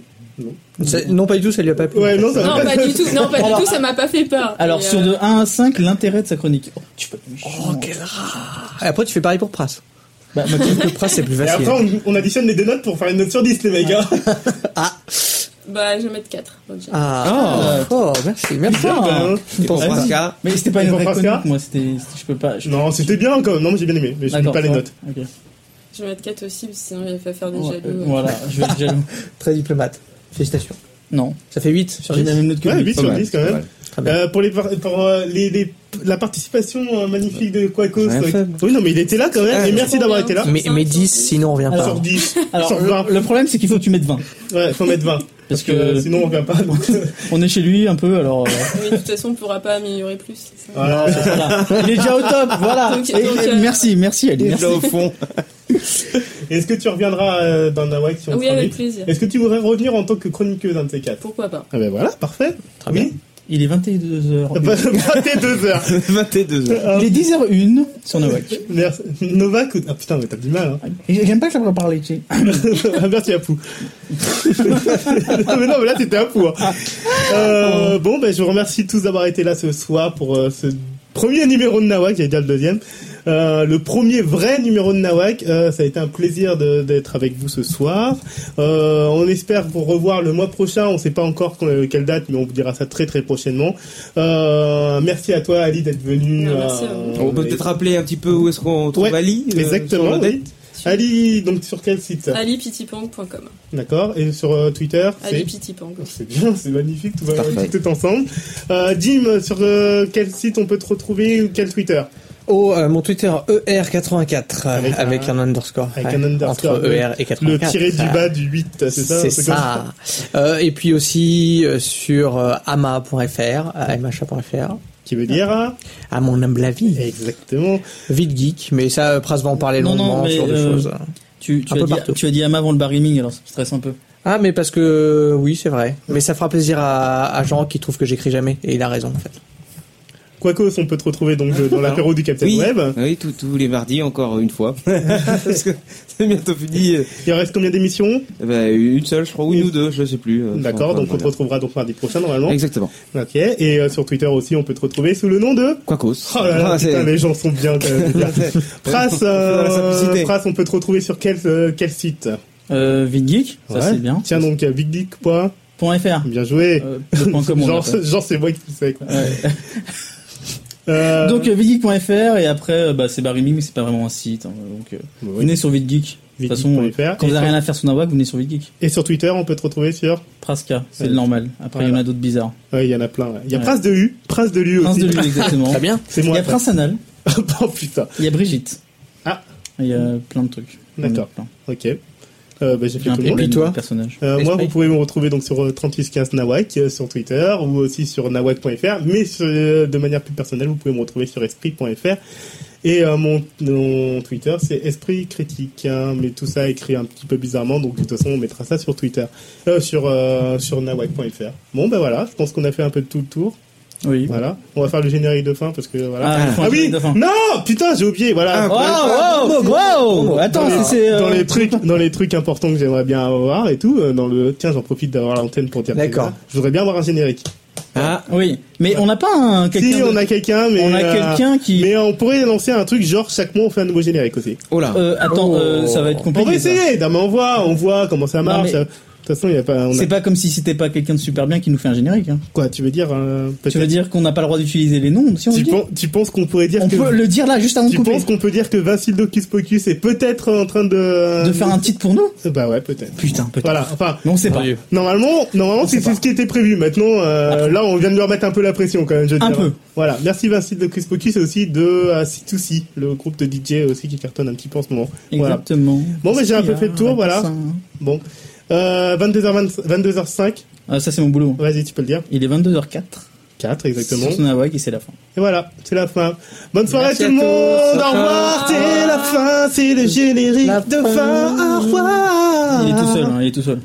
S4: Ça- non, pas du tout, ça lui a pas plu.
S1: Ouais, non, ça
S5: Non,
S1: va
S5: pas
S1: pas.
S5: du tout. Non, pas
S2: Alors-
S5: du tout. Ça m'a pas fait peur.
S2: Alors
S5: Mais,
S2: sur
S5: euh,
S2: de 1 à 5, l'intérêt de sa chronique. Oh, tu peux.
S4: Oh, quel rat. Et Après, tu fais pareil pour Pras.
S2: Bah, ma-
S4: Le Pras, c'est plus
S1: Et
S4: facile.
S1: après, on, on additionne les deux notes pour faire une note sur 10, les mecs. hein.
S5: Bah, je vais mettre 4.
S4: Ah, oh, merci, Ah, merci.
S2: Putain.
S1: Ben,
S3: Et pour Pascal,
S2: Mais c'était pas
S1: Et
S2: une
S1: pour
S2: vraie
S1: Pascal
S2: chronique, moi. C'était. c'était- Je peux pas. je-
S1: non, c'était bien quand même. Non, moi, j'ai bien aimé, mais je ne
S2: D'accord,
S1: pas les
S2: ça va.
S1: notes.
S2: Ok.
S5: Je vais mettre 4 aussi, parce que sinon il va faire des
S2: Ouais,
S5: jaloux.
S2: Voilà, je vais être jaloux.
S4: Très diplomate. Félicitations.
S2: Non.
S4: Ça fait 8 sur
S2: J'ai la
S4: 10.
S2: même note que
S1: Ouais,
S2: lui.
S1: 8
S3: pas
S1: sur
S3: mal,
S1: 10 quand
S3: pas
S1: même.
S3: mal.
S4: Très bien.
S1: Euh, pour les, par- pour, euh, les, les- la participation euh, magnifique de Quacos. euh,
S3: Rien fait.
S1: oui, non, mais il était là quand même.
S3: Ouais.
S1: Et merci d'avoir été là.
S4: Mais, mais 10, sinon on revient
S2: Alors,
S4: pas.
S1: Ah, Sur 10,
S2: Alors
S1: sur 20.
S2: le, le problème c'est qu'il faut que tu mettes 20
S1: Ouais, faut mettre 20.
S2: parce
S1: Parce que euh,
S2: que
S1: sinon on revient pas. donc.
S2: on est chez lui un peu alors. euh,
S5: Oui, de toute façon, on ne pourra pas améliorer plus. c'est ça
S1: Voilà.
S2: voilà. Il est déjà au top, voilà.
S5: Donc,
S2: Et-
S5: donc,
S2: et
S5: euh,
S2: merci, merci, Ali.
S3: là
S2: Merci.
S3: au fond.
S1: Est-ce que tu reviendras euh, dans Nawak si on
S5: Oui,
S1: te
S5: avec
S1: invite
S5: plaisir.
S1: Est-ce que tu voudrais revenir en tant que chroniqueuse un de ces quatre
S5: Pourquoi pas
S1: Ah ben voilà, parfait.
S4: Très
S1: oui.
S4: bien.
S2: Il est 22h.
S1: 22 heures.
S3: 22 heures.
S1: Bah,
S2: Il est 10h01 sur Novak.
S1: Merci. Novak ou... Ah putain, mais t'as du mal, hein.
S2: Et J'aime pas que ça me parler, tu sais.
S1: Albert, tu es à pou. non, mais non, mais là, t'étais à pou. hein. Euh, bon, ben, je vous remercie tous d'avoir été là ce soir pour euh, ce premier numéro de Nawak. J'allais dire le deuxième. Euh, le premier vrai numéro de Nawak. Euh, ça a été un plaisir de- d'être avec vous ce soir. Euh, on espère vous revoir le mois prochain. On sait pas encore que- quelle date, mais on vous dira ça très très prochainement. Euh, merci à toi, Ali, d'être venu.
S5: Non, merci à vous.
S3: On peut peut-être rappeler un petit peu où est-ce qu'on trouve
S1: Ah, Ouais,
S3: Ali. euh, sur
S1: Exactement.
S3: le net.
S1: oui. Ali, donc sur quel site
S5: alipitipang.com.
S1: D'accord. Et sur euh, Twitter
S5: Ah,
S1: c'est-
S5: Alipitipang.
S1: C'est bien, c'est magnifique, tout va
S3: Parfait.
S1: tout est ensemble. Euh, Jim, sur euh, quel site on peut te retrouver ou quel Twitter
S4: Oh, euh, mon Twitter ER84 euh,
S1: Avec
S4: avec,
S1: un-
S4: un, underscore.
S1: avec un underscore,
S4: Entre
S1: le-
S4: ER et 84.
S1: Le tiré du
S4: Ah,
S1: bas du 8, c'est ça
S4: C'est
S1: un truc comme
S4: ça. Euh, et puis aussi euh, sur euh, ama.fr, euh, mha.fr,
S1: Qui veut dire hein
S4: à mon humble avis.
S1: Exactement.
S4: Vite geek, mais ça, euh, Pras va en parler
S2: Non, non,
S4: longuement
S2: mais,
S4: sur des
S2: euh,
S4: choses.
S2: Tu, tu,
S4: Un
S2: as
S4: peu
S2: dit,
S4: partout.
S2: tu as dit Ama avant le Barry Ming, alors ça me stresse un peu.
S4: Ah, mais parce que oui, c'est vrai. Mais ça fera plaisir à, à Jean qui trouve que j'écris jamais, et il a raison en fait.
S1: Quacos, on peut te retrouver donc euh, dans l'apéro du Captain
S3: Oui, Ah
S1: Web.
S3: oui tous- tous les mardis, encore une fois. Parce que c'est bientôt fini. euh,
S1: Il reste combien d'émissions
S3: bah, une seule, je crois, ou une ou deux, je sais plus. euh,
S1: D'accord,
S3: enfin,
S1: donc on te
S3: voilà.
S1: retrouvera donc mardi prochain normalement.
S3: Exactement.
S1: Ok, et euh, sur Twitter aussi, on peut te retrouver sous le nom de.
S3: Quacos.
S1: Oh là là,
S3: Ah, c'est-
S1: putain, les gens sont bien. quand même, bien. Pras, euh,
S3: Dans la simplicité.
S1: Pras, on peut te retrouver sur quel, euh, quel site
S2: Euh, Vite Geek, ça
S1: Ouais.
S2: c'est bien.
S1: Tiens donc, euh, Big Dick, point.
S2: Point .fr.
S1: Bien joué.
S2: Euh, le point com, on
S1: genre,
S2: l'appelle.
S1: genre, c'est moi qui sais. Quoi.
S2: Ouais.
S1: Euh,
S2: Donc euh, vidgeek.fr et après euh, bah, c'est Barry Ming mais c'est pas vraiment un site. hein, donc euh,
S1: oui,
S2: venez sur Vidgeek. De toute façon, euh,
S1: vidgeek.fr.
S2: quand vous
S1: Et
S2: n'avez
S1: sur-
S2: rien à faire sur Nawak, venez sur Vidgeek.
S1: Et sur Twitter, on peut te retrouver sur.
S2: Praska, c'est
S1: Ouais.
S2: le normal. Après il y en a d'autres bizarres.
S1: Ouais, il y en a plein. ouais. Il y a
S2: Ouais.
S1: Pras de U, Pras de Lu
S2: Prince
S1: aussi.
S2: de Lune exactement.
S4: Très bien.
S1: C'est
S2: Il y
S1: moi.
S2: a Prince Anal,
S1: ça. oh putain.
S2: il y a Brigitte.
S1: Ah.
S2: Il y a plein de trucs.
S1: D'accord.
S2: Plein.
S1: Ok. Euh, bah, j'ai fait
S2: J'ai un
S1: tout le
S2: problème
S1: monde.
S4: puis toi
S2: de personnage.
S1: Euh, moi,
S4: Esprit.
S1: vous pouvez me retrouver donc sur euh, 3815 Nawak euh, sur Twitter ou aussi sur nawak.fr, mais sur- euh, de manière plus personnelle, vous pouvez me retrouver sur esprit.fr. Et euh, mon, mon Twitter, c'est esprit critique, hein, mais tout ça écrit un petit peu bizarrement, donc de toute façon, on mettra ça sur Twitter, euh, sur euh, sur nawak.fr. Bon, ben voilà, je pense qu'on a fait un peu de tout le tour.
S2: Oui.
S1: Voilà, on va faire le générique de fin parce que voilà.
S2: Ah, ils font un
S1: oui,
S2: générique de fin.
S1: non, putain, j'ai oublié, voilà.
S3: Ah,
S2: Wow, wow, wow, wow.
S1: Dans
S2: Attends,
S1: les-
S2: c'est- c'est euh,
S1: dans les trucs dans les trucs importants que j'aimerais bien avoir et tout euh, dans le tiens j'en profite d'avoir l'antenne pour dire que euh,
S4: D'accord.
S1: je voudrais bien avoir un générique
S3: Ah,
S2: Oui, mais on n'a pas un quelqu'un.
S1: si
S2: de-
S1: on a quelqu'un mais
S2: on a
S1: euh,
S2: quelqu'un qui.
S1: mais on pourrait lancer un truc genre chaque mois on fait un nouveau générique aussi
S3: oh là.
S2: Euh, attends, euh, ça va être
S1: Oh. on
S2: compliqué.
S1: va
S2: ça.
S1: essayer non, mais on voit on voit comment ça marche
S2: mais-
S1: de toute façon il y a pas on a-
S2: C'est pas comme si c'était pas quelqu'un de super bien qui nous fait un générique. hein.
S1: quoi tu veux dire euh,
S2: Tu veux
S1: peut-être-
S2: dire qu'on n'a pas le droit d'utiliser les noms si on, le
S1: tu,
S2: dit
S1: pen- tu penses qu'on pourrait dire
S2: on
S1: que
S2: peut le dire là juste avant de
S1: tu
S2: couper,
S1: penses qu'on peut dire que Vincile Docus Pocus est peut-être en train de
S2: de faire un titre pour nous.
S1: bah ouais peut-être
S2: Putain, peut-être.
S1: voilà enfin
S2: Mais on sait pas.
S4: Sérieux.
S1: Normalement, normalement c'est c'est ce qui était prévu. Maintenant, euh, là, on vient de leur mettre un peu la pression quand même. Je veux
S2: Un
S1: dire.
S2: peu.
S1: Voilà. Merci Vincent de Chris Pocus et aussi de euh, C2C, le groupe de DJ aussi qui cartonne un petit peu en ce moment. Voilà.
S2: Exactement.
S1: Bon, mais j'ai un peu
S2: Parce
S1: fait le tour,
S2: qu'il y a
S1: voilà.
S2: ça.
S1: Bon. Euh, 22h20, 22h05,
S2: Ah, ça c'est mon boulot.
S1: vas-y, tu peux le dire.
S2: Il est 22h04.
S1: 4, exactement.
S2: Sur Sonawag et c'est la fin.
S1: Et voilà, c'est la fin. Bonne soirée
S4: Merci
S1: tout
S4: à
S1: le
S4: tous.
S1: monde. Au
S4: Au
S1: revoir,
S4: revoir.
S1: c'est la fin, c'est le générique
S4: La
S1: de
S4: fin.
S1: fin. Au revoir. Ah.
S2: Il est tout seul, hein, il est tout seul.